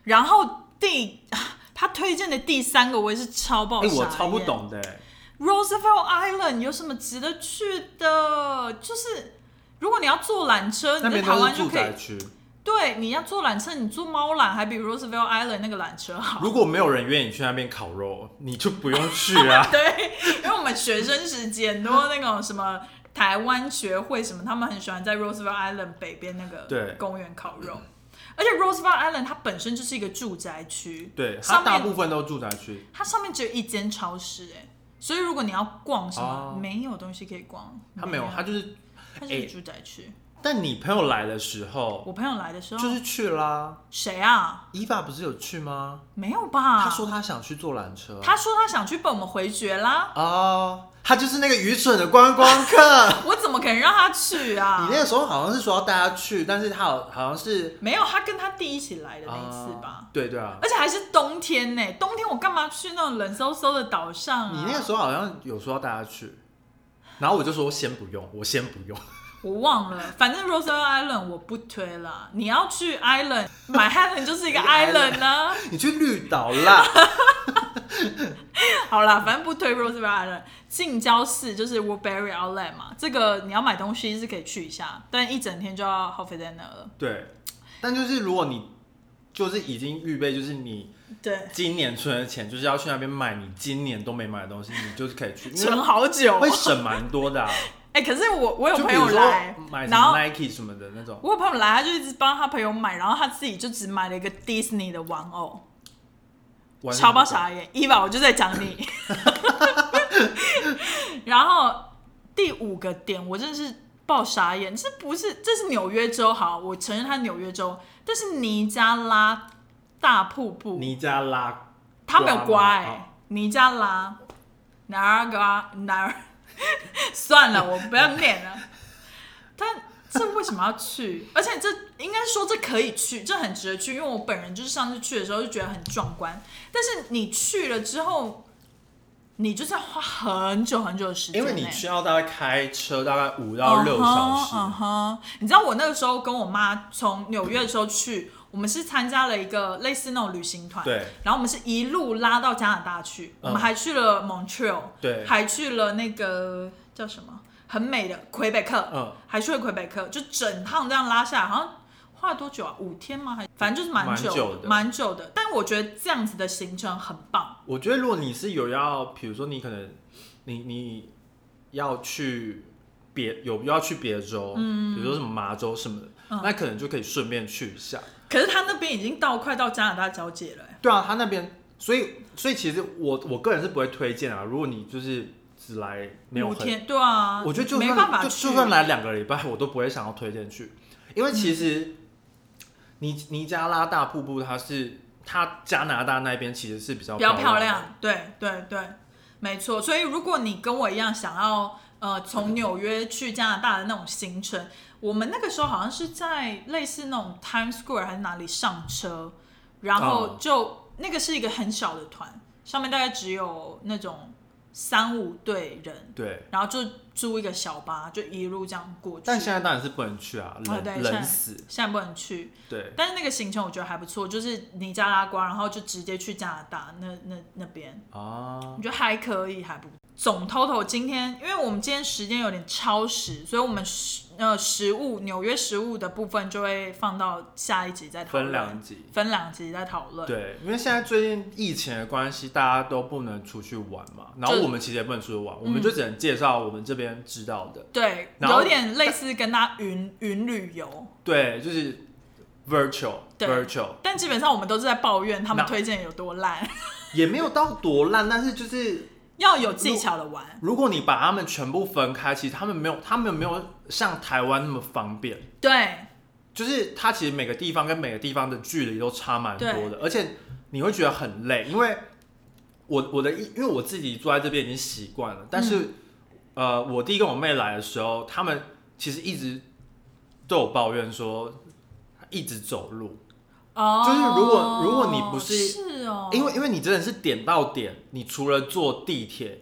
[SPEAKER 2] 然后第啊他推荐的第三个我也是超爆
[SPEAKER 1] 哎、
[SPEAKER 2] 傻眼，
[SPEAKER 1] 我超不懂的、欸，
[SPEAKER 2] Roosevelt Island 有什么值得去的？就是如果你要坐缆车，
[SPEAKER 1] 那
[SPEAKER 2] 你在
[SPEAKER 1] 边
[SPEAKER 2] 台
[SPEAKER 1] 都
[SPEAKER 2] 湾
[SPEAKER 1] 是
[SPEAKER 2] 就
[SPEAKER 1] 住
[SPEAKER 2] 可以
[SPEAKER 1] 宅区，
[SPEAKER 2] 对，你要坐缆车，你坐猫缆还比 Roosevelt Island 那个缆车好。。
[SPEAKER 1] 如果没有人约你去那边烤肉，你就不用去啊
[SPEAKER 2] 对，因为我们学生时期很多那种什么台湾学会什么，他们很喜欢在 Roosevelt Island 北边那个
[SPEAKER 1] 对
[SPEAKER 2] 公园烤肉。而且 Roosevelt Island 它本身就是一个住宅区，
[SPEAKER 1] 对，它
[SPEAKER 2] 上
[SPEAKER 1] 大
[SPEAKER 2] 面
[SPEAKER 1] 部分都住宅区，
[SPEAKER 2] 它上面只有一间超市、哎，所以如果你要逛什么，
[SPEAKER 1] 哦
[SPEAKER 2] 没有东西可以逛。
[SPEAKER 1] 它没有，它就是。
[SPEAKER 2] 它就是
[SPEAKER 1] 哎
[SPEAKER 2] 住宅区。
[SPEAKER 1] 但你朋友来的时候，
[SPEAKER 2] 我朋友来的时候，
[SPEAKER 1] 就是去啦。
[SPEAKER 2] 谁啊？
[SPEAKER 1] 伊爸不是有去吗？
[SPEAKER 2] 没有吧？
[SPEAKER 1] 他说他想去坐缆车。
[SPEAKER 2] 啊他说他想去被我们回绝啦，
[SPEAKER 1] 哦，他就是那个愚蠢的观光客。
[SPEAKER 2] 我怎么可能让他去啊？
[SPEAKER 1] 你那个时候好像是说要带他去，但是他好好像是
[SPEAKER 2] 没有，他跟他弟一起来的那一次吧。
[SPEAKER 1] 啊对对啊，
[SPEAKER 2] 而且还是冬天呢、冬天我干嘛去那种冷飕飕的岛上啊？
[SPEAKER 1] 你那个时候好像有说要带他去，然后我就说先不用，我先不用。
[SPEAKER 2] 我忘了，反正 Rose Island 我不推啦。你要 去 Island，买 Island 就是一个 Island 呢、
[SPEAKER 1] 你去绿岛啦，
[SPEAKER 2] 好啦，反正不推 Rose Island。近郊市就是 Woodbury Outlet 嘛，这个你要买东西是可以去一下，但一整天就要耗费在那了。
[SPEAKER 1] 对。但就是如果你就是已经预备，就是你
[SPEAKER 2] 对，
[SPEAKER 1] 今年存的钱，就是要去那边买你今年都没买的东西，你就是可以去，因
[SPEAKER 2] 存
[SPEAKER 1] 为
[SPEAKER 2] 好久。
[SPEAKER 1] 会省蛮多的、啊。
[SPEAKER 2] 哎、可是我 我有
[SPEAKER 1] 就
[SPEAKER 2] 朋
[SPEAKER 1] 比
[SPEAKER 2] 友
[SPEAKER 1] 如说
[SPEAKER 2] 来，
[SPEAKER 1] 买什
[SPEAKER 2] 然后
[SPEAKER 1] 么 Nike 什么的那种，
[SPEAKER 2] 我有朋友来，他就一直帮他朋友买，然后他自己就只买了一个 Disney 的玩偶，
[SPEAKER 1] 完全
[SPEAKER 2] 超爆
[SPEAKER 1] 不懂
[SPEAKER 2] 傻眼。伊娃，我就在讲你。 然后第五个点，我真的是爆傻眼，这不是这是纽约州，好，我承认它是纽约州，但是尼加拉大瀑布，
[SPEAKER 1] 尼加拉
[SPEAKER 2] 它没有瓜哎、
[SPEAKER 1] 吗
[SPEAKER 2] 尼加拉哪个啊哪？ 算了，我不要念 了。但这为什么要去？而且这应该说这可以去，这很值得去，因为我本人就是上次去的时候就觉得很壮观。但是你去了之后，你就是要花很久很久的时间、
[SPEAKER 1] 因
[SPEAKER 2] 欸，
[SPEAKER 1] 为你去澳大概开车大概五到六小时，
[SPEAKER 2] 嗯哼，你知道我那个时候跟我妈从纽约的时候去，我们是参加了一个类似那种旅行团，
[SPEAKER 1] 对，
[SPEAKER 2] 然后我们是一路拉到加拿大去，我们
[SPEAKER 1] 嗯
[SPEAKER 2] 还去了 Montreal，
[SPEAKER 1] 对
[SPEAKER 2] 还去了那个叫什么很美的魁北克，
[SPEAKER 1] 嗯，
[SPEAKER 2] 还去了魁北克，就整趟这样拉下来，好像花了多久啊？五天吗？还反正就是蛮
[SPEAKER 1] 蛮
[SPEAKER 2] 久
[SPEAKER 1] 久的
[SPEAKER 2] 蛮久的。但我觉得这样子的行程很棒，
[SPEAKER 1] 我觉得如果你是有要，比如说你可能你你要去别有要去别州，嗯，比如说什么麻州什么的，那可能就可以顺便去一下。
[SPEAKER 2] 可是他那边已经到快到加拿大交界了、欸
[SPEAKER 1] 对啊，他那边，所以所以其实我我个人是不会推荐啊。如果你就是只来没有
[SPEAKER 2] 五
[SPEAKER 1] 很，
[SPEAKER 2] 天，对啊，
[SPEAKER 1] 我觉得就
[SPEAKER 2] 没
[SPEAKER 1] 算
[SPEAKER 2] 办法
[SPEAKER 1] 就
[SPEAKER 2] 去
[SPEAKER 1] 就算来两个礼拜，我都不会想要推荐去，因为其实
[SPEAKER 2] 嗯
[SPEAKER 1] 尼尼加拉大瀑布它是它加拿大那边其实是比较
[SPEAKER 2] 比较漂
[SPEAKER 1] 漂的
[SPEAKER 2] 亮，对对对，没错。所以如果你跟我一样想要呃从纽约去加拿大的那种行程，我们那个时候好像是在类似那种 Times Square 还是哪里上车，然后
[SPEAKER 1] 哦
[SPEAKER 2] 就、那个是一个很小的团，上面大概只有那种三五队人，
[SPEAKER 1] 对。
[SPEAKER 2] 然后就租一个小巴，就一路这样过去。
[SPEAKER 1] 但现在当然是不能去啊，
[SPEAKER 2] 哦
[SPEAKER 1] 冷
[SPEAKER 2] 对现在
[SPEAKER 1] 冷死。
[SPEAKER 2] 现在不能去，
[SPEAKER 1] 对，
[SPEAKER 2] 但是那个行程我觉得还不错，就是尼加拉瓜，然后就直接去加拿大那那那边。
[SPEAKER 1] 啊，
[SPEAKER 2] 我觉得还可以，还不总 total 今天，因为我们今天时间有点超时，所以我们食呃食物纽约食物的部分就会放到下一集再讨论，
[SPEAKER 1] 分两集。
[SPEAKER 2] 分两集再讨论。
[SPEAKER 1] 对，因为现在最近疫情的关系，大家都不能出去玩嘛，然后
[SPEAKER 2] 就嗯
[SPEAKER 1] 我们其实也不能出去玩，我们就只能介绍我们这边知道的。
[SPEAKER 2] 对，
[SPEAKER 1] 然后
[SPEAKER 2] 有点类似跟他云云旅游，
[SPEAKER 1] 对，就是 virtual
[SPEAKER 2] 对
[SPEAKER 1] virtual
[SPEAKER 2] 但基本上我们都是在抱怨他们
[SPEAKER 1] 那
[SPEAKER 2] 推荐有多烂，
[SPEAKER 1] 也没有到多烂，但是就是
[SPEAKER 2] 要有技巧的玩。
[SPEAKER 1] 如果你把他们全部分开，其实他们没有，他们没有像台湾那么方便。
[SPEAKER 2] 对
[SPEAKER 1] 就是它其实每个地方跟每个地方的距离都差蛮多的，而且你会觉得很累，因为我我的一因为我自己住在这边已经习惯了，但
[SPEAKER 2] 嗯
[SPEAKER 1] 是、呃，我弟跟我妹来的时候，他们其实一直都有抱怨说一直走路，
[SPEAKER 2] 哦，
[SPEAKER 1] 就是如果如果你不是
[SPEAKER 2] 是哦，
[SPEAKER 1] 因为因为你真的是点到点，你除了坐地铁，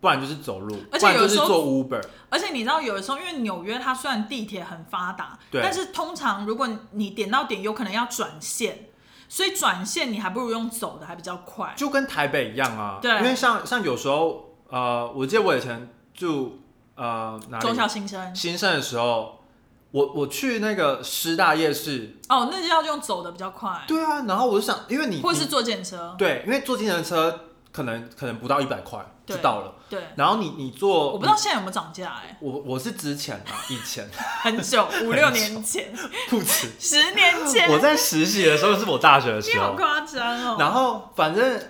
[SPEAKER 1] 不然就是走路，
[SPEAKER 2] 而且
[SPEAKER 1] 不然就是
[SPEAKER 2] 有时候
[SPEAKER 1] 坐 Uber，
[SPEAKER 2] 而且你知道，有的时候因为纽约它虽然地铁很发达，
[SPEAKER 1] 对
[SPEAKER 2] 但是通常如果你点到点，有可能要转线，所以转线你还不如用走的还比较快。
[SPEAKER 1] 就跟台北一样啊。
[SPEAKER 2] 对
[SPEAKER 1] 因为像像有时候呃，我记得我以前住呃哪里
[SPEAKER 2] 中小新生
[SPEAKER 1] 新生的时候，我我去那个师大夜市，
[SPEAKER 2] 哦，那就要用走的比较快，
[SPEAKER 1] 对啊，然后我就想，因为你
[SPEAKER 2] 或者是
[SPEAKER 1] 你
[SPEAKER 2] 坐电车。
[SPEAKER 1] 对，因为坐计程车可能可能不到一百块就
[SPEAKER 2] 对
[SPEAKER 1] 到了，
[SPEAKER 2] 对，
[SPEAKER 1] 然后你哦你坐
[SPEAKER 2] 我不知道现在有没有涨价哎、
[SPEAKER 1] 我我是之前 啊，以前
[SPEAKER 2] 很 久，五六年前，
[SPEAKER 1] 不止，
[SPEAKER 2] 十年前，
[SPEAKER 1] 我在实习的时候是我大学的
[SPEAKER 2] 你
[SPEAKER 1] 时
[SPEAKER 2] 好
[SPEAKER 1] 候，
[SPEAKER 2] 夸张哦。
[SPEAKER 1] 然后反正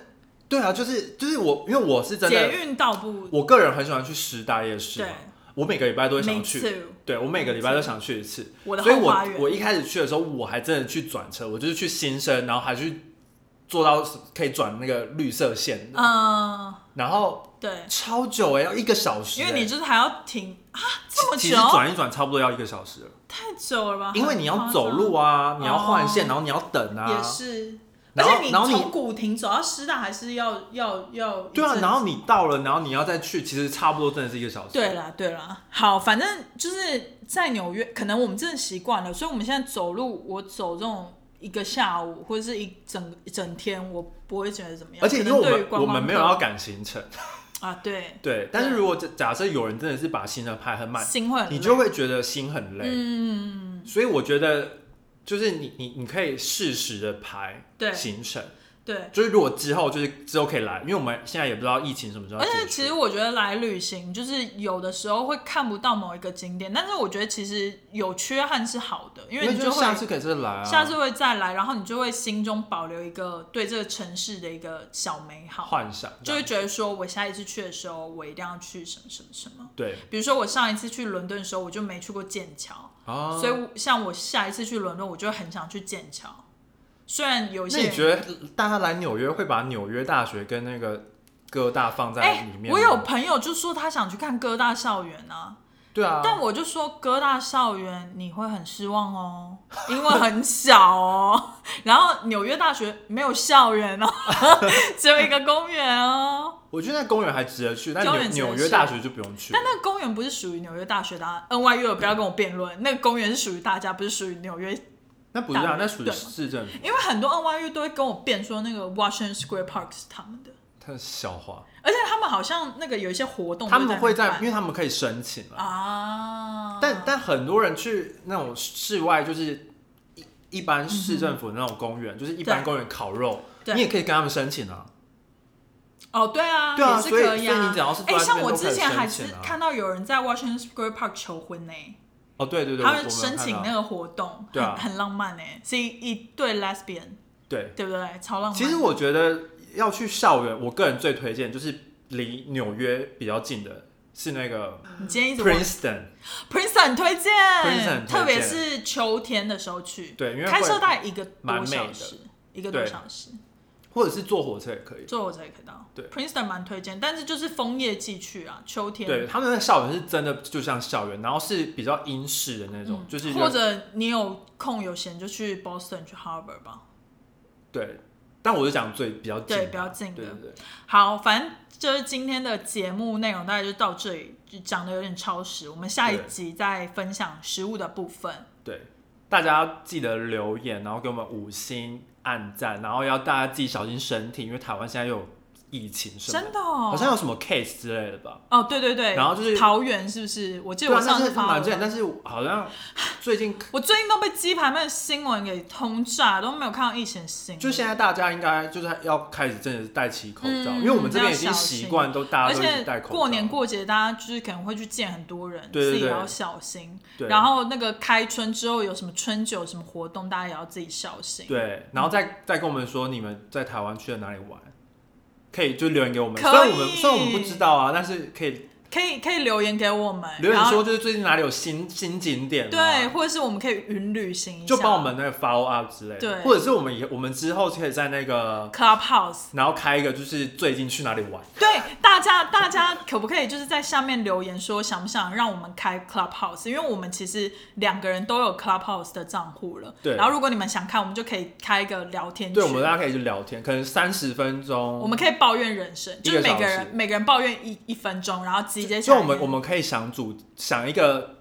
[SPEAKER 1] 对啊，就是就是我，因为我是真
[SPEAKER 2] 捷
[SPEAKER 1] 的，
[SPEAKER 2] 运到不
[SPEAKER 1] 我个人很喜欢去师大夜市嘛啊
[SPEAKER 2] 对，
[SPEAKER 1] 我每个礼拜都会想
[SPEAKER 2] 每
[SPEAKER 1] 要去，
[SPEAKER 2] 次
[SPEAKER 1] 对我每个礼拜都想去一次。
[SPEAKER 2] 我的
[SPEAKER 1] 所以
[SPEAKER 2] 后
[SPEAKER 1] 我
[SPEAKER 2] 花园，
[SPEAKER 1] 我一开始去的时候，我还真的去转车，我就是去新生，然后还去坐到可以转那个绿色线，
[SPEAKER 2] 嗯、
[SPEAKER 1] 然后
[SPEAKER 2] 对，
[SPEAKER 1] 超久哎、要一个小时、
[SPEAKER 2] 因
[SPEAKER 1] 欸，
[SPEAKER 2] 为你就是还要停啊，这么
[SPEAKER 1] 其实
[SPEAKER 2] 久，
[SPEAKER 1] 转一转差不多要一个小时了，
[SPEAKER 2] 太久了吧？
[SPEAKER 1] 因为你要走
[SPEAKER 2] 啊。
[SPEAKER 1] 路啊，你要换
[SPEAKER 2] 哦
[SPEAKER 1] 线，然后你要等啊，
[SPEAKER 2] 也是。而
[SPEAKER 1] 然后
[SPEAKER 2] 且你
[SPEAKER 1] 然后你
[SPEAKER 2] 从古亭走到师大，还是要要要
[SPEAKER 1] 对啊，然
[SPEAKER 2] 后
[SPEAKER 1] 后你到了，然后你要再去，其实差不多真的是一个小时。
[SPEAKER 2] 对啦对啦，好，反正就是在纽约，可能我们真的习惯了，所以我们现在走路，我走这种一个下午或者是一整一整天，我不会觉得怎么样。
[SPEAKER 1] 而且因
[SPEAKER 2] 可
[SPEAKER 1] 为
[SPEAKER 2] 能
[SPEAKER 1] 我
[SPEAKER 2] 对于
[SPEAKER 1] 们
[SPEAKER 2] 观
[SPEAKER 1] 我
[SPEAKER 2] 光
[SPEAKER 1] 们没有
[SPEAKER 2] 客
[SPEAKER 1] 要赶行程，
[SPEAKER 2] 啊，对，
[SPEAKER 1] 对。但是如果假假设有人真的是把行程排很满，
[SPEAKER 2] 心会很
[SPEAKER 1] 你
[SPEAKER 2] 累嗯
[SPEAKER 1] 就会觉得心很累。嗯，所以我觉得就是你你你可以适时的排
[SPEAKER 2] 对
[SPEAKER 1] 行程，
[SPEAKER 2] 对，
[SPEAKER 1] 就是如果之后就是之后可以来，因为我们现在也不知道疫情什么时候
[SPEAKER 2] 而
[SPEAKER 1] 要结束。
[SPEAKER 2] 且其实我觉得来旅行，就是有的时候会看不到某一个景点，但是我觉得其实有缺憾是好的，因为
[SPEAKER 1] 那
[SPEAKER 2] 你
[SPEAKER 1] 就
[SPEAKER 2] 会
[SPEAKER 1] 下次可以再来啊，
[SPEAKER 2] 下次会再来，然后你就会心中保留一个对这个城市的一个小美好，
[SPEAKER 1] 幻想这
[SPEAKER 2] 就会
[SPEAKER 1] 样
[SPEAKER 2] 觉得说我下一次去的时候，我一定要去什么什么什么。
[SPEAKER 1] 对
[SPEAKER 2] 比如说我上一次去伦敦的时候，我就没去过剑桥，
[SPEAKER 1] 啊，
[SPEAKER 2] 所以我像我下一次去伦敦，我就很想去剑桥。虽然有一
[SPEAKER 1] 那
[SPEAKER 2] 些
[SPEAKER 1] 你
[SPEAKER 2] 人
[SPEAKER 1] 觉得大家来纽约会把纽约大学跟那个哥大放在
[SPEAKER 2] 哎、
[SPEAKER 1] 里面吗？
[SPEAKER 2] 我有朋友就说他想去看哥大校园啊，
[SPEAKER 1] 对啊，
[SPEAKER 2] 但我就说哥大校园你会很失望哦，因为很小哦。然后纽约大学没有校园哦， 只有一个公园哦。
[SPEAKER 1] 我觉得那公园还值得去，但
[SPEAKER 2] 公
[SPEAKER 1] 纽
[SPEAKER 2] 园值得
[SPEAKER 1] 纽约
[SPEAKER 2] 去
[SPEAKER 1] 大学就不用去了。
[SPEAKER 2] 但那个公园不是属于纽约大学的、啊、，NYU 不要跟我辩论，那个公园是属于大家，不是属于纽约。
[SPEAKER 1] 那不是啊，
[SPEAKER 2] 大
[SPEAKER 1] 那属于
[SPEAKER 2] 对
[SPEAKER 1] 市政府，
[SPEAKER 2] 因为很多 NYU 都会跟我辩说那个 Washington Square Park 是他们的，
[SPEAKER 1] 它小华，
[SPEAKER 2] 而且他们好像那个有一些活动
[SPEAKER 1] 他们会
[SPEAKER 2] 会
[SPEAKER 1] 在，因
[SPEAKER 2] 为
[SPEAKER 1] 为他们可以申请啊。
[SPEAKER 2] 啊，
[SPEAKER 1] 但但很多人去那种室外，就是一一般市政府那种公园，就是一般
[SPEAKER 2] 对
[SPEAKER 1] 公园烤肉，
[SPEAKER 2] 对
[SPEAKER 1] 你也可以跟他们申请啊。
[SPEAKER 2] 哦，对啊，
[SPEAKER 1] 对啊
[SPEAKER 2] 也是
[SPEAKER 1] 所以
[SPEAKER 2] 可以啊。
[SPEAKER 1] 所以你只要是
[SPEAKER 2] 哎、
[SPEAKER 1] 住在
[SPEAKER 2] 像
[SPEAKER 1] 那边
[SPEAKER 2] 我
[SPEAKER 1] 都可以
[SPEAKER 2] 之前还
[SPEAKER 1] 申
[SPEAKER 2] 是
[SPEAKER 1] 请啊
[SPEAKER 2] 看到有人在 Washington Square Park 求婚呢、
[SPEAKER 1] 哦，对对对，
[SPEAKER 2] 他
[SPEAKER 1] 我我
[SPEAKER 2] 们
[SPEAKER 1] 们
[SPEAKER 2] 申请
[SPEAKER 1] 看
[SPEAKER 2] 那
[SPEAKER 1] 到
[SPEAKER 2] 个活动，
[SPEAKER 1] 对啊
[SPEAKER 2] 很很浪漫呢、是一一对 lesbian，
[SPEAKER 1] 对。
[SPEAKER 2] 对不对？超浪漫。
[SPEAKER 1] 其实我觉得要去校园，我个人最推荐就是离纽约比较近的是那个
[SPEAKER 2] 你今天一直往
[SPEAKER 1] Princeton，
[SPEAKER 2] Princeton 推荐
[SPEAKER 1] Princeton 推荐
[SPEAKER 2] 特别是秋天的时候去，
[SPEAKER 1] 对因为会
[SPEAKER 2] 开车大概一个
[SPEAKER 1] 蛮
[SPEAKER 2] 多
[SPEAKER 1] 美的
[SPEAKER 2] 小时，一个多
[SPEAKER 1] 对
[SPEAKER 2] 小时，
[SPEAKER 1] 或者是坐火车也可以。
[SPEAKER 2] 坐火车也可以到。
[SPEAKER 1] 对
[SPEAKER 2] ，Princeton 蛮推荐，但是就是枫叶季去啊，秋天。
[SPEAKER 1] 对，他们的校园是真的就像校园，然后是比较英式的那种，
[SPEAKER 2] 嗯
[SPEAKER 1] 就是
[SPEAKER 2] 或者你有空有闲就去 Boston 去 Harvard 吧。
[SPEAKER 1] 对。但我就讲最比较近的，
[SPEAKER 2] 对比较近的
[SPEAKER 1] 对对对。
[SPEAKER 2] 好，反正就是今天的节目内容大概就到这里，就讲的有点超时，我们下一
[SPEAKER 1] 对
[SPEAKER 2] 集再分享食物的部分。
[SPEAKER 1] 对，大家要记得留言，然后给我们五星按赞，然后要大家自己小心身体，因为台湾现在又有疫情什么，
[SPEAKER 2] 真的、哦，
[SPEAKER 1] 好像有什么 case 之类的吧。
[SPEAKER 2] 哦，对对对，
[SPEAKER 1] 然后就是
[SPEAKER 2] 桃园是不是？我记
[SPEAKER 1] 对啊，
[SPEAKER 2] 得我
[SPEAKER 1] 但
[SPEAKER 2] 上
[SPEAKER 1] 是
[SPEAKER 2] 次发
[SPEAKER 1] 蛮
[SPEAKER 2] 文
[SPEAKER 1] 近，但是好像最近
[SPEAKER 2] 我最近都被鸡排妹的新闻给轰炸，都没有看到疫情新闻。
[SPEAKER 1] 就现在大家应该就是要开始真的是戴起口罩，
[SPEAKER 2] 嗯
[SPEAKER 1] 因为我们这边已经
[SPEAKER 2] 要小心
[SPEAKER 1] 习惯都大
[SPEAKER 2] 而
[SPEAKER 1] 家都一直
[SPEAKER 2] 且
[SPEAKER 1] 戴口罩。
[SPEAKER 2] 过年过节，大家就是可能会去见很多人，
[SPEAKER 1] 对对
[SPEAKER 2] 自己也
[SPEAKER 1] 对
[SPEAKER 2] 要小心。
[SPEAKER 1] 对
[SPEAKER 2] 然后那个开春之后有什么春酒、什么活动，大家也要自己小心。
[SPEAKER 1] 对，然后再再跟我们说你们在台湾去了哪里玩，可以就留言给我们。
[SPEAKER 2] 可
[SPEAKER 1] 虽然我们
[SPEAKER 2] 以
[SPEAKER 1] 虽然我们不知道啊，但是可以
[SPEAKER 2] 可以可以留言给我们，
[SPEAKER 1] 留言
[SPEAKER 2] 然后
[SPEAKER 1] 说就是最近哪里有新新景点、啊，
[SPEAKER 2] 对，，或者是我们可以云旅行一下，
[SPEAKER 1] 就帮我们那个 follow up 之类的，
[SPEAKER 2] 对
[SPEAKER 1] 或者是我们以我们之后可以在那个，
[SPEAKER 2] Clubhouse。
[SPEAKER 1] 然后开一个就是最近去哪里玩，
[SPEAKER 2] 对大家，大家可不可以就是在下面留言说想不想让我们开 Clubhouse？因为我们其实两个人都有 Clubhouse 的账户了。
[SPEAKER 1] 对
[SPEAKER 2] 然后如果你们想看，我们就可以开一个聊天
[SPEAKER 1] 对，
[SPEAKER 2] 群。
[SPEAKER 1] 我们大家可以去聊天，可能三十分钟，
[SPEAKER 2] 我们可以抱怨人生，
[SPEAKER 1] 一
[SPEAKER 2] 就
[SPEAKER 1] 个
[SPEAKER 2] 是
[SPEAKER 1] 小时
[SPEAKER 2] 每个人每个人抱怨一一分钟，然后直
[SPEAKER 1] 就
[SPEAKER 2] 接下
[SPEAKER 1] 我
[SPEAKER 2] 面
[SPEAKER 1] 们我们可以想主想一个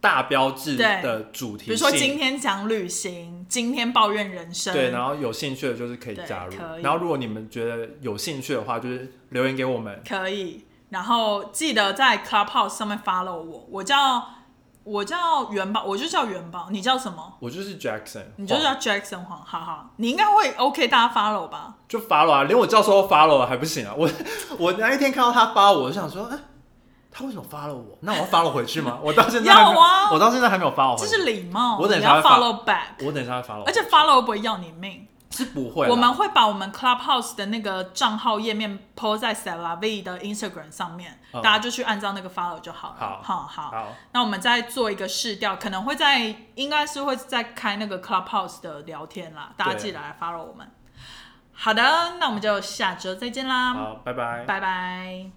[SPEAKER 1] 大标志
[SPEAKER 2] 对
[SPEAKER 1] 的主题
[SPEAKER 2] 比
[SPEAKER 1] 性，
[SPEAKER 2] 如说今天讲旅行，今天抱怨人生，
[SPEAKER 1] 对，然后有兴趣的就是可以
[SPEAKER 2] 对
[SPEAKER 1] 加入
[SPEAKER 2] 可，以
[SPEAKER 1] 然后如果你们觉得有兴趣的话，就是留言给我们，
[SPEAKER 2] 可以。然后记得在 Clubhouse 上面 follow 我，我叫我叫元宝，我就叫元宝，你叫什么？
[SPEAKER 1] 我就是 Jackson，
[SPEAKER 2] 你就
[SPEAKER 1] 黄
[SPEAKER 2] 叫 Jackson 黄，好好，你应该会 OK 大家 follow 吧？
[SPEAKER 1] 就 follow 啊，连我教授都 follow 了还不行啊！我我那一天看到他 follow 我，就想说，哎、他为什么 follow 我？那我要 follow 回去吗？我到现在还没有，
[SPEAKER 2] 要啊
[SPEAKER 1] 我到现在还没有 follow
[SPEAKER 2] 这
[SPEAKER 1] 回
[SPEAKER 2] 是
[SPEAKER 1] 去。
[SPEAKER 2] 礼貌，
[SPEAKER 1] 哦我等一
[SPEAKER 2] 你
[SPEAKER 1] 下
[SPEAKER 2] 要
[SPEAKER 1] 会
[SPEAKER 2] follow back，
[SPEAKER 1] 我等一下会 follow，
[SPEAKER 2] 而且 follow 不会要你命。
[SPEAKER 1] 是不会啦，
[SPEAKER 2] 我们会把我们 Clubhouse 的那个账号页面 po 在 s e l a v i 的 Instagram 上面，
[SPEAKER 1] 嗯
[SPEAKER 2] 大家就去按照那个 follow 就好了。
[SPEAKER 1] 好
[SPEAKER 2] 好
[SPEAKER 1] 好
[SPEAKER 2] 那我们再做一个试调，可能会在应该是会在开那个 Clubhouse 的聊天啦，大家
[SPEAKER 1] 对
[SPEAKER 2] 记得来 follow 我们。好的，那我们就下周再见啦，
[SPEAKER 1] 好，拜拜。
[SPEAKER 2] 拜拜。